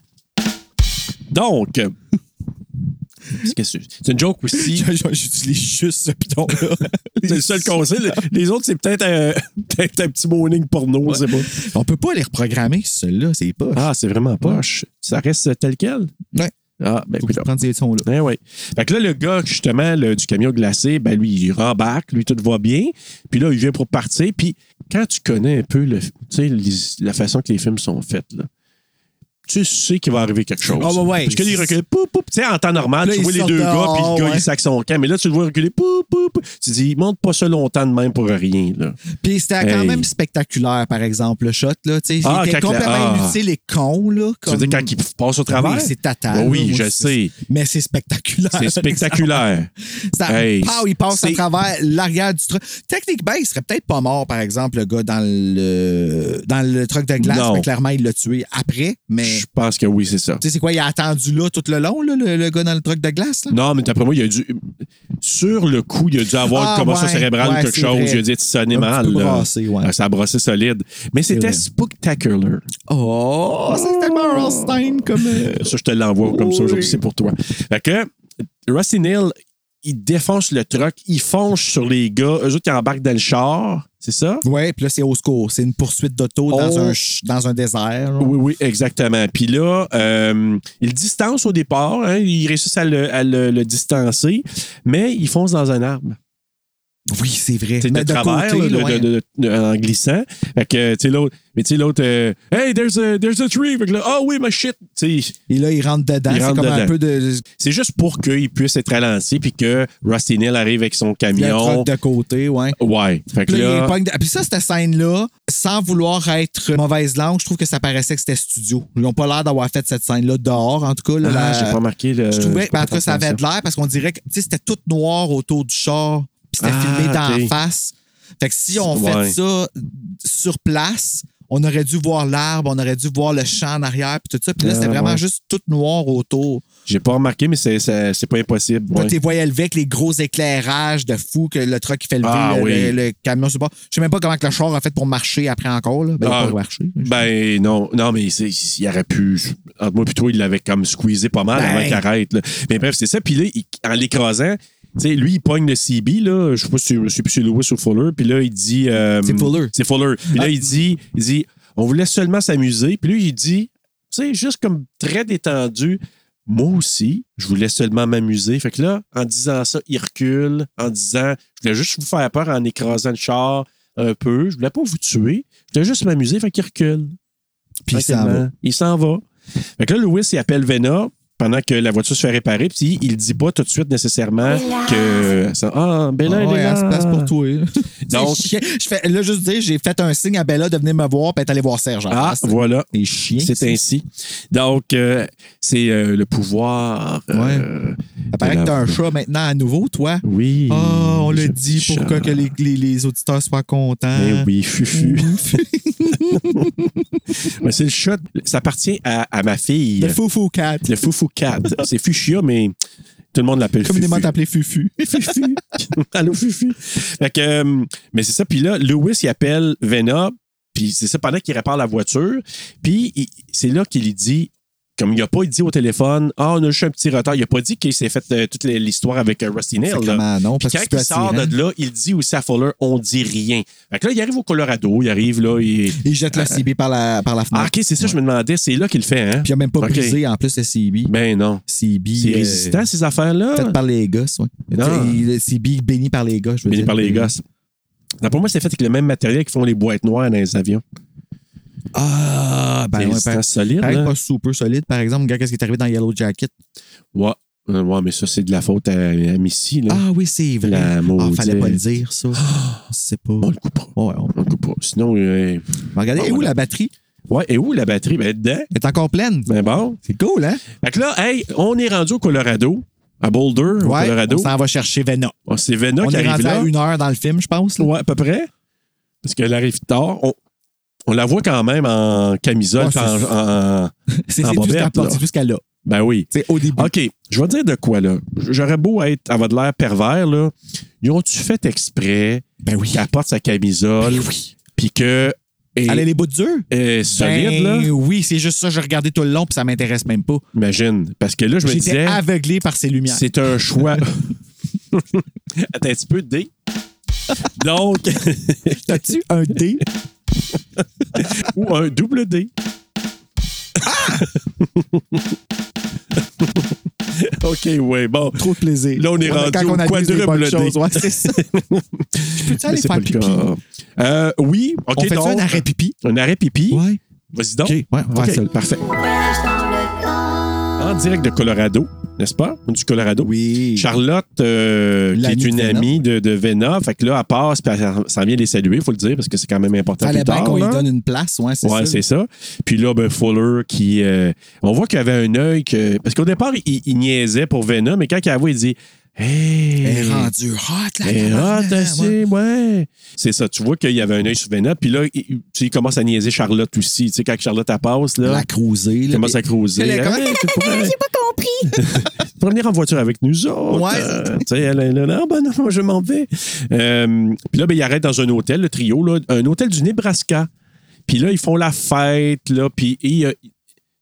Donc. parce que C'est c'est une joke aussi.
Je- je- J'utilise juste ce piton-là.
C'est [LAUGHS] le seul qu'on sait. Le- Les autres, c'est peut-être euh, peut-être un [LAUGHS] petit morning porno, je sais pas.
On peut pas les reprogrammer, ceux-là, c'est pas.
Ah, c'est vraiment poche. Ça reste tel quel?
Ouais.
Ah, ben
Faut
oui.
que je prenne ces sons-là.
Eh oui. Fait que là, le gars, justement, le- du camion glacé, ben lui, il rembarque, lui, tout va bien. Puis là, il vient pour partir. Puis quand tu connais un peu le, tu sais, les- la façon que les films sont faits, là, tu sais qu'il va arriver quelque chose.
Ah, ouais, ouais.
Parce que les reculs, poup, poup, tu sais, en temps normal,
Là,
tu
ils
vois les
sortent
deux gars,
dehors,
puis le gars,
ouais.
il sac son camp. Mais là, tu le vois reculer, poup, poup, poup. Tu dis, il monte pas ça longtemps de même pour rien, là.
Puis c'était quand
Hey.
même spectaculaire, par exemple, le shot. Là, tu sais,
Ah,
il était
quand que la-
complètement
ah.
inutile et con. Là,
Tu
comme...
veux dire, quand il passe au
Oui,
travers? Ben
c'est tatal.
Oui,
là, moi,
je sais.
Mais c'est spectaculaire.
C'est
[LAUGHS]
spectaculaire.
Ça,
Hey,
pow, il passe à
c'est-
travers l'arrière du truck. Techniquement, il serait peut-être pas mort, par exemple, le gars dans le, dans le truck de glace.
Non.
mais clairement, il l'a tué après. Mais
Je
tu
pense que oui, c'est ça.
sais, c'est quoi? Il a attendu là tout le long, là, le, le gars dans le truck de glace? Là?
Non, mais d'après moi, il a dû. Sur le coup, il a dû avoir
Ah,
une commotion
ouais,
cérébrale ou
ouais,
quelque
c'est
chose.
vrai.
Il a dû sonner
Un
mal.
petit peu
là.
brassé, ouais.
Ah, Ça a brassé solide. Mais c'était
vrai.
spectaculaire.
Oh, c'est tellement Rolstein comme.
[LAUGHS]
euh,
Ça, je te l'envoie comme ça aujourd'hui, c'est pour toi. Fait que Rusty Neal, il défonce le truck, il fonce sur les gars, eux autres qui embarquent dans le char, c'est ça?
Ouais, puis là, c'est au secours. C'est une poursuite d'auto
Oh.
dans, un, ch- dans un désert. là.
Oui, oui, exactement. Puis là, euh, il distance au départ, hein, ils réussissent à, le, à le- le distancer, mais ils foncent dans un arbre.
Oui, c'est vrai.
C'est de
Mais de
travers, là,
côté,
de- de-
loin.
de- de- en glissant. Fait que, tu sais, l'autre, mais tu sais, l'autre, euh, hey, there's a, there's a tree. Fait que là, oh oui, my shit. Tu sais,
Et là, il rentre dedans.
il
C'est
rentre
comme un
dedans.
peu de.
C'est juste pour qu'il puisse être ralenti puis que Rusty Neal arrive avec son
le
camion.
truck de côté, ouais.
Ouais. Fait que
Puis, là, il
là,
est pogne de- Ah, puis ça, cette scène-là, sans vouloir être mauvaise langue, je trouve que ça paraissait que c'était studio. Ils n'ont pas l'air d'avoir fait cette scène-là dehors, en tout cas. là,
Ah,
la-
j'ai pas marqué le.
Je
j'ai
trouvais, ben,
pas
en tout cas,
fait
ça avait
attention.
de l'air parce qu'on dirait que tu sais, c'était tout noir autour du char, puis c'était
Ah,
filmé d'en
ok.
face. Fait que si on
Ouais.
fait ça sur place, on aurait dû voir l'arbre, on aurait dû voir le champ en arrière, puis tout ça. Puis là,
Ah,
c'était vraiment
ouais.
juste tout noir autour.
J'ai pas remarqué, mais c'est- c'est c'est pas impossible.
Là,
ouais.
tu les voyais lever avec les gros éclairages de fou que le truck il fait lever
Ah,
le,
oui.
le- le camion sur le bord. Je sais même pas comment que le char a fait pour marcher après encore. Là. Ben, il a
Ah,
pas marché.
Ben non, non, mais c'est- il aurait pu. Entre moi plutôt, il l'avait comme squeezé pas mal
Ben.
avant qu'il arrête. là. Mais bref, c'est ça. Puis là, il- en l'écrasant, tu sais, lui, il pogne le CB, là. Je sais pas si je sais plus si c'est Lewis ou Fuller. Puis là, il dit. euh,
C'est Fuller.
C'est Fuller. Puis là, il dit, il dit On voulait seulement s'amuser. Puis lui, il dit, tu sais, juste comme très détendu. Moi aussi, je voulais seulement m'amuser. Fait que là, en disant ça, il recule, en disant Je voulais juste vous faire peur en écrasant le char un peu. Je voulais pas vous tuer. Je voulais juste m'amuser. Fait qu'il recule.
Puis il s'en
Tranquillement.
va.
Il s'en va. Fait que là, Louis, il appelle Vena pendant que la voiture se fait réparer. Puis il dit pas tout de suite nécessairement que. ça- Ah, Bella,
Ah
elle
ouais,
est
elle
là.
se place pour
[LAUGHS]
toi. hein.
Donc-
C'est chiant. je fais, là, juste dire, j'ai fait un signe à Bella de venir me voir, puis elle est allée voir Serge. en
Ah,
face.
voilà.
T'es chien.
C'est
ça.
ainsi. Donc, euh, c'est euh, le pouvoir. euh,
Ça paraît
de
que
la-
t'as un chat maintenant à nouveau, toi.
Oui.
Ah, on
j'ai
le
un
dit
petit
pour que,
chat.
que les, les- les auditeurs soient contents.
Eh oui, fufu.
Mm.
Mais c'est le chat. Ça appartient à, à ma fille.
Le foufou cat.
Le foufou
[LAUGHS]
cat. c'est fuchsia, mais tout le monde l'appelle fufu.
Communément appelé fufu.
Fufu. [LAUGHS] Allô, Fufu. Fait que, euh, mais c'est ça. Puis là, Lewis, il appelle Vena. Puis c'est ça, pendant qu'il répare la voiture. Puis il- c'est là qu'il lui dit, comme il n'a pas dit au téléphone, ah, on a juste un petit retard. Il n'a pas dit qu'il s'est fait euh, toute les- l'histoire avec euh, Rusty Nail. là.
Sacrément, non,
Puis
parce que
quand
c'est
il sort
attirant.
de là, il dit aussi à Fuller, on dit rien. Fait que là, il arrive au Colorado, il arrive là, il.
Il jette le CB par la, par la
Euh, Ah,
fenêtre.
ok, c'est ça, je me demandais, c'est là qu'il le fait, hein?
Puis il a même pas
Ok.
brisé en plus le CB.
Ben non.
CB.
C'est
euh,
résistant, ces affaires-là.
Fait par les gosses, oui.
Non.
Le CB béni par les gars, je veux
Béni
dire.
par les gosses. Non, pour moi, c'est fait avec le même matériel qu'ils font les boîtes noires dans les avions.
Ah,
C'est
ben ouais,
résistant
par-
solide.
pareil,
là.
pas super solide. Par exemple, regarde qu'est-ce qui est arrivé dans Yellow Jacket.
Ouais. Euh, ouais, mais ça, c'est de la faute à, à Missy. Là.
Ah oui, c'est vrai.
La
Ah,
maudite. Ah.
fallait pas le dire, ça. C'est pas.
On le coupera.
Ouais, on-
On le coupera. Sinon, euh,
Mais Regardez,
Ah,
elle est où
voilà.
la batterie?
ouais, et où la batterie? Ben, elle est dedans.
Elle est encore pleine.
Ben bon.
C'est cool, hein?
Fait que là, hey, on est rendu au Colorado, à Boulder, au
Ouais,
Colorado.
on s'en va chercher Vena.
Oh, c'est Vena
on
qui
est
arrive
rendu
là.
à une heure dans le film, je pense. là.
Ouais, à peu près. Parce qu'elle arrive tard. On, on la voit quand même en camisole.
Ouais,
puis en-
c'est-
en- en-
C'est
En
c'est tout ce
bobette,
qu'elle apporte,
Ah, là.
c'est tout ce qu'elle a.
ben oui.
C'est au début.
OK, je vais te dire de [LAUGHS] quoi, là. J'aurais beau être, avoir de l'air pervers, là. Ils ont-tu fait exprès
Ben oui.
qu'elle porte sa camisole,
Ben oui.
puis que... et-
Elle a les bouts durs?
est solide,
Ben
là.
Oui, c'est juste ça. J'ai regardé tout le long, puis ça m'intéresse même pas.
Imagine. Parce que là, je me
J'étais
disais,
aveuglé par ces lumières.
c'est un choix. Hein? [LAUGHS] Attends un petit peu, D. Donc, [LAUGHS]
T'as-tu un dé?
ou un double D. OK, ouais, bon.
Trop de plaisir.
Là, on est rendu
quand
au
on abuse des
quadruple
bonnes
D.
choses, ouais,
[LAUGHS]
c'est ça. Je peux-tu
Mais
aller
c'est
faire
pas le
pipi?
cas. Euh, oui, OK,
On fait
donc,
un arrêt pipi?
un arrêt pipi.
Ouais.
Vas-y donc.
OK, ouais, on va
OK,
faire ça.
parfait. En direct de Colorado, n'est-ce pas? Du Colorado.
Oui.
Charlotte, euh, qui
L'amie
est une
de Véna.
amie de, de Véna, fait que là, elle passe, puis elle s'en vient les saluer, il faut le dire, parce que c'est quand même important
Fallait
plus
bien
tard.
qu'on lui
là.
donne une place, ouais, c'est
Ouais,
ça.
c'est ça. Puis là, ben, Fuller, qui. euh, on voit qu'il avait un œil que. Parce qu'au départ, il, il niaisait pour Véna, mais quand il la voit, il dit Hey!
Elle est rendue hot, là.
Eh, ah,
tabarnak,
t'as
ouais.
assez, ouais. C'est ça, tu vois qu'il y avait un œil sur Véna, puis là, il, tu sais, il commence à niaiser Charlotte aussi. Tu sais, quand Charlotte elle passe, là,
La cruisée,
il
là.
commence à cruiser. hein.
Elle est comme-
Hey, tu pourrais- [LAUGHS] tu pourrais venir en voiture avec nous autres.
Ouais.
Euh, tu sais, elle est là, ah ben non, moi, je m'en vais. Euh, puis là, ben, il arrête dans un hôtel, le trio, là, un hôtel du Nebraska. Puis là, ils font la fête, là, puis et, euh,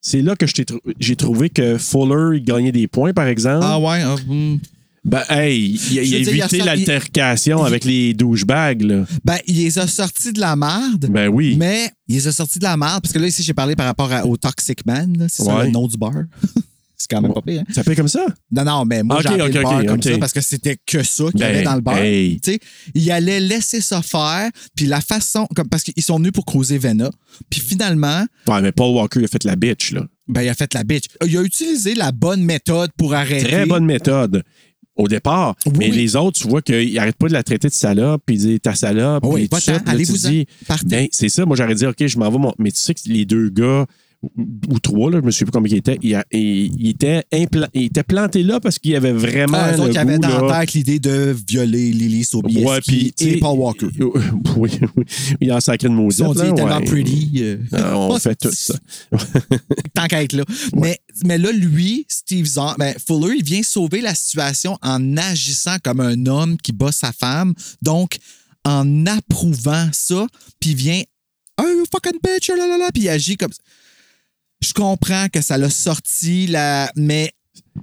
c'est là que je t'ai trou- j'ai trouvé que Fuller il gagnait des points, par exemple.
Ah ouais, ah, hum.
Ben, hey, il, a- il a
Je veux dire,
évité
il a sorti-
l'altercation
il-
avec les douchebags, là.
Ben, il les a sortis de la merde.
Ben oui.
Mais il les a sortis de la merde, parce que là, ici, j'ai parlé par rapport à- au Toxic Man, là, c'est ça
Ouais.
le nom du bar. [LAUGHS] c'est quand même pas pire. hein.
Ça paye comme ça?
Non, non, mais moi,
Ok,
j'ai appelé
ok,
le bar
ok,
comme
ok.
ça parce que c'était que ça qu'il y
Ben,
avait dans le bar.
hey.
Tu sais, Il allait laisser ça faire, puis la façon... Comme, parce qu'ils sont venus pour causer Vena. Puis finalement,
Ouais, mais Paul Walker, il a fait la bitch, là.
ben, il a fait la bitch. Il a utilisé la bonne méthode pour arrêter.
Très bonne méthode au départ. mais
oui.
les autres, tu vois qu'ils n'arrêtent pas de la traiter de salope, puis ils disent ta salope, puis
Oui,
tout
va-t'en,
ça. Puis là, tu
allez-vous-en,
dis,
partez.
ben, c'est ça, moi j'aurais dit, OK, je m'en vais. mon- Mais tu sais que les deux gars, ou ou trois, là, je me souviens plus combien ils étaient, ils, a- ils- ils étaient, impla- ils étaient plantés là parce qu'il y avait vraiment.
Ah, eux
le
autres, ils avaient
goût,
dans
là.
la tête l'idée de violer Lily Sobieski
Ouais, puis, tu sais,
et Paul Walker.
[LAUGHS] Oui, oui. Il a un sacré de maudite.
Ils ont dit
là,
tellement
ouais.
pretty. euh, [LAUGHS]
Ah, on fait tout ça.
tant qu'à être là. Mais, mais là, lui, Steve Zahn, ben, Fuller, il vient sauver la situation en agissant comme un homme qui bat sa femme. Donc, en approuvant ça, puis il vient, oh, you fucking bitch, là, là, là, puis il agit comme ça. Je comprends que ça l'a sorti, là, mais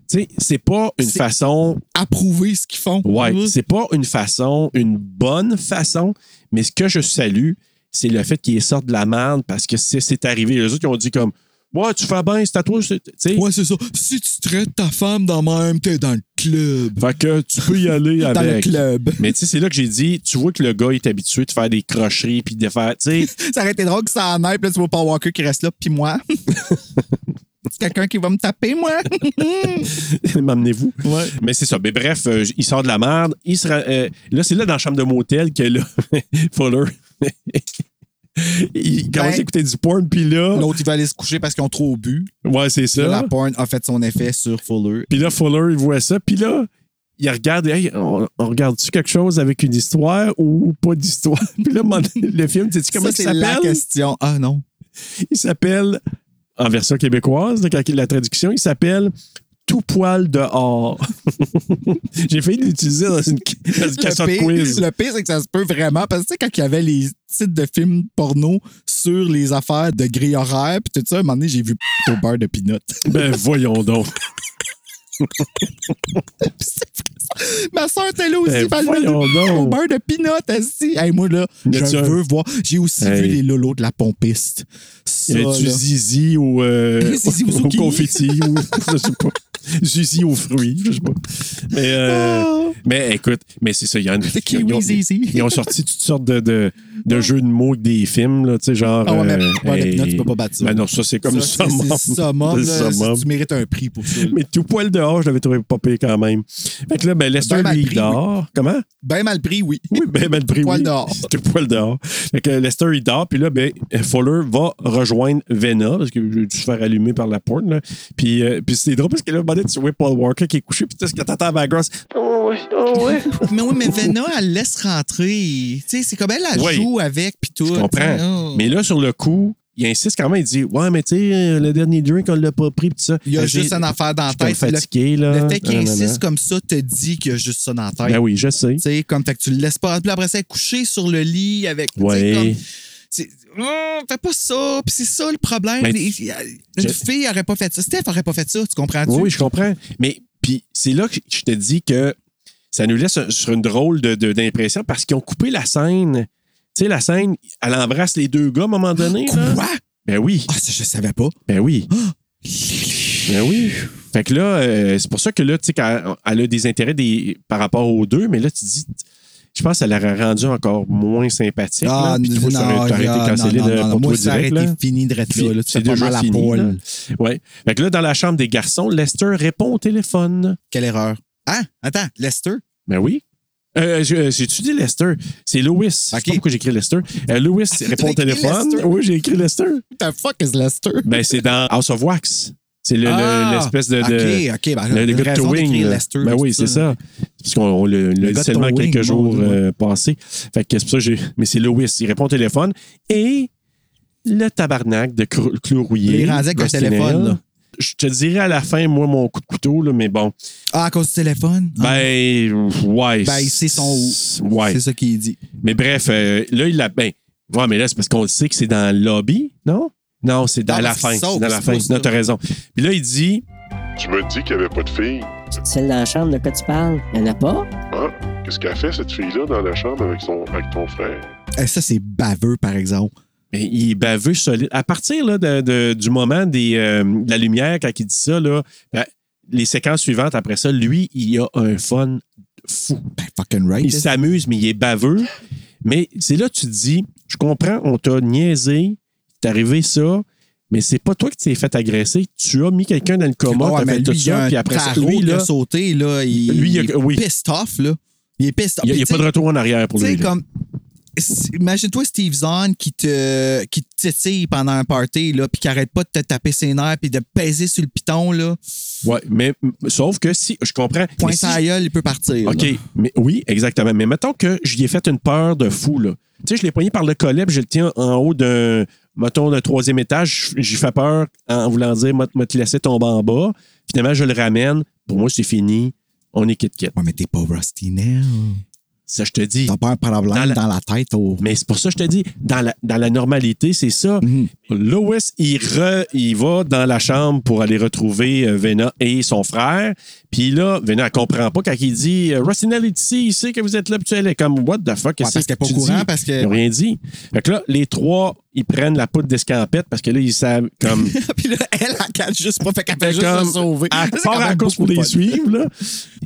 Tu sais, c'est pas une
C'est-
façon
approuver ce qu'ils font.
Ouais,
Mmh.
c'est pas une façon, une bonne façon, mais ce que je salue, c'est le fait qu'ils sortent de la merde parce que c'est- c'est arrivé. Les autres, ils ont dit comme Ouais, tu fais bien, c'est à toi. c'est- tu sais.
Ouais, c'est ça. Si tu traites ta femme dans même, t'es dans le club.
Fait que tu peux y aller
[LAUGHS] Dans le
avec.
club.
Mais tu sais, c'est là que j'ai dit Tu vois que le gars est habitué de faire des crocheries puis de faire. Tu sais,
Ça aurait été drôle que ça en aille, puis là, tu vois Paul Walker qui reste là, puis [LAUGHS] moi. c'est quelqu'un qui va me taper, moi. [LAUGHS]
[LAUGHS] m'amenez-vous. Mais c'est ça. Mais bref, euh, il sort de la merde. Il se ra- euh, là, c'est là dans la chambre de motel que là, [LAUGHS] Fuller. il commence à
Ben
écouter du porn, puis là.
L'autre, il va aller se coucher parce qu'ils ont trop bu.
Ouais, c'est ça.
Là, la porn a fait son effet sur Fuller.
Puis là, Fuller, il voit ça. Puis là, il regarde, hey, on, on regarde-tu quelque chose avec une histoire ou pas d'histoire? [LAUGHS] Puis là, mon- le film, sais-tu comment
ça,
il
c'est la
s'appelle?
question. Ah non.
Il s'appelle, en version québécoise, là, quand il- la traduction, il s'appelle Tout poil dehors. [LAUGHS] J'ai failli l'utiliser dans une, dans une
Le
question de
pire,
quiz.
le pire, c'est que ça se peut vraiment. Parce que, tu sais, quand il y avait les titres de films porno sur les affaires de grille horaire, puis tout ça, à un moment donné, j'ai vu au beurre de pinot.
Ben, voyons donc.
[LAUGHS] Ma soeur était là aussi,
Ben,
elle m'a dit,
voyons
au
donc.
beurre de pinot, assis. Hey, moi, là,
Y
je
a-tu un-
veux voir. J'ai aussi
Hey.
vu les lolos de la pompiste. Ça,
Y avait-tu
là.
Zizi au, euh,
[LAUGHS] Zizi au
au
zucchini.
confetti ou [LAUGHS] je sais pas. Zizi aux fruits, je sais pas. Mais, euh,
Ah.
mais écoute, mais c'est ça, il y
[LAUGHS]
en a.
Le kiwi
ils, ont,
Zizi.
ils ont sorti toutes sortes de, de, de jeux de mots avec des films, là, tu sais, genre.
Ah ouais, mais
euh,
ouais, mais là, tu peux pas battre ça.
Ben non, ça, c'est comme
Ça,
ça.
c'est- c'est le summum,
Le
là.
summum.
Tu mérites un prix pour ça. là.
Mais tout poil dehors, je l'avais trouvé pas pire quand même. Fait que là, ben, Lester,
Ben mal
lui, il
pris,
dort. Comment?
Ben mal
[LAUGHS]
pris, oui. [LAUGHS]
Oui, ben, ben, le prix.
Poil
oui. [LAUGHS]
dehors.
C'était poil dehors. Fait que Lester, il dort, puis là, ben, Fuller va rejoindre Vena, parce qu'il a dû se faire allumer par la porte, là. Puis, euh, puis c'est drôle, parce que là, ben, tu vois Paul Walker qui est couché, puis tu sais ce que t'entends à la grosse.
Mais oui, mais Vena, elle laisse rentrer. Tu sais, c'est comme elle, elle
Oui.
joue avec, puis tout.
Je
Oh.
comprends. Mais là, sur le coup, il insiste quand même, il dit Ouais, mais tu sais, euh, le dernier drink, on l'a pas pris, puis ça.
Il y a
Là,
juste
j'ai-
une affaire dans la
j'étais
tête.
fatigué,
le,
là. Ah,
le fait qu'il
Nanana.
insiste comme ça te dit qu'il y a juste ça dans la tête.
Ben oui, je sais.
Tu sais, comme, fait que tu le laisses pas. Puis après ça, elle est couchée sur le lit avec. tu sais,
Ouais.
comme- c'est- Hum, fais pas ça. Puis c'est ça le problème.
Mais-
Les- Une
Ben, Je-
fille aurait pas fait ça. Steph aurait pas fait ça. Tu comprends-tu?
Oui, oui, je comprends. Mais puis c'est là que je te dis que ça nous laisse un- sur une drôle de- de- d'impression parce qu'ils ont coupé la scène. Tu sais, la scène, elle embrasse les deux gars à un moment donné. là.
Quoi?
Ben oui,
Ah, ça, je savais pas. Ah!
ben oui. Ben oui. Fait que là, euh, c'est pour ça que là, tu sais, quand elle a des intérêts des, par rapport aux deux, mais là, tu dis, je pense qu'elle l'aurait rendu encore moins sympathique. là, puis tu vois, ça aurait- ça aurait été
Ah, regarde,
cancellé
non, non,
de-
non,
pour
Moi,
toi
ça aurait
direct.
été
là.
fini de rester là. là. Tu
C'est
fais pas
déjà
mal à
fini,
poil.
là. Ouais. Fait que là, dans la chambre des garçons, Lester répond au téléphone.
Quelle erreur. Hein? Attends, Lester?
Ben oui. Euh, je- euh, J'ai-tu dit Lester? C'est Lewis. Je sais
Ok.
pas pourquoi j'ai écrit Lester. Euh,
[LAUGHS]
Lewis répond au
écrit
téléphone.
Lester?
Oui, j'ai écrit Lester.
What the fuck is Lester?
Ben, c'est dans House of Wax. C'est le-
Ah!
le- l'espèce de- de.
OK, OK. Ben,
Le,
une
le gars de
raison
Towing.
d'écrire
là.
Lester,
Ben oui, c'est ça. Parce qu'on on le- l'a
gars
dit
de
seulement
Towing,
quelques
mon
jours
Dieu.
euh, passés. Fait que c'est pour ça que j'ai. Mais c'est Lewis. Il répond au téléphone. Et le tabarnak de Cro- Clou Rouillé.
Il est rendu avec un
Austin
téléphone,
Hill.
là.
Je te dirais à la fin, moi, mon coup de couteau, là, mais bon.
Ah, à cause du téléphone? Ah,
Ben, ouais.
Ben, c'est son-
Ouais.
C'est ça qu'il dit.
Mais bref, euh, là, il l'a. Ben, ouais, mais là, c'est parce qu'on le sait que c'est dans le lobby, non? Non, c'est dans
Non,
la
parce
fin.
qu'il sauve,
C'est dans la
c'est
fin.
pour ça.
Non, t'as raison. Puis là, il dit.
Tu me dis qu'il n'y avait pas de fille.
Celle dans la chambre, de quoi tu parles? Il n'y en a pas?
Hein? Qu'est-ce qu'elle fait, cette fille-là, dans la chambre avec, son, avec ton frère?
Eh, ça, c'est baveux, par exemple.
Mais il est baveux solide. À partir là, de- de- du moment des, euh, de la lumière, quand il dit ça, là, ben, les séquences suivantes après ça, lui, il a un fun fou.
Ben, fucking right.
Il s'amuse, mais il est baveux. Mais c'est là que tu te dis, je comprends, on t'a niaisé, t'es arrivé ça, mais c'est pas toi qui t'es fait agresser. Tu as mis quelqu'un dans le coma,
Ah ouais,
t'as
mais
fait tout
lui, il a
ça,
un
puis après ça,
tarot,
lui,
il a
là,
sauté, là, il,
Lui, il a-
il est
oui.
pissed off, là. Il est pissed off.
il n'y a,
Puis,
pas de retour en arrière pour
tu sais,
lui. là.
comme. c'est- Imagine-toi Steve Zahn qui te, qui te titille pendant un party, là, puis qui arrête pas de te taper ses nerfs, puis de peser sur le piton, là.
Ouais, mais m- sauf que si, je comprends.
Point
mais si-
sa gueule, il peut partir. là.
OK, mais oui, exactement. Mais mettons que j'y ai fait une peur de fou, là. Tu sais, je l'ai poigné par le collet, puis je le tiens en haut d'un, mettons, d'un troisième étage. J'y fais peur en voulant dire, moi, moi, te laisser tomber en bas. Finalement, je le ramène. Pour moi, c'est fini. On est quitte-quitte.
Ouais, mais t'es pas Rusty Nail.
Ça, je te dis.
T'as pas un problème dans
Dans
la,
la-
tête.
[LAUGHS]
au-
Mais c'est pour ça que je te dis, dans la, dans la normalité, c'est ça.
Mm-hmm.
Lois, il, re- il va dans la chambre pour aller retrouver euh, Vena et son frère. Puis là, Vena, elle comprend pas quand il dit euh, Rocinelle est ici, il sait que vous êtes là. Puis tu sais, elle est comme What the fuck,
parce
qu'est-ce
qu'elle
que
est pas au
tu
courant,
dis?
parce que-
Ils n'ont rien dit. Fait que là, les trois, ils prennent la poudre d'escampette parce que là, ils savent comme.
[LAUGHS] Puis là, elle, elle calme juste pas, fait qu'elle fait juste
Comme-
se sauver.
à
Ça, [LAUGHS] c'est
part
quand
à
même
cause pour
beaucoup
les
de fun.
suivre, là.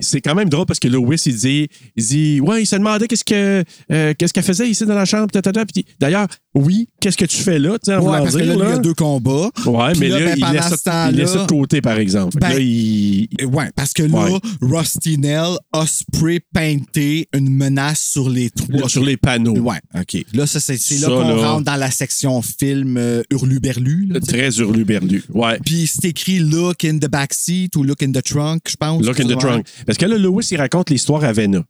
C'est quand même drôle parce que Lewis, il dit, il dit Ouais, il se demandait qu'est-ce que euh, qu'est-ce qu'elle faisait ici dans la chambre, tatata. Puis d'ailleurs, oui, qu'est-ce que tu fais là, tu sais, en
Ouais,
voulant
parce que
dire,
là, lui, il y
là.
a deux combats.
Ouais,
Puis
mais
là,
là,
ben,
il,
pendant
laisse
ce
ça, il laisse
temps-là-
ça de côté, par exemple. Fait que
Ben,
là, il.
Euh, Ouais, parce que là,
Ouais.
Rusty Nell a spray painté une menace sur les trois.
Sur les panneaux.
Ouais, OK. Là, ça, c'est c'est là
Ça,
qu'on
là.
rentre dans la section film euh, Hurluberlu. là, tu sais.
Très hurluberlu. Ouais.
Puis c'est écrit Look in the backseat ou Look in the trunk, je pense.
Look in the trunk. Parce que là, Lewis, il raconte l'histoire à Vena.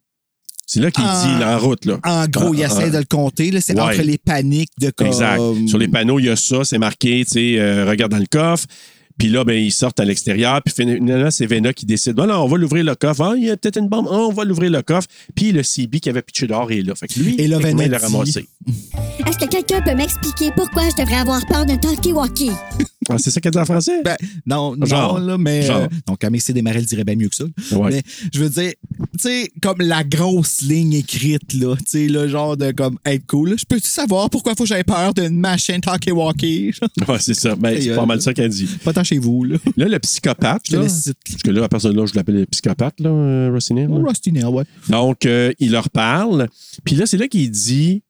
C'est là qu'il
Ah.
dit, là, en route, là.
En gros, il
Ah,
essaie
ah.
de le compter. là. C'est
Ouais.
entre les paniques de comme...
Exact. Sur les panneaux, il y a ça, c'est marqué, tu sais, euh, regarde dans le coffre. Puis là, ben, ils sortent à l'extérieur. Puis finalement, c'est Vena qui décide, bon, là, on va l'ouvrir le coffre. Ah, il y a peut-être une bombe. Ah, on va l'ouvrir le coffre. Puis le CB qui avait pitché dehors est là. Fait que lui,
Et là,
techniquement,
Vena
il l'a
dit-
ramassé.
Est-ce que quelqu'un peut m'expliquer pourquoi je devrais avoir peur d'un talkie-walkie?
Ah, c'est ça qu'elle dit en français?
Ben, non,
Genre.
non, là, mais.
Genre.
euh, donc, Camille Démarré le dirait bien mieux que ça. là.
Ouais.
Mais je veux dire, tu sais, comme la grosse ligne écrite, là. Tu sais, le genre de comme être cool. là. Je peux-tu savoir pourquoi faut que j'aie peur d'une machine talkie-walkie? genre?
Ouais, c'est ça. Ben, c'est pas mal ça qu'elle dit.
Pas tant chez vous, là.
Là, le psychopathe,
Je te
là,
laisse ici.
parce que là, à partir de là, je l'appelle le psychopathe, là, euh, Rocinelle, là.
Oh, Rusty Nail, ouais.
Donc, euh, il leur parle. Puis là, c'est là qu'il dit,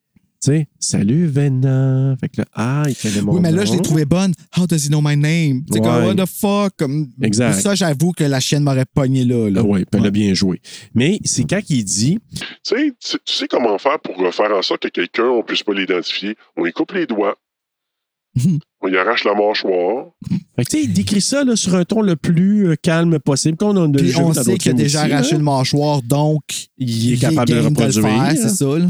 tu sais, salut Vena. Fait que là, ah, il connaît mon
Oui, mais là, je l'ai
nom.
trouvé bonne. How does he know my name? Tu sais,
Ouais.
comme, what the fuck? Comme,
Exact.
Ça, j'avoue que la chienne m'aurait pogné là, là.
Ah ouais, puis elle a bien joué. Mais Ben, c'est quand il dit,
Tu sais, tu- tu sais comment faire pour euh, faire en sorte que quelqu'un, on puisse pas l'identifier. On lui coupe
[LAUGHS]
les doigts. on lui arrache la mâchoire.
fait que, tu sais, il décrit ça là, sur un ton le plus euh, calme possible. Qu'on a
Puis
déjà
on
vu dans
sait
d'autres
qu'il a
films
déjà
aussi,
arraché
là.
le mâchoir, donc.
Il est capable de le
game le
reproduire.
faire,
hein.
c'est ça, là.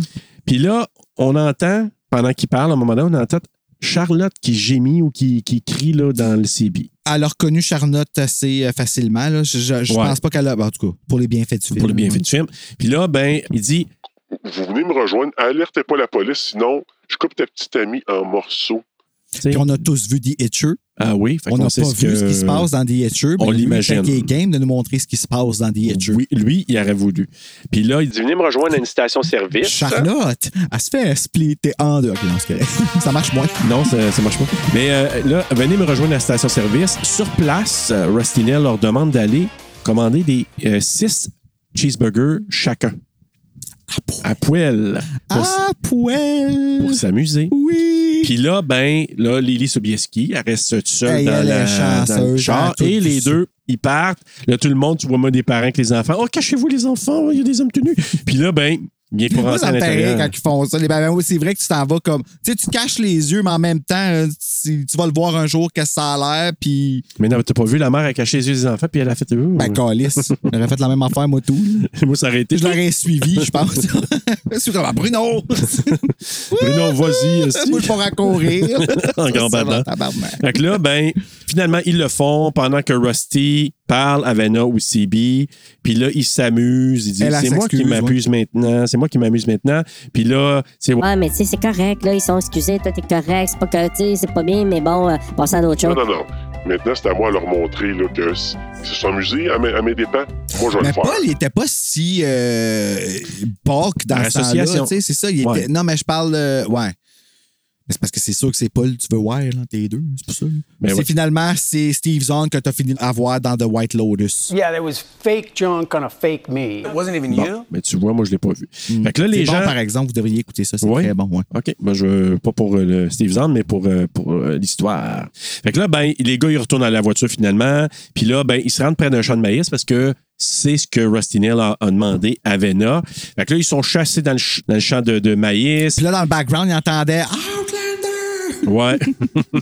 Puis là, on entend, pendant qu'il parle, à un moment donné, on entend Charlotte qui gémit ou qui, qui crie là, dans le CB.
elle a reconnu Charlotte assez euh, facilement. Là. Je, je, je
Ouais.
pense pas qu'elle a. ben, en tout cas, pour les bienfaits du film.
Pour le bienfait du film. Puis là, ben, il dit
Vous venez me rejoindre. Alertez pas la police, sinon je coupe ta petite amie en morceaux.
Puis on a tous vu The Hitcher.
Ah oui, fait
on
qu'on
n'a pas
sait
vu ce qui se passe dans The Hitcher.
on
mais lui,
l'imagine.
fait qu'il est game de nous montrer ce qui se passe dans The Hitcher.
Oui, lui, il aurait voulu. Puis là, il dit Venez me rejoindre à une station-service.
Charlotte, elle se fait splitter en deux. Ok, non, c'est correct. [LAUGHS] ça marche moins.
Non, ça, ça marche pas. Mais euh, là, venez me rejoindre à la station-service. Sur place, euh, Rustinel leur demande d'aller commander des euh, six cheeseburgers chacun. À poêle. Pour, s-
Ah, poêle!
pour s'amuser.
Oui!
[LAUGHS] Puis là, ben, là, Lily Sobieski, elle reste toute seule
Hey,
dans,
elle est
la, dans le
chanceuse, elle a
char.
tout
Et
vu
les
ça.
deux, ils partent. Là, tout le monde, tu vois, moi, des parents avec les enfants. Oh, cachez-vous, les enfants, il y a des hommes
[LAUGHS]
tenus. Puis là, ben, bien pour
Moi,
rentrer
ça
à
me fait rire
l'intérieur.
quand ils font ça. Les babins, c'est vrai que tu t'en vas comme. Tu sais, tu te caches les yeux, mais en même temps, euh, tu, tu vas le voir un jour, qu'est-ce que ça a l'air, puis.
Mais non, t'as pas vu, la mère, elle caché les yeux des enfants, puis elle a fait. Ouh.
Ben, calice. J'aurais fait la même affaire, moi, tout.
[LAUGHS]
là.
moi, ça aurait été.
Je l'aurais suivi, je pense. [LAUGHS] Je suis comme, ah, Bruno!
Bruno, vas-y. aussi.
[LAUGHS] Moi, je vais raccourir.
[LAUGHS] En grand
Ça, ça va,
badant.
tabarnak.
[LAUGHS] Fait que là, ben, finalement, ils le font pendant que Rusty parle à Vanna ou CB. Puis là, ils s'amusent. Ils disent
Elle, elle
C'est moi qui
s'excuse,
m'amuse maintenant. C'est moi qui m'amuse maintenant. Puis là, c'est
Ouais, mais tu sais, c'est correct, là, ils sont excusés, toi, t'es correct, c'est pas que, tu sais, c'est pas bien, mais bon, euh, passons à d'autres
Non,
choses.
non, non. Maintenant, c'est à moi de leur montrer là, que s- ils se sont amusés à mes, à mes dépens. Moi, je vais
Mais
le faire.
Paul, il était pas si euh, balk dans
Dans
ce temps-là.
l'association.
tu sais, C'est ça, il était-
Ouais.
Non, mais je parle. euh, ouais. Mais c'est parce que c'est sûr que c'est Paul tu veux voir, là, t'es deux, c'est pour ça. là.
Ben
c'est
ouais.
finalement, c'est Steve Zahn que t'as fini à voir dans The White Lotus.
Yeah, there was fake junk on a fake me. It wasn't even
Bon, mais tu vois, moi, je ne l'ai pas vu. Fait que là, les
Hmm. C'est bon,
gens.
par exemple, vous devriez écouter ça, c'est
Ouais.
très bon. Ouais.
OK. Moi, je, pas pour euh, le Steve Zahn, mais pour, euh, pour euh, l'histoire. Fait que là, ben, les gars, ils retournent à la voiture finalement. Puis là, ben, ils se rendent près d'un champ de maïs parce que c'est ce que Rusty Nail a, a demandé à Vena. Fait que là, ils sont chassés dans le, ch- dans le champ de, de maïs.
Puis là, dans le background, il entendait
[LAUGHS]
Ah!
Ouais. [LAUGHS]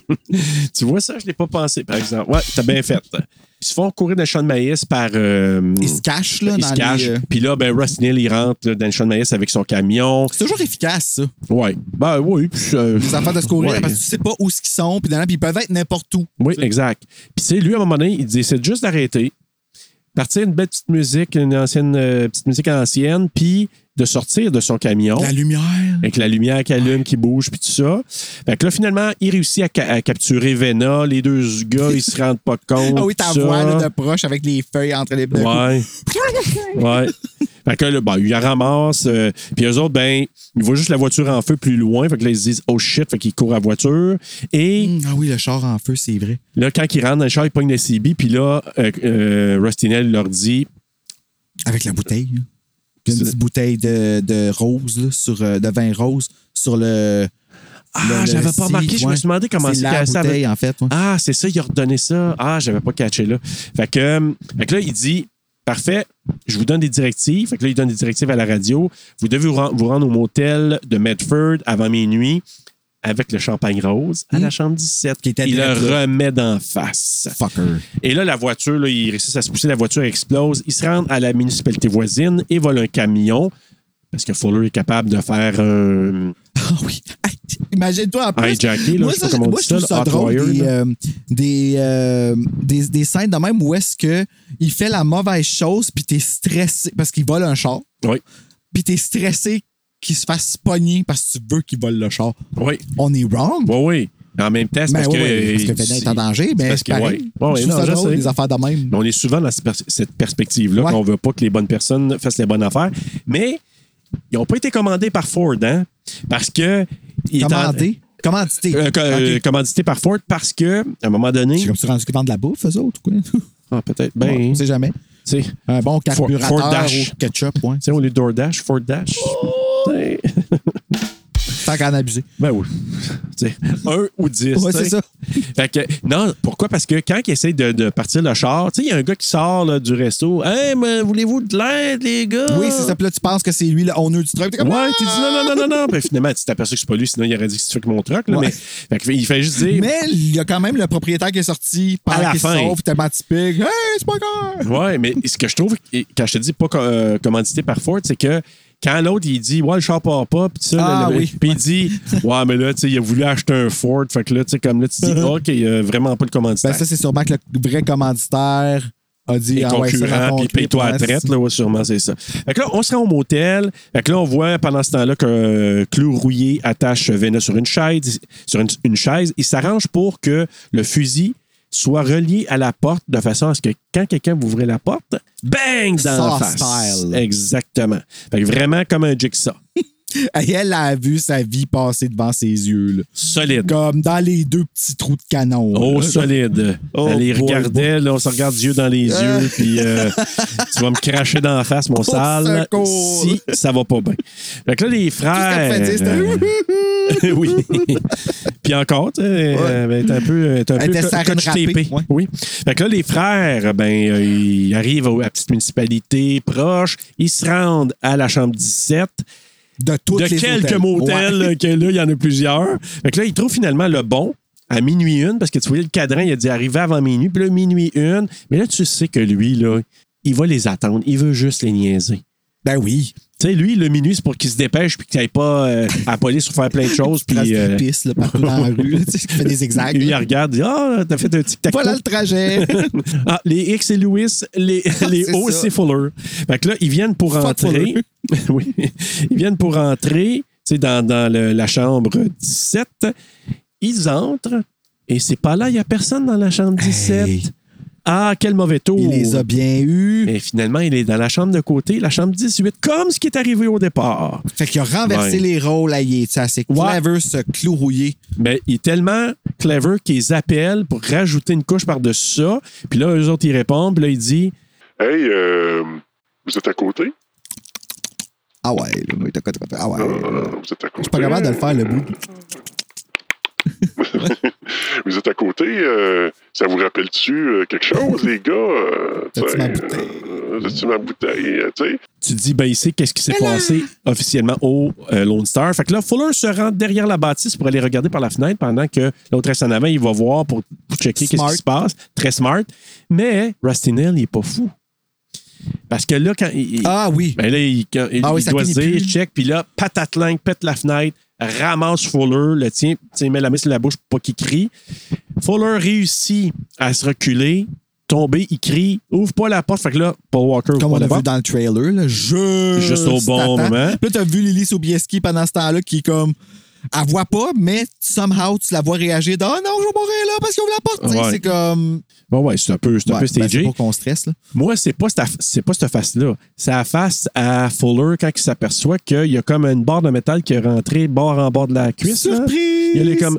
tu vois ça, je l'ai pas pensé, par exemple. Ouais, t'as bien fait. Ils se font courir dans le champ de maïs par. euh,
Ils se cachent, là,
ils
dans
se cachent.
les- euh,
Puis là, ben, Rusty Nail, il rentre là, dans le champ de maïs avec son camion.
C'est toujours efficace, ça.
Ouais. Ben oui. puis, euh,
Les affaires de se courir,
ouais.
parce que tu sais pas où ils sont, puis dans la- puis ils peuvent être n'importe où.
Oui, exact. Puis c'est lui, à un moment donné, il décide juste d'arrêter, partir une belle petite musique, une ancienne euh, petite musique ancienne, puis de sortir de son camion.
La lumière.
Avec la lumière qui allume, qui bouge, puis tout ça. Fait que là, finalement, il réussit à, ca- à capturer Vena. Les deux gars, ils se rendent
[LAUGHS]
pas compte.
Ah oui,
tout
ta
ça.
voix là, de proche avec les feuilles entre les deux.
Ouais. ouais. Fait que là, ben, il la ramasse. euh, puis eux autres, ben, ils voient juste la voiture en feu plus loin. Fait que là, ils se disent, oh shit, fait qu'ils courent à la voiture. Et
Ah oui, le char en feu, c'est vrai.
Là, quand ils rentrent dans le char, ils pognent le CB, puis là, euh, euh, Rustinel leur dit
Avec la bouteille. là. Puis une petite bouteille de, de rose, là, sur, euh, de vin rose, sur le. le-
Ah,
le
j'avais pas
scie,
remarqué, je me
ouais.
suis demandé comment
C'est
c'était
la
ça
bouteille, en fait. ouais.
Ah, c'est ça, il a redonné ça. Ah, j'avais pas catché là. Fait que, euh, fait que là, il dit Parfait, je vous donne des directives. Fait que là, il donne des directives à la radio. Vous devez vous, ren- vous rendre au motel de Medford avant minuit avec le champagne rose à la chambre 17.
Qui était
il le
direct, là.
remet d'en face.
Fucker.
Et là, la voiture, là, ils réussissent à se pousser, la voiture explose. Ils se rendent à la municipalité voisine et volent un camion. Parce que Fuller est capable de faire un.
Ah oui. Hey, Imagine-toi en plus.
Hijacker, là,
moi,
je sais
ça,
pas comment on
moi,
dit
je trouve
ça, là,
ça drôle
hotwire,
des,
là.
euh, des, euh, des- des scènes de même où est-ce que il fait la mauvaise chose puis t'es stressé parce qu'il vole un char.
Oui.
Puis t'es stressé qu'il se fasse pogner parce que tu veux qu'il vole le char.
Oui.
On est wrong.
Oui, oui. En même temps, c'est
Mais
parce
Ben oui,
que.
oui, parce que Fennel est en danger, mais
parce
c'est
que-
pareil.
ouais. Ouais,
je
ouais,
trouve
non, je
ça drôle,
sais.
des affaires de même.
Mais on est souvent dans cette pers- cette perspective-là,
Ouais.
qu'on veut pas que les bonnes personnes fassent les bonnes affaires. Mais ils n'ont pas été commandés par Ford, hein? Parce que. il est en-
Commandé. Commandité.
Euh, co- euh,
Ok.
Commandité par Ford parce que, à un moment donné.
C'est comme si rendu qu'ils vendent de la bouffe, eux autres, ou quoi.
Ah, peut-être.
Ouais,
Ben.
on sait jamais.
tu sais,
Un bon
Ford-
carburateur
Ford Dash.
ou ketchup, ouais.
tu sais, au lieu de DoorDash, Ford Dash. T'sais,
Tant qu'à en abuser.
Ben oui. [LAUGHS] T'sais, un ou dix.
Ouais,
t'sais.
c'est ça.
Fait que, non, pourquoi? Parce que quand ils essayent de, de partir le char, tu sais, il y a un gars qui sort là, du resto. Hey, mais voulez-vous de l'aide, les gars?
Ben Oui, c'est ça. Puis là, tu penses que c'est lui le honneur du truc. T'es comme, Ah!
Ouais, tu dis non, non, non, non, non. Ben, finalement, tu t'aperçois que c'est pas lui, sinon il aurait dit que c'est avec mon truck. Là,
Ouais.
mais, fait que, il fait juste dire.
Mais il y a quand même le propriétaire qui est sorti
À la
pendant qu'il
fin.
se sauve, tellement typique. Hey, c'est pas grave!
Ouais, mais ce que je trouve, et quand je te dis pas co- euh, commandité par Ford, c'est que quand l'autre, il dit, ouais, le char part pas, puis ça,
Ah,
le- le-
oui.
puis il
[LAUGHS]
dit, ouais, mais là, tu sais, il a voulu acheter un Ford, fait que là, tu sais, comme là, tu
[LAUGHS]
dis, OK, il y a vraiment pas de commanditaire.
Ben, ça, c'est sûrement que le vrai commanditaire a dit
Et
ah ouais, ça
concurrent,
raconte
puis paye-toi à
les
la traite,
promesses.
là, ouais, sûrement, c'est ça. Fait que là, on se rend au motel. Fait que là, on voit pendant ce temps-là que euh, Clou Rouillé attache Vena sur une chaise. Sur une, une chaise. Il s'arrange pour que le fusil soit relié à la porte de façon à ce que quand quelqu'un vous ouvre la porte, bang dans la
Sauce
face.
style.
Exactement. Fait que vraiment comme un jigsaw.
Et Elle a vu sa vie passer devant ses yeux. là.
Solide.
Comme dans les deux petits trous de canon.
Oh,
là.
solide.
Oh,
Elle les
boy,
regardait, là, on se regarde Dieu dans les yeux, puis euh, tu vas me cracher dans la face, mon sale,
secours.
si ça va pas bien. Fait que là, les frères.
Tout ce qu'elle faisait, c'était-
euh, [LAUGHS] oui. puis encore, tu sais, euh, ben, t'es un peu. euh, t'es un
Elle
peu
était
co-
sarin
coach
râpée,
TP.
ouais.
Oui. Fait que là, les frères, ben, euh, ils arrivent à la petite municipalité proche, ils se rendent à la chambre 17
[LAUGHS] De, toutes
de
les
quelques
hôtels.
motels
[LAUGHS] Ouais.
euh, que là, il y en a plusieurs. Fait que là, il trouve finalement le bon à minuit une, parce que tu voyais le cadran, il a dit arriver avant minuit, puis là, minuit une. Mais là, tu sais que lui, là, il va les attendre. Il veut juste les niaiser.
Ben oui.
Tu sais, lui, le minuit, c'est pour qu'il se dépêche puis qu'il n'aille pas euh, à la police pour faire
[LAUGHS]
plein de choses.
Puis
Puis, euh,
pisse là,
[LAUGHS]
partout dans la rue. là, tu sais, qui fait des zigzags.
lui, il
là.
regarde, il dit Ah, t'as fait un tic-tac.
Voilà le trajet.
[LAUGHS] Ah, les X et Lewis, les, les
[LAUGHS] c'est
O,
ça.
c'est Fuller. Fait que là, ils viennent pour
Fuck
entrer. [LAUGHS] oui. Ils viennent pour entrer, tu sais, dans, dans le- la chambre 17. Ils entrent et c'est pas là, il n'y a personne dans la chambre 17.
Hey.
Ah, quel mauvais tour.
Il les a bien eus.
Mais finalement, il est dans la chambre de côté, la chambre 18, comme ce qui est arrivé au départ.
Fait qu'il a renversé
Ouais.
les rôles à Yé. C'est assez clever, ce clou rouillé.
Mais Ben, il est tellement clever qu'ils appellent pour rajouter une couche par-dessus ça. Puis là, eux autres, ils répondent. Puis là, il dit
Hey, euh, vous êtes à côté?
Ah ouais, là, il est à côté, à côté. Ah ouais.
Euh, vous êtes à
Je
côté.
suis pas capable de le faire, le bout.
Vous êtes à côté, euh, ça vous rappelle-tu euh, quelque chose, les gars? Euh,
T'as-tu
t'sais,
ma
euh, T'as-tu ma bouteille? euh, t'sais?
Tu dis, ben, il sait qu'est-ce qui s'est passé officiellement au euh, Lone Star. Fait que là, Fuller se rend derrière la bâtisse pour aller regarder par la fenêtre pendant que l'autre reste en avant. Il va voir pour, pour checker qu'est-ce
Smart.
qui se passe. Très smart. Mais Rastinel, il est pas fou. Parce que là, quand il. il-
Ah oui.
Ben là, il, quand- il-
Ah oui,
il
ça
doit
finit
se dire,
plus.
check, puis là, patatlang, pète la fenêtre, ramasse Fuller, le tien, tu sais, met la main sur la bouche pour pas qu'il crie. Fuller réussit à se reculer, tomber, il crie, ouvre pas la porte. Fait que là, Paul Walker ouvre
Comme
pas
on
la
a vu
porte.
dans le trailer, là, juste,
Juste au bon
à temps.
moment.
Puis Là, t'as vu Lily Sobieski pendant ce temps-là qui est comme. Elle voit pas, mais somehow tu la vois réagir de Ah non, je vais mourir là parce qu'on ouvre la porte. Tu sais,
Ouais.
C'est comme.
Bon, ouais, c'est un peu, c'est un
Ouais,
peu
ben, c'est
stagé.
pour qu'on stresse. Là.
Moi, c'est pas cette, c'est pas cette face-là. C'est la face à Fuller quand il s'aperçoit qu'il y a comme une barre de métal qui est rentrée bord en bord de la cuisse. là.
Surprise!
Il est comme,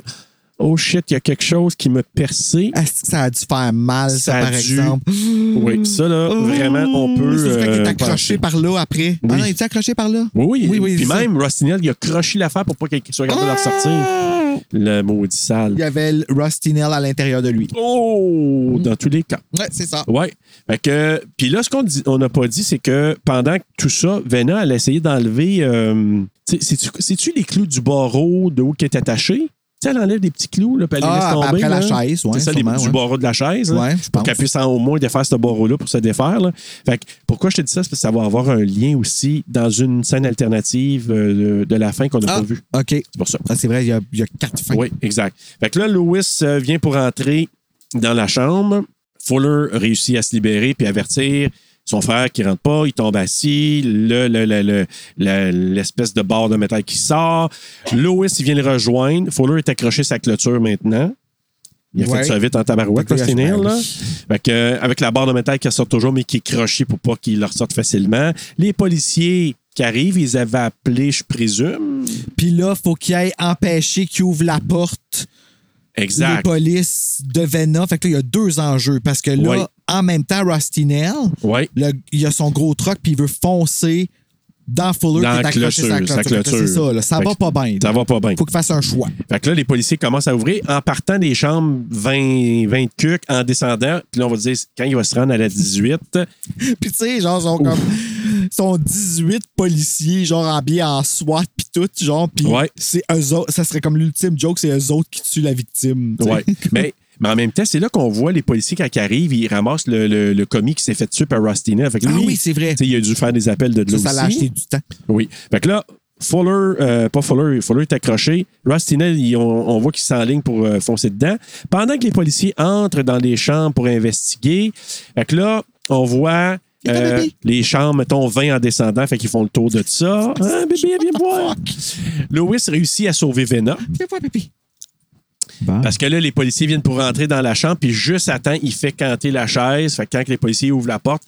oh shit, il y a quelque chose qui me percé.
Est-ce que ça a dû faire mal, ça,
Ça a
par
dû-
exemple? Oh!
Oui, ça là, vraiment, on peut.
C'est quand il est
euh,
accroché
penser.
par là après. Ah
Oui.
non, il est accroché par là?
Oui, oui,
Oui, oui,
Puis
c'est ça.
même, Rustinel, il a croché l'affaire pour pas qu'il soit capable de la ressortir.
Ah!
Le maudit
Il
sale.
y avait le Rusty Nail à l'intérieur de lui. Mm.
Oh, dans tous les cas.
Ouais, c'est ça.
Ouais. Fait que, puis là, ce qu'on dit- on n'a pas dit, c'est que pendant tout ça, Vena, elle a essayé d'enlever. euh, tu sais, c'est-tu- C'est-tu les clous du barreau de où qui est attaché? Tu sais, elle enlève des petits clous, là, puis elle les laisse
Ah,
tomber.
après
là.
la chaise, ouais,
C'est ça, les-
sûrement,
du
ouais.
barreau de la chaise. là,
Ouais, je
pour
pense.
qu'elle puisse en- au moins défaire ce barreau-là pour se défaire. là. Fait que, pourquoi je te dis ça? C'est parce que ça va avoir un lien aussi dans une scène alternative euh, de, de la fin qu'on n'a
Ah,
pas vue.
OK.
C'est pour ça.
Ah, c'est vrai, il y, a, il y a quatre fins.
Oui, exact. Fait que là, Lewis euh, vient pour entrer dans la chambre. Fuller réussit à se libérer puis avertir son frère qui rentre pas. Il tombe assis. Le- le- le- le- le- l'espèce de barre de métal qui sort. Lewis, il vient le rejoindre. Fuller est accroché à sa clôture maintenant. Il a
Ouais.
fait ça vite en tabarouette,
Fait que
Rusty
là,
Nail,
je-
là. Fait que, euh, avec la barre de métal qui sort toujours, mais qui est crochée pour pas qu'il le ressorte facilement. Les policiers qui arrivent, ils avaient appelé, je présume.
Puis là, faut qu'il aille empêcher qu'il ouvre la porte, les
Exact.
polices de Vena. Fait que là, il y a deux enjeux parce que là,
Ouais.
en même temps, Rusty Nail,
Ouais.
le- il a son gros truck puis il veut foncer dans
Dans
Fuller qui est accroché à sa
clôture,
clôture.
sa
Fait que là,
clôture.
C'est ça, là, ça
Fait
va
que
pas bien.
Ça va pas bien.
Faut qu'il fasse un choix.
Fait que là, les policiers commencent à ouvrir en partant des chambres 20, 20 cucs, en descendant. Puis là, on va dire, quand il va se rendre à la 18,
Puis tu sais, genre, ils sont comme. ils sont 18 policiers, genre, habillés en SWAT, puis tout, genre, puis
Ouais.
c'est eux autres. Ça serait comme l'ultime joke, c'est eux autres qui tuent la victime. tu sais.
Ouais.
[LAUGHS]
mais, mais en même temps, c'est là qu'on voit les policiers quand ils arrivent, ils ramassent le, le, le commis qui s'est fait tuer par Rustina. Fait que
Ah
lui,
oui, c'est vrai.
tu sais, Il a dû faire des appels de de
Ça,
là
ça l'a
aussi.
acheté du temps.
Oui. Fait que là, Fuller, euh, pas Fuller, Fuller est accroché. Rustina, on, on voit qu'il s'enligne pour euh, foncer dedans. Pendant que les policiers entrent dans les chambres pour investiguer, fait que là, on voit.
Il y a un
euh,
bébé.
les chambres, mettons 20 en descendant, fait qu'ils font le tour de ça.
[LAUGHS]
Ah, bébé, viens me voir. Lewis réussit à sauver Vena.
Viens voir, pipi.
Parce que là, les policiers viennent pour rentrer dans la chambre, puis juste à temps, il fait canter la chaise. Fait que quand les policiers ouvrent la porte,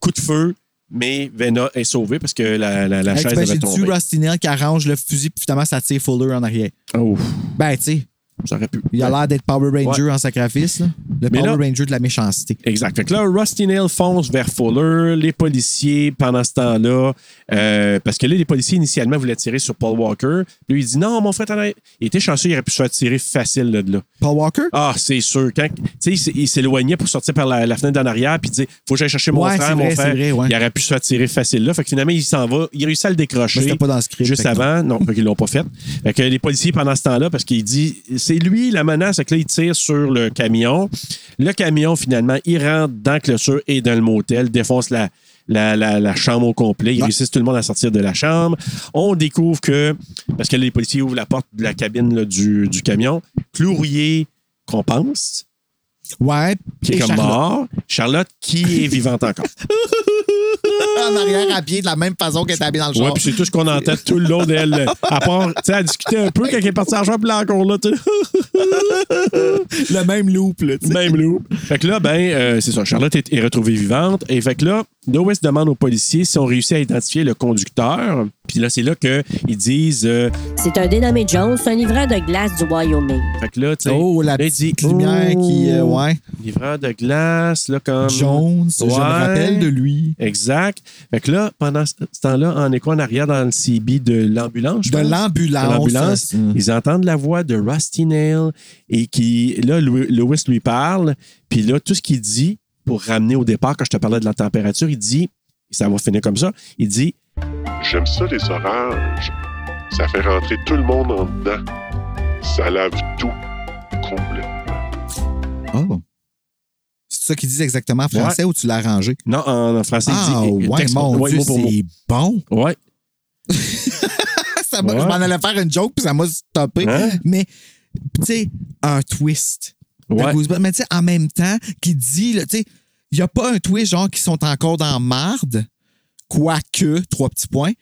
coup de feu, mais Vena est sauvée parce que la, la, la
Hey,
chaise
t'imagines-tu
avait tombé.
Rusty Nail qui arrange le fusil, puis finalement, ça tire Fuller en arrière.
Oh,
Ben, tu sais,
ça aurait pu.
il a l'air d'être Power Ranger en sacrifice, là. Le
Mais
Power
là-
Ranger de la méchanceté.
Exact. Fait que là, Rusty Nail fonce vers Fuller, les policiers pendant ce temps-là, euh, parce que là, les policiers initialement voulaient tirer sur Paul Walker. Lui, il dit non, mon frère, t'en as- il était chanceux, il aurait pu se faire tirer facile là, de là.
Paul Walker?
Ah, c'est sûr. Quand, tu sais, il s'é- il s'éloignait pour sortir par la, la fenêtre d'en arrière, puis il disait Faut que j'aille chercher mon
Ouais, c'est
frère, mon
vrai,
frère.
c'est vrai, ouais.
Il aurait pu se faire tirer facile là. Fait que finalement, il s'en va. Il réussit à le décrocher.
Mais c'était pas dans le script,
Juste
fait que non.
avant. Non, fait qu'ils l'ont pas fait. Fait que les policiers, pendant ce temps-là, parce qu'il dit C'est lui la menace, fait que là, il tire sur le camion. Le camion, finalement, il rentre dans la clôture et dans le motel, défonce la. La, la- la chambre au complet. Ils réussissent tout le monde à sortir de la chambre. On découvre que, parce que les policiers ouvrent la porte de la cabine là, du, du camion, Clourier, qu'on pense,
Ouais.
qui est
et
comme
Charlotte.
mort. Charlotte, qui est vivante encore.
En arrière, habillé de la même façon qu'elle était habillée dans le
Ouais,
char.
puis c'est tout ce qu'on entend tout le long euh, d'elle. À part, tu sais, elle discutait un peu quand elle est partie à la chambre, puis là, encore là, tu sais.
Le même loop, là. tu sais.
Même loup. Fait que là, ben, euh, c'est ça. Charlotte est, est retrouvée vivante. Et fait que là, Lois demande aux policiers si on réussit à identifier le conducteur. Puis là, c'est là qu'ils disent. euh,
C'est un dénommé Jones, c'est un livreur de glace du Wyoming.
fait que là, tu sais.
Oh, la
là, il dit,
petite lumière qui. euh,
Oh,
ouais.
Livreur de glace, là, comme.
Jones, je me
Ouais.
rappelle de lui.
Exact. Fait que là, pendant ce ce temps-là, on est quoi en arrière dans le CB de l'ambulance? je
De
pense?
l'ambulance.
De l'ambulance.
Mm.
Ils entendent la voix de Rusty Nail et qui, là, Lou- Lewis lui parle. Puis là, tout ce qu'il dit, pour ramener au départ, quand je te parlais de la température, il dit, ça va finir comme ça, il dit,
J'aime ça, les orages. Ça fait rentrer tout le monde en dedans. Ça lave tout. Cool.
Ah.
Oh. C'est ça qu'ils disent exactement en français ou tu l'as arrangé?
non, en, en français,
Ah,
il dit,
ouais,
texte-
mon
ouais,
Dieu,
mot pour mot.
c'est bon. [LAUGHS]
Ouais.
Ça m'a- Je m'en allais faire une joke, puis ça m'a stoppé.
Hein?
Mais, tu sais, un twist. de
Ouais.
Goosebumps. Mais tu sais, en même temps, qui dit, là, tu sais, il n'y a pas un twist genre qui sont encore dans marde, quoique, trois petits points,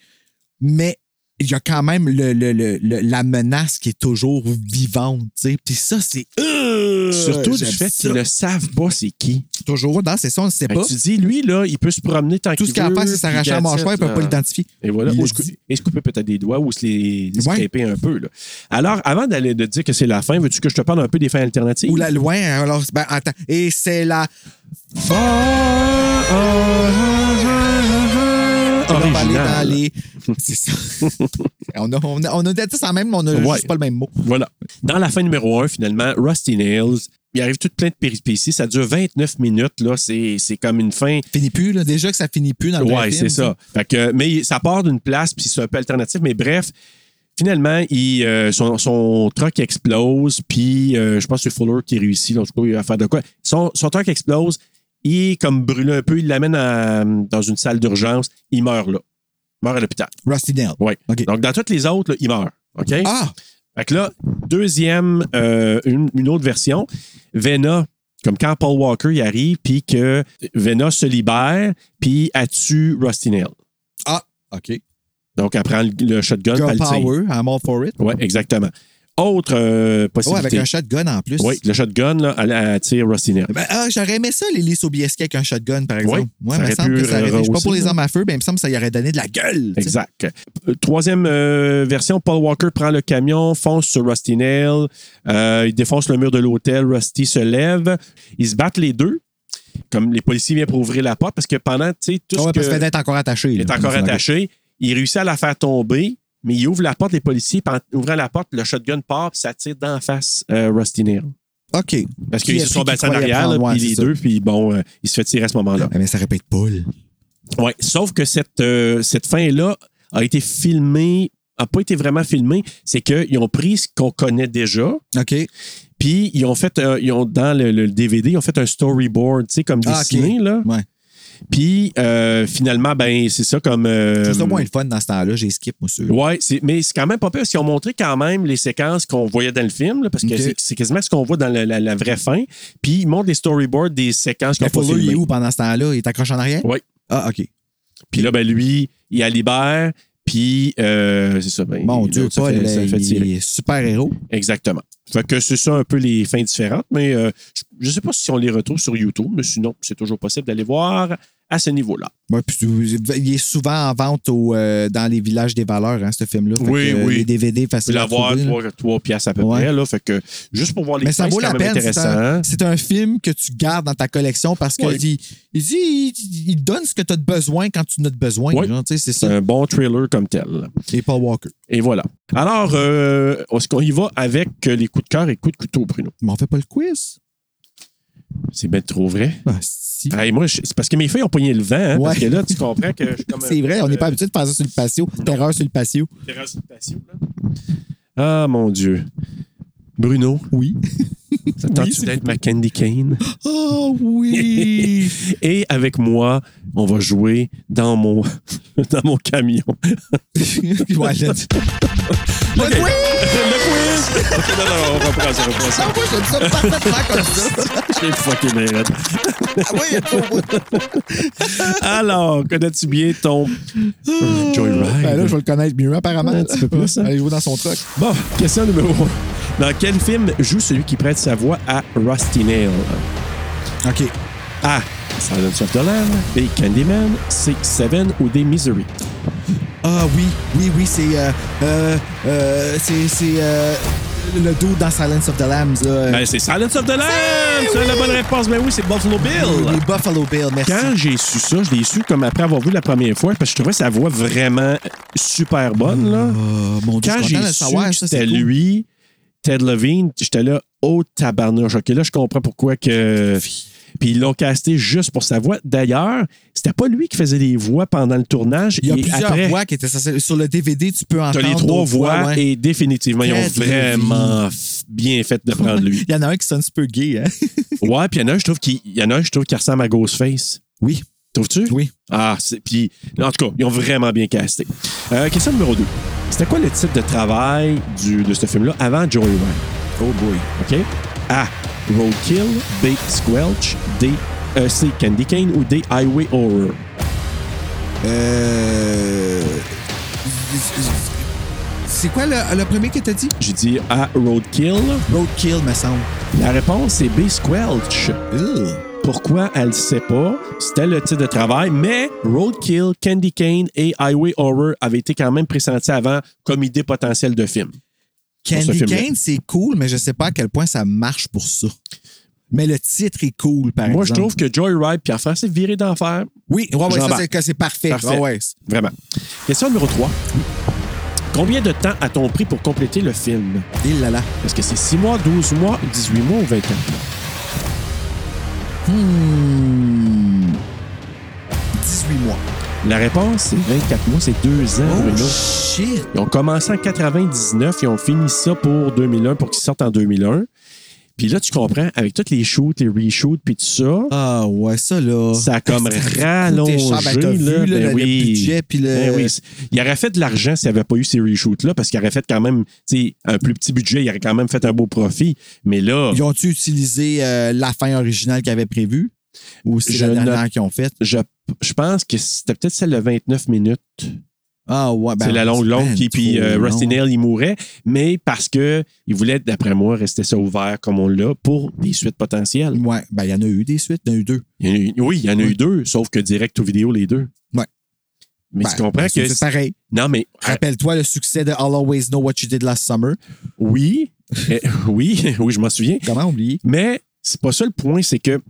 mais il y a quand même le, le- le- le- la menace qui est toujours vivante, tu sais. Puis ça, c'est... Euh,
Surtout du
j'aime
fait
ça. Ben,
qu'ils ne savent pas c'est qui.
Toujours dans, c'est ça, on ne sait
Fait
pas.
que tu dis, lui, là, il peut se promener tant
Tout
qu'il
ce
veut.
qu'il a à faire, c'est s'arracher à
puis
mâchoire, il ne peut pas
that's it, là.
l'identifier.
Et voilà,
Il
ou
le
se, cou-
dit.
et se couper peut-être des doigts ou se les
Ouais.
scraper un peu. là. Alors, avant d'aller de dire que c'est la fin, veux-tu que je te parle un peu des fins alternatives?
Ou la loin, alors, ben, attends. Et c'est la... On va aller
Original.
dans les... [LAUGHS] C'est ça. on, a, on, a, on a dit ça même, mais on n'a
Ouais.
juste pas le même mot.
Voilà. Dans la fin numéro 1, finalement, Rusty Nails, il arrive tout plein de péripéties. Ça dure 29 minutes. là. C'est c'est comme une fin.
Finit plus, là. Déjà que ça finit plus dans le vrai
Ouais,
film,
c'est ça. Fait que, mais ça part d'une place, puis c'est un peu alternatif. Mais bref, finalement, il, euh, son, son truck explose, puis euh, je pense que c'est Fuller qui réussit. En tout cas, il va faire de quoi. Son, son truck explose, il comme brûle un peu, il l'amène à- dans une salle d'urgence, il meurt là. Il meurt à l'hôpital.
Rusty Nail.
Ouais.
OK.
Donc, dans toutes les autres, là, il meurt. OK?
Ah!
Fait que là, deuxième, euh, une, une autre version, Vena, comme quand Paul Walker y arrive, puis que Vena se libère, puis elle tue Rusty Nail.
Ah! OK.
Donc, elle prend le, le shotgun, puis
Girl
elle le tire.
Power, I'm all for it.
Oui, exactement. Autre euh,
Oh, avec
possibilité.
un shotgun en plus.
oui, le shotgun, là, elle, elle tire Rusty Nail.
Ben, ah, j'aurais aimé ça, Lily Sobieski avec un shotgun, par exemple. Moi,
ça
il me
aurait
semble
pu
que ça aurait été. Je suis pas pour
rehausser,
les
là.
armes à feu, mais il me semble que ça y aurait donné de la gueule. tu sais. Ah
Exact. Euh, Troisième euh, version, Paul Walker prend le camion, fonce sur Rusty Nail, euh, il défonce le mur de l'hôtel, Rusty se lève, ils se battent les deux. Comme les policiers viennent pour ouvrir la porte, parce que pendant, tu sais, tout
Ah ouais,
ce
parce qu'elle
que
est encore attachée.
il est encore attaché, il réussit à la faire tomber, mais il ouvre la porte, les policiers, puis en ouvrant la porte, le shotgun part, puis ça tire d'en face euh, Rusty Nail.
OK.
Parce
Qui
qu'ils
a
se sont
pris qui
battus en
croyait
arrière,
prendre,
là,
ouais,
puis
c'est
les
ça.
deux, puis bon, euh, il se fait tirer à ce moment-là.
Ah, Mais ça répète poule.
Ouais, sauf que cette, euh, cette fin-là a été filmée, a pas été vraiment filmée. C'est qu'ils ont pris ce qu'on connaît déjà,
OK.
puis ils ont fait, euh, ils ont, dans le, le DVD, ils ont fait un storyboard, tu sais, comme
Ah,
dessiné, là.
Ouais.
Puis euh, finalement, ben, c'est ça comme. euh,
C'est ça moins le fun dans ce temps-là. J'ai skip, moi, sûr.
Ouais, c'est- mais c'est quand même pas pire parce qu'ils ont montré quand même les séquences qu'on voyait dans le film, là, parce que
Ok.
c'est- c'est quasiment ce qu'on voit dans la, la- la vraie fin. Puis ils montrent des storyboards des séquences qu'on
Mais
pas
Fuller, il est
filmées.
où pendant ce temps-là? Il est accroché en arrière?
Ouais.
Ah, OK.
Puis là, ben, lui, il la libère, puis euh, c'est ça. Ben,
Mon
là,
Dieu,
ça
Paul,
fait- ça
là,
fait tirer.
il est super-héros.
Exactement. Fait que c'est ça un peu les fins différentes, mais euh, je- je ne sais pas si on les retrouve sur YouTube, mais sinon, c'est toujours possible d'aller voir à ce niveau-là.
Ouais, puis il est souvent en vente au, euh, dans les villages des valeurs, hein, ce film-là. Fait
Oui,
que, euh,
oui.
Les DVD
Puis
facilement.
l'avoir, trois, trois piastres à peu
Ouais.
près, là. Fait que juste pour voir les
Mais ça
fins,
vaut
c'est
la
quand même
peine. C'est un,
intéressant.
c'est un film que tu gardes dans ta collection parce qu'il
Oui.
dit, il, dit il, il donne ce que tu as de besoin quand tu n'as de besoin.
Oui.
genre, tu sais, c'est
C'est
ça.
un bon thriller comme tel.
Et Paul Walker.
Et voilà. Alors, euh, est-ce qu'on y va avec euh, les coups de cœur et coups de couteau, Bruno?
Mais on fait pas le quiz.
C'est bien trop vrai.
Ah, si.
Ah, et moi, je- c'est parce que mes feuilles ont pogné le vent. hein, Parce
Ouais.
que là, tu comprends que je suis
[LAUGHS]
comme un
C'est vrai,
peu,
on n'est pas
euh,
habitué de faire ça sur le patio. Terreur sur le patio.
terrasse de patio, là. Ah, mon Dieu. Bruno,
Oui.
[LAUGHS]
Oui,
t'attends-tu
s'il
d'être ma Candy Cane?
Oh
[LAUGHS]
oui!
Et avec moi, on va jouer dans mon, [LAUGHS] dans mon camion.
Ouais, là, tu- Le quiz!
Le quiz! non, non, on reprend ça, on reprend ça.
Ah, moi, j'aime ça parfaitement comme ça.
J'ai fucké mes rêves.
Ah oui, trop-
Alors, connais-tu bien ton Joyride? Ben
Ben là, je vais le connaître mieux, apparemment.
Un petit peu plus, hein?
Aller jouer dans son truck.
Bon, question numéro 1. Dans quel film joue celui qui prête sa voix à Rusty Nail?
OK.
A. Silence of the Lamb. B. Candyman. C. Seven ou D. Misery.
Ah oui, oui, oui, c'est. Euh, euh, euh, c'est. c'est euh, le dude dans Silence of the Lambs. Là.
Ben, c'est Silence of the Lambs! C'est la bonne réponse. Ben oui, c'est Buffalo Bill.
Oui, oui, Buffalo Bill, merci.
Quand j'ai su ça, je l'ai su comme après avoir vu la première fois, parce que je trouvais sa voix vraiment super bonne. Là.
Ah, mon Dieu,
Quand
je suis
j'ai
content de le
su
savoir,
que
ça,
c'était
c'est cool.
lui, Ted Levine, j'étais là, oh tabarnouche. OK, là, je comprends pourquoi que... Puis ils l'ont casté juste pour sa voix. D'ailleurs, c'était pas lui qui faisait les voix pendant le tournage.
Il y a
et
plusieurs
après,
voix qui étaient censées- Sur le DVD, tu peux
T'as
entendre.
les trois
d'autres
voix
ouais.
et définitivement, ils ont
Ted
vraiment f- bien fait de prendre lui.
[LAUGHS] Il y en a un qui sonne un petit peu gay, hein?
[LAUGHS] Ouais, puis il y en a un, je trouve qu'il il y en a un, je trouve qu'il ressemble à Ghostface.
Oui.
Trouves-tu?
Oui.
Ah, c'est- puis en tout cas, ils ont vraiment bien casté. Euh, question numéro 2. C'était quoi le type de travail du, de ce film-là avant Joey Ryan? Oh boy. OK. A. Roadkill. B. Squelch. D. euh, C. Candy Cane ou D. Highway Horror.
Euh. C'est quoi le, le premier que t'as dit?
J'ai dit A. Roadkill.
Roadkill, me semble.
La réponse c'est B. Squelch. Pourquoi elle ne sait pas? C'était le titre de travail, mais Roadkill, Candy Cane et Highway Horror avaient été quand même pressentis avant comme idée potentielle de film. ce
Candy
film-là.
Cane, c'est cool, mais je sais pas à quel point ça marche pour ça. Mais le titre est cool, par
Moi, je
exemple.
trouve que Joyride puis Enfer, c'est viré d'enfer.
Oui, ouais, ouais, ça,
J'embarque.
c'est que c'est parfait.
Parfait.
Ouais, ah ouais.
Vraiment. Question numéro 3. Combien de temps a-t-on pris pour compléter le film?
Il là là.
Est-ce que c'est 6 mois, 12 mois, 18 mois ou 24 mois?
Hmm. 18 mois.
La réponse, c'est 24 mois, c'est 2 ans,
Oh,
Bruno.
shit!
Ils ont commencé en 99, ils ont fini ça pour 2001, pour qu'ils sortent en 2001. Puis là, tu comprends, avec tous les shoots, les reshoots, puis tout ça,
Ah ouais, ça là.
ça a comme
coûté
rallongé.
cher. Ben, t'as vu, là,
là, ben
le- le
oui.
budget, puis le-
Ben oui. Il aurait fait de l'argent s'il n'avait pas eu ces reshoots-là, parce qu'il aurait fait quand même tu sais, un plus petit budget, il aurait quand même fait un beau profit. Mais là,
Ils ont-tu utilisé euh, la fin originale qu'ils avaient prévue? Ou c'est
Je
la
ne-
dernière qu'ils ont faite?
je, je pense que c'était peut-être celle de 29 minutes.
Ah ouais, ben,
c'est la longue, longue.
ben,
qui- puis
trop
euh, Rusty
long.
Nail, il mourait. Mais parce que il voulait, d'après moi, rester ça ouvert comme on l'a pour des suites potentielles.
Ouais, ben il y en a eu des suites, il y en a eu deux.
Il y en a eu- oui, il y en a eu deux, sauf que direct ou vidéo, les deux.
Ouais.
Mais
Ben,
tu comprends que.
C'est pareil.
Non, mais
Rappelle-toi le succès de I'll Always Know What You Did Last Summer.
Oui, Eh, [LAUGHS] oui, oui, je m'en souviens.
Comment oublier?
Mais c'est pas ça le point, c'est que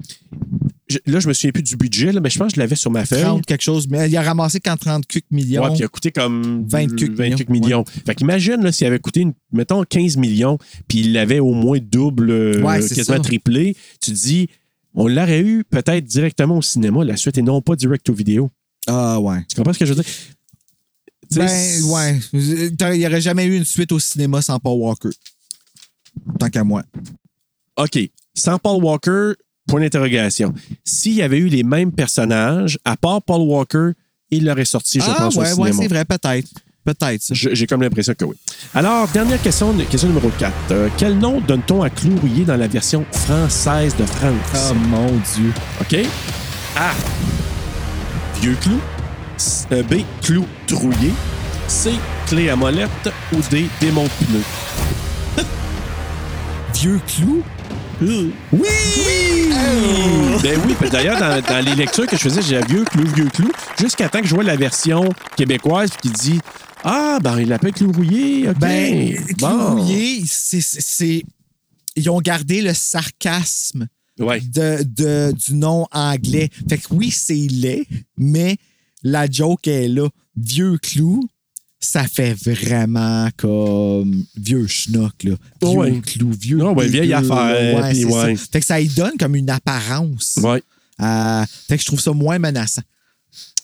je- là, je me souviens plus du budget, là, mais je pense que je l'avais sur ma feuille.
30 quelque chose, mais il a ramassé qu'en 30 cuques millions.
Ouais, qui a coûté comme
20 cuques
millions. Fait qu'imagine là, s'il avait coûté, une- mettons, 15 millions, puis il l'avait au moins double, euh,
Ouais, c'est
quasiment
ça.
triplé, tu te dis, on l'aurait eu peut-être directement au cinéma, la suite, et non pas direct au vidéo.
Ah ouais.
Tu comprends ce que je veux dire? Tu sais,
Ben
c'est-
ouais. T'aurais- Il n'y aurait jamais eu une suite au cinéma sans Paul Walker. Tant qu'à moi.
OK, sans Paul Walker, point d'interrogation. S'il y avait eu les mêmes personnages, à part Paul Walker, il l'aurait sorti, je
ah
pense,
ouais,
au
ouais,
cinéma.
c'est vrai, peut-être. Peut-être ça.
Je- J'ai comme l'impression que oui. Alors, dernière question, question numéro 4. quel nom donne-t-on à Clou Rouillé dans la version française de France?
Oh mon Dieu.
OK? A. Vieux Clou. S- euh, B. Clou Trouillé. C. Clé à molette. Ou D. Démon de pneu.
[LAUGHS] Vieux clou?
Oui! Ben oui, puis d'ailleurs, dans, dans les lectures que je faisais, j'ai vieux clou, vieux clou, jusqu'à temps que je vois la version québécoise puis qui dit Ah, ben il l'appelle clou rouillé, ok.
Ben,
bon.
Clou Rouillé, c'est- c'est. c'est- Ils ont gardé le sarcasme
Ouais.
de, de- du nom anglais. Fait que oui, c'est laid, mais la joke est là. Vieux clou, ça fait vraiment comme vieux schnock, là. Vieux
Oh, Ouais.
clou, vieux.
Ah ouais,
dégueu,
vieille affaire,
Ouais,
puis
c'est
ouais.
ça. Fait que ça lui donne comme une apparence.
Ouais.
Euh, fait que je trouve ça moins menaçant.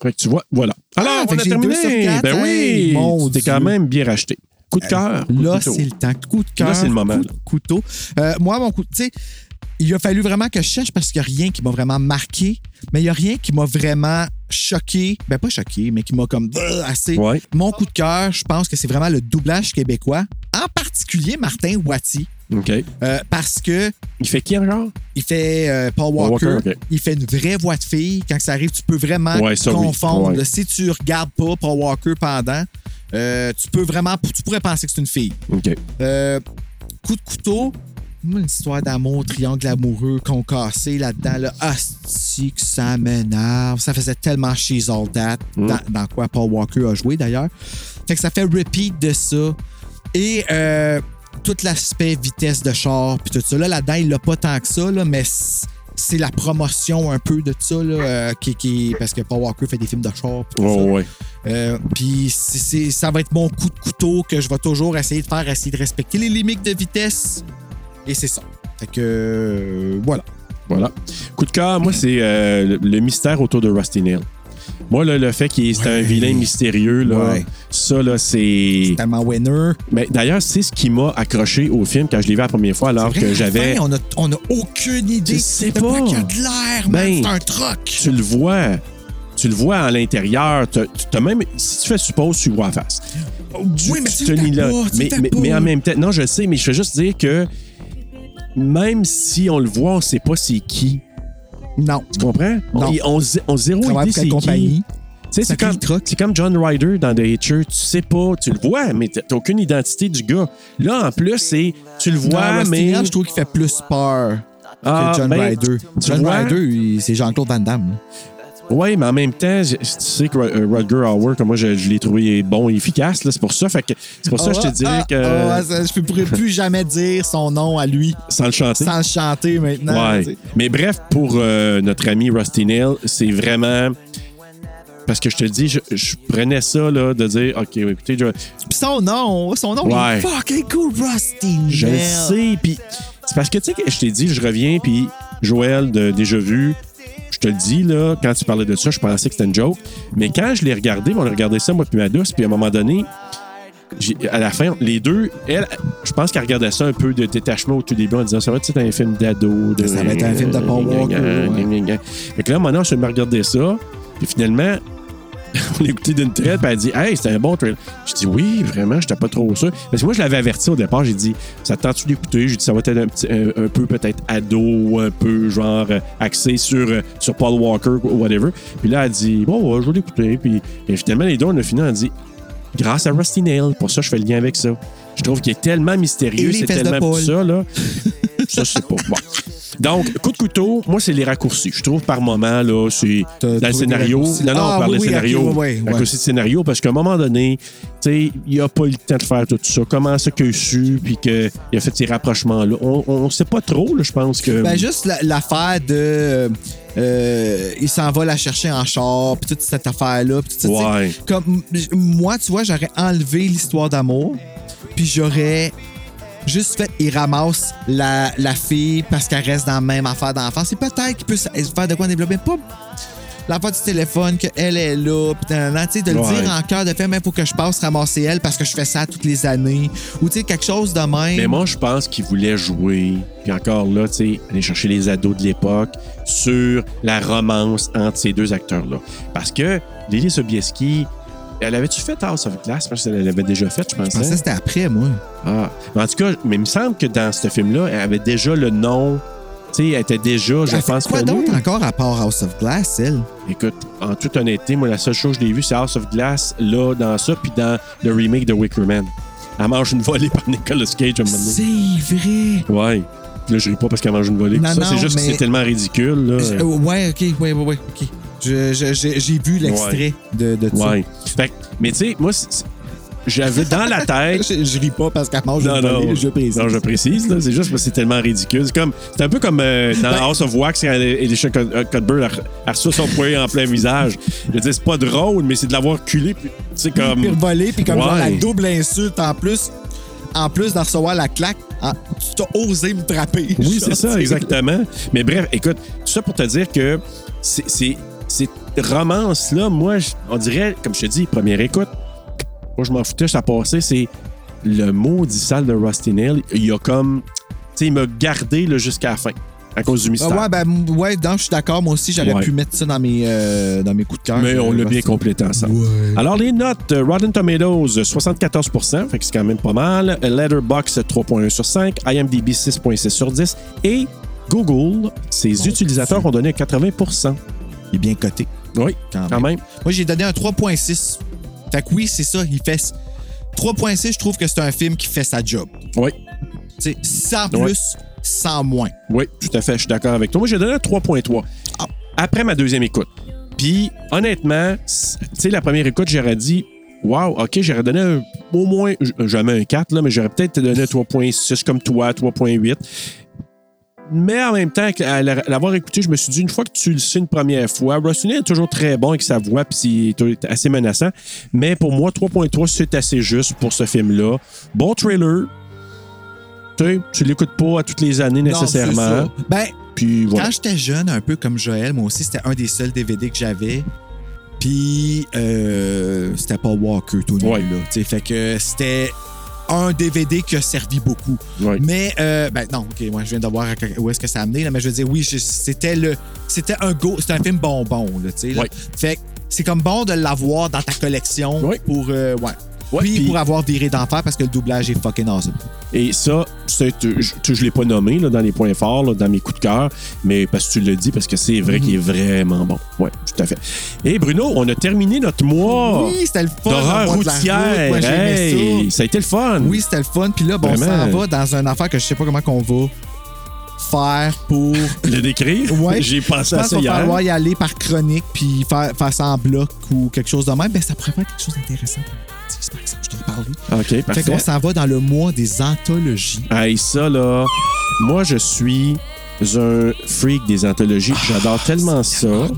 Fait que tu vois, voilà. Alors,
Ah, fait
on
que
a
j'ai
terminé.
deux sur quatre.
ben
Hey,
oui,
mon
t'es
Dieu. Euh,
quand même bien racheté. Coup de cœur. Euh, coup de
Là,
couteau.
c'est le temps. Coup de cœur.
Là, c'est le moment,
Coup de couteau. Euh, moi, mon coup, tu sais, il a fallu vraiment que je cherche parce qu'il n'y a rien qui m'a vraiment marqué, mais il n'y a rien qui m'a vraiment choqué. Ben, pas choqué, mais qui m'a comme euh, assez.
Ouais.
Mon coup de cœur, je pense que c'est vraiment le doublage québécois, en particulier Martin Watty,
OK.
euh, parce que
Il fait qui encore?
il fait euh, Paul Walker,
Walker, ok.
il fait une vraie voix de fille. Quand ça arrive, tu peux vraiment
Ouais, ça, oui.
confondre.
Ouais.
Si tu regardes pas Paul Walker pendant, euh, tu peux vraiment, tu pourrais penser que c'est une fille.
OK.
Euh, coup de couteau. Hum, Une histoire d'amour, triangle amoureux, concassé là-dedans. Là. Hostie, que ça m'énerve. Ça faisait tellement She's All That,
Mm.
dans, dans quoi Paul Walker a joué d'ailleurs. Fait que ça fait repeat de ça. Et euh, tout l'aspect vitesse de char, puis tout ça. Là, là-dedans, il l'a pas tant que ça, là, mais c- c'est la promotion un peu de ça, là, euh, qui, qui- parce que Paul Walker fait des films de char, puis tout ça.
ouais.
Euh, puis c'est- c'est- ça va être mon coup de couteau que je vais toujours essayer de faire, essayer de respecter les limites de vitesse. Et c'est ça. Fait que euh, voilà.
Voilà. Coup de cœur, moi, c'est euh, le, le mystère autour de Rusty Nail. Moi, là, le fait qu'il c'est un vilain mystérieux, là,
Ouais.
ça, là, c'est. C'est
tellement winner.
Mais d'ailleurs, c'est ce qui m'a accroché au film quand je l'ai vu la première fois, alors que j'avais.
Enfin, on a, on a aucune idée.
sais
de quoi
pas.
qu'il y a de l'air, man.
Ben,
C'est un truc.
Tu le vois. Tu le vois à l'intérieur. T'as- t'as même, si tu fais suppose, tu le vois à face.
oui, mais tu
te
le tapes
lis là.
pas, tu le
mais,
tapes
mais-
pas.
mais en même temps, non, je sais, mais je veux juste dire que même si on le voit, on sait pas c'est qui.
Non.
Tu comprends?
Non.
On, on, zé- on zéro
Travaille
idée
pour quelle
c'est
compagnie?
qui. Tu sais, C'est comme, c'est comme John Ryder dans The Hitcher. Tu sais pas, tu le vois, mais t'as t'as aucune identité du gars. Là, en plus, c'est tu le
Non,
vois,
Rusty
mais.
Nail, je trouve qu'il fait plus peur
Ah,
que John
ben,
Ryder.
tu
John
vois-
Ryder, il- c'est Jean-Claude Van Damme.
Oui, mais en même temps, je- tu sais que Ru- euh, Rutger Hauer, que moi, je, je l'ai trouvé bon et efficace, là, c'est pour ça. Fait que c'est pour ça
Ah,
que je te dirais que.
je ne pourrais plus jamais dire son nom à lui
sans le chanter.
sans le chanter maintenant.
Ouais.
tu sais.
Mais bref, pour euh, notre ami Rusty Nail, c'est vraiment. Parce que je te le dis, je, je prenais ça là, de dire, OK, écoutez, je,
Puis son nom, son nom, il
Ouais.
est fucking cool, Rusty.
je le
Nail.
sais. Puis c'est parce que, tu sais, que je t'ai dit, je reviens, puis Joël de Déjà Vu, je te le dis, là, quand tu parlais de ça, je pensais que c'était une joke. Mais quand je l'ai regardé, on a regardé ça, moi, puis ma douce, puis à un moment donné, j'ai- à la fin, les deux, elle, je pense qu'elle regardait ça un peu de détachement au tout début en disant ça va être un film d'ado. De...
Ça va être un film de Paul Walker, ouais.
Fait que là, maintenant, je me regardais ça, puis finalement, [LAUGHS] on l'a écouté d'une traite, puis elle dit Hey, c'était un bon trailer. Je dis Oui, vraiment, j'étais pas trop sûr. Parce que moi, je l'avais averti au départ, j'ai dit Ça te tente-tu d'écouter J'ai dit Ça va être un, petit- un- un peu peut-être ado, un peu genre euh, axé sur, euh, sur Paul Walker, ou whatever. Puis là, elle dit Bon, ouais, je vais l'écouter. Puis et finalement, les deux, on a fini, on dit grâce à Rusty Nail. Pour ça, je fais le lien avec ça. Je trouve qu'il est tellement
Et
mystérieux,
les
c'est
fesses de
tellement tout
Paul.
ça, là. ça, c'est pas bon. Donc, coup de couteau, moi, c'est les raccourcis. Je trouve par moment, là, c'est dans le
Ah, trouvé des
scénario.
raccourcis?
Non, non,
Ah,
par
oui,
le
oui,
scénario.
ok, ouais, ouais, ouais.
Raccourcis de scénario, parce qu'à un moment donné, tu sais, il a pas eu le temps de faire tout ça. Comment ça qu'il a su, puis qu'il a fait ces rapprochements-là. On, on sait pas trop, là, je pense que.
Ben, juste la- l'affaire de. euh, euh, il s'en va la chercher en char, puis toute cette affaire-là. puis tout ça, tu sais.
Ouais.
Comme, m- j- moi, tu vois, j'aurais enlevé l'histoire d'amour, puis j'aurais juste fait, il ramasse la, la fille parce qu'elle reste dans la même affaire d'enfance. Et peut-être qu'il peut s- faire de quoi développer. Pas l'affaire du téléphone, qu'elle est là, puis nanana, tu sais, de le
Ouais.
dire en cœur de fait, mais faut que je passe ramasser elle parce que je fais ça toutes les années. Ou tu sais, quelque chose de même.
Mais moi, je pense qu'il voulait jouer, puis encore là, tu sais, aller chercher les ados de l'époque sur la romance entre ces deux acteurs-là. Parce que Lily Sobieski, elle avait-tu fait House of Glass? Parce qu'elle l'avait déjà fait, je hein?
je pensais que
pensais.
c'était après, moi.
Ah. Mais en tout cas, mais il me semble que dans ce film-là, elle avait déjà le nom. Tu sais, elle était déjà, je
Elle fait
pense,
quoi
connue.
d'autre encore à part House of Glass, elle?
Écoute, en toute honnêteté, moi, la seule chose que je l'ai vue, c'est House of Glass, là, dans ça, puis dans le remake de Wicker Man. Elle mange une volée [LAUGHS] par Nicolas Cage à un moment donné.
C'est vrai!
Ouais. Puis là, je ris pas parce qu'elle mange une volée.
Non,
tout ça, c'est
non,
juste que
mais-
c'est tellement ridicule. Là.
Euh, ouais, ok, ouais, ouais, ouais, ok. Je- je- je- J'ai vu l'extrait de, de ça.
Ouais. Fait que- mais tu sais, moi, c'est- c'est- j'avais dans
[LAUGHS]
la tête.
je, je ris pas parce qu'elle mange
Non,
une volée,
non,
je précise.
non, je précise, là, c'est juste parce que c'est tellement ridicule. C'est comme, c'est un peu comme euh,
Ben-
dans House of Wax quand Elisha Cuthbert a- a reçu son poing en plein visage. Je veux dire, c'est pas drôle, mais c'est de l'avoir culé, puis tu sais, comme.
Puis volée, puis comme genre,
Ouais.
la double insulte en plus, en plus de recevoir la claque, en- tu t'as osé me frapper.
Oui, c'est
Genre,
ça,
tu sais.
exactement. Mais bref, écoute, tout ça pour te dire que c'est- c'est- ces romances-là, moi, je- on dirait, comme je te dis, première écoute, moi, je m'en foutais, ça passait, c'est le maudit sale de Rusty Nail. Il a comme, tu sais, il m'a gardé là, jusqu'à la fin à cause du
Ah
mystère.
ouais, ben, m- ouais, non, je suis d'accord. Moi aussi, j'aurais
Ouais.
pu mettre ça dans mes, euh, dans mes coups de cœur.
Mais on
Euh,
l'a bien
parce-
complété ensemble. Alors, les notes, euh, Rotten Tomatoes, euh, 74 fait que c'est quand même pas mal. Euh, Letterboxd, 3.1 sur 5. IMDb, 6.6 sur 10. Et Google, ses utilisateurs ont donné 80
Il est bien coté.
Oui,
quand,
même.
Moi, j'ai donné un 3.6. Fait que oui, c'est ça, il fait... 3.6, je trouve que c'est un film qui fait sa job.
Oui.
T'sais, sans plus,
Ouais.
sans moins.
Oui, tout à fait, je suis d'accord avec toi. Moi, j'ai donné un 3.3 après ma deuxième écoute. Puis, honnêtement, c- tu sais, la première écoute, j'aurais dit, wow, OK, j'aurais donné un- au moins, j- jamais un 4, là, mais j'aurais peut-être donné un 3.6 comme toi, 3.8. Mais en même temps, à l'a- l'avoir écouté, je me suis dit, une fois que tu le sais une première fois, Russell est toujours très bon avec sa voix, puis c'est t- assez menaçant. Mais pour moi, 3.3, c'est assez juste pour ce film-là. Bon trailer. Tu sais, tu l'écoutes pas à toutes les années
Non, c'est
nécessairement.
ça. Ben,
puis voilà.
Quand j'étais jeune, un peu comme Joël, moi aussi, c'était un des seuls DVD que j'avais. Puis, euh, c'était pas Walker, tout nu, là. Tu sais, Fait que c'était un DVD qui a servi beaucoup. Mais, euh, ben non, OK, moi, je viens de voir à que- où est-ce que ça a amené, là, mais je veux dire, oui, je- c'était le... C'était un go... C'était un film bonbon, là, tu sais. là. Fait que c'est comme bon de l'avoir dans ta collection pour... euh, ouais. puis, pour avoir viré d'enfer parce que le doublage est fucking awesome.
Et ça, c'est- tu- je ne l'ai pas nommé là, dans les points forts, là, dans mes coups de cœur, mais parce que tu le dis, parce que c'est vrai
Mhm.
qu'il est vraiment bon. Oui, tout à fait. Et Bruno, on a terminé notre mois
Oui, c'était le fun,
Oh. d'horreur
le mois de la
routière.
route. Moi, j'aimais
Hey, ça. a été le fun.
Oui, c'était le fun. Puis là, bon, on
Vraiment.
s'en va dans un affaire que je sais pas comment qu'on va faire
[LAUGHS]
pour.
Le décrire,
Ouais.
j'ai pensé à
Je pense
ça
qu'il va
hier.
falloir y aller par chronique puis faire, faire ça en bloc ou quelque chose de même. Ben, ça pourrait faire quelque chose d'intéressant. Par exemple, je t'en parlais.
OK,
Fait
parfait.
qu'on s'en va dans le mois des anthologies.
Hey, ça, là, moi, je suis un freak des anthologies.
Ah,
J'adore tellement ça.
Oh,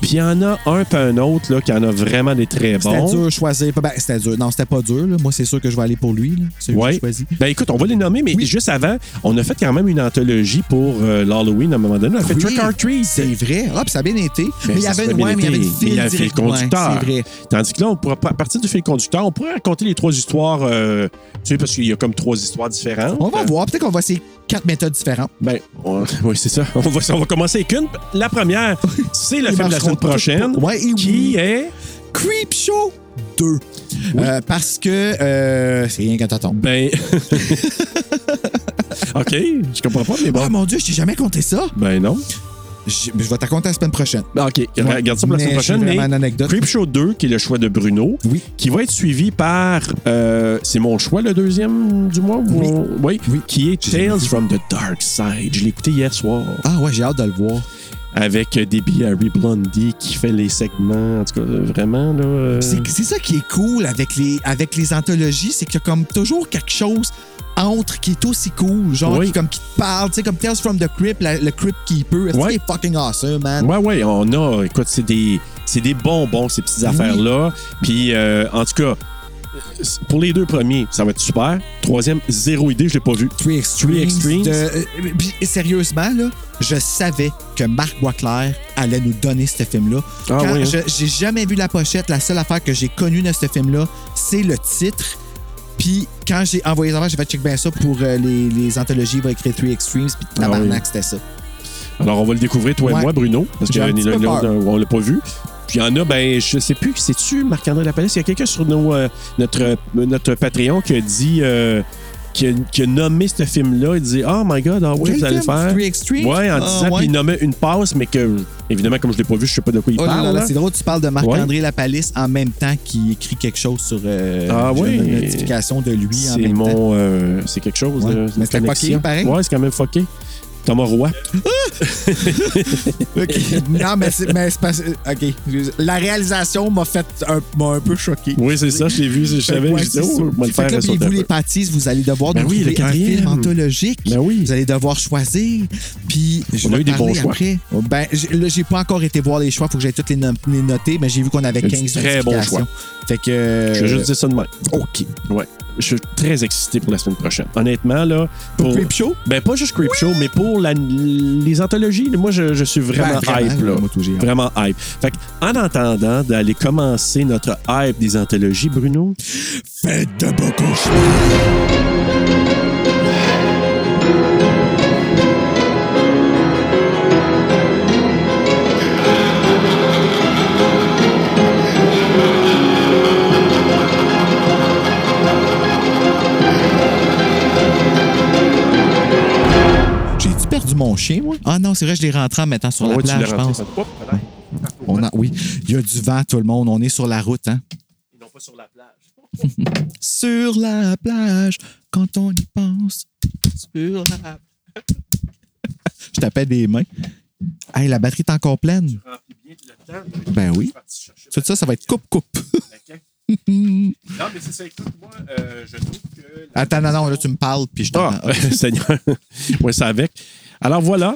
Puis il y en a un pas un autre là, qui en a vraiment des très
C'était
bons.
dur de choisir. Ben, c'était dur. Non, c'était pas dur. là. Moi, c'est sûr que je vais aller pour lui. là, celui que
Ouais.
j'ai choisi.
Ben écoute, on va les nommer, mais juste avant, on a fait quand même une anthologie pour euh, l'Halloween à un moment donné. On a fait
Oui,
Trick or Treat. Ben,
C'est vrai. Ah, puis ça a bien été. mais il y
ça
avait
serait
une
bien
ouais, mais il y avait
été. Mais
une
il
file
y avait le fil
directe. Ouais,
conducteur.
C'est vrai.
Tandis que là, on pourra, à partir du fil conducteur, on pourrait raconter les trois histoires, euh, tu sais, parce qu'il y a comme trois histoires différentes.
On va voir. Peut-être qu'on va essayer quatre méthodes différentes.
Ben, on- [LAUGHS] oui, c'est ça. On va, on va commencer avec une. La première, c'est le film de la semaine prochaine. qui est
Creepshow 2. Euh, parce que euh, c'est rien quand t'attends.
Ben. [LAUGHS] OK, je comprends pas, mais bon.
Oh mon Dieu, je t'ai jamais compté ça.
Ben non. Ben,
Je, mais je vais te raconter la semaine prochaine.
OK,
Ouais,
regarde ça pour la
mais
semaine prochaine.
j'ai vraiment
Mais
une anecdote.
Creepshow 2, qui est le choix de Bruno, qui va être suivi par. euh, c'est mon choix, le deuxième du mois ou- Oui. qui est Tales from the Dark Side. Je l'ai écouté hier soir.
Ah ouais, j'ai hâte de le voir.
Avec euh, Debbie Harry Blondie qui fait les segments. En tout cas, euh, vraiment, là. euh,
C'est c'est ça qui est cool avec les, avec les anthologies, c'est qu'il y a comme toujours quelque chose entre qui est aussi cool, genre
Oui.
qui, comme, qui te parle, tu sais, comme Tales from the Crypt, la- le Crypt Keeper, est-ce
Ouais.
qu'il est fucking awesome, man?
Ouais, ouais, on a. Écoute, c'est des, c'est des bonbons, ces petites affaires-là. Puis, euh, en tout cas, c'est- pour les deux premiers, ça va être super. Troisième, zéro idée, je l'ai pas vu.
Three Extremes.
Three Extremes.
de- euh, puis, sérieusement, là, je savais que Marc Boisclair allait nous donner ce film-là.
Ah
Quand
oui, hein?
je- j'ai jamais vu la pochette, la seule affaire que j'ai connue de ce film-là, c'est le titre. Puis quand j'ai envoyé les affaires, j'ai fait check bien ça pour euh, les, les anthologies, il va écrire Three Extremes, puis tabarnak,
Ah oui.
c'était ça.
Alors, on va le découvrir, toi
Ouais.
et moi, Bruno, parce
J'ai
qu'on
un petit peu peur.
on l'a pas vu. Puis, il y en a, ben, je sais plus, c'est-tu Marc-André Lapalisse? Il y a quelqu'un sur nos, euh, notre, euh, notre Patreon qui a dit. euh, qui a, qui a nommé ce film-là, il dit Oh my god, ah oui,
Quel
vous allez le
film?
faire.
Three Extremes?
Ouais, en
Ah,
disant,
ouais.
puis il nommait une passe, mais que, évidemment, comme je l'ai pas vu, je sais pas de quoi il
Oh là
parle.
là,
là.
c'est drôle, tu parles de Marc-André
Ouais.
Lapalisse en même temps qui écrit quelque chose sur euh,
Ah
j'ai
oui.
une notification de lui en
C'est
même temps.
mon. euh, c'est quelque chose.
Ouais.
là,
Mais
une
c'était
connexion.
fucké, pareil.
Ouais, c'est quand même fucké. Thomas Roy.
Ok. [LAUGHS] Non, mais c'est mais c'est parce euh, OK. La réalisation m'a fait un, m'a un peu choqué.
Oui, c'est ça, je l'ai vu, je savais, j'ai dit, oh, on va le
Fait que
faire
là, puis
sauter
vous,
un
les
peu.
pâtisses, vous allez devoir
Ben
nous
oui, le
trouver un
quatrième.
film anthologique.
oui.
Vous allez devoir choisir. Puis, je
On a
vais
eu des
parler
bons choix.
après. Ben, j'ai- là, j'ai pas encore été voir les choix. Faut que j'aille toutes les, nom- les noter, mais j'ai vu qu'on avait
Il y a
15
du très bon
notifications.
choix.
Fait que.
Je vais juste dire ça de même.
Euh, OK.
Ouais. Je suis très excité pour la semaine prochaine. Honnêtement, là. Pour,
Creepshow?
Ben, pas juste Creepshow, mais pour la- les anthologies. Moi, je, je suis vraiment,
Ben, vraiment,
hype, là.
moi, tout, j'ai hâte.
Vraiment hype. Fait que, en entendant d'aller commencer notre hype des anthologies, Bruno.
Faites de beaucoup J'ai-tu perdu mon chien, moi? Oh, Ah non, c'est vrai, je l'ai rentré en me mettant sur la
Ouais, tu
plage,
l'as
je
rentré,
pense.
ça te- Oups, peut-être.
On a, oui, il y a du vent, tout le monde. On est sur la route, hein? [LAUGHS]
Ils n'ont pas sur la plage.
sur la plage, quand on y pense. Sur la- [LAUGHS] Je tapais des mains. Hey, la batterie est encore pleine. Ben oui. Tout ça, ça va être coupe-coupe.
Non, mais c'est ça, écoute-moi, euh, je trouve que.
Attends, non, non, là, tu me parles, puis je t'entends.
Seigneur. ouais, c'est avec. Alors voilà,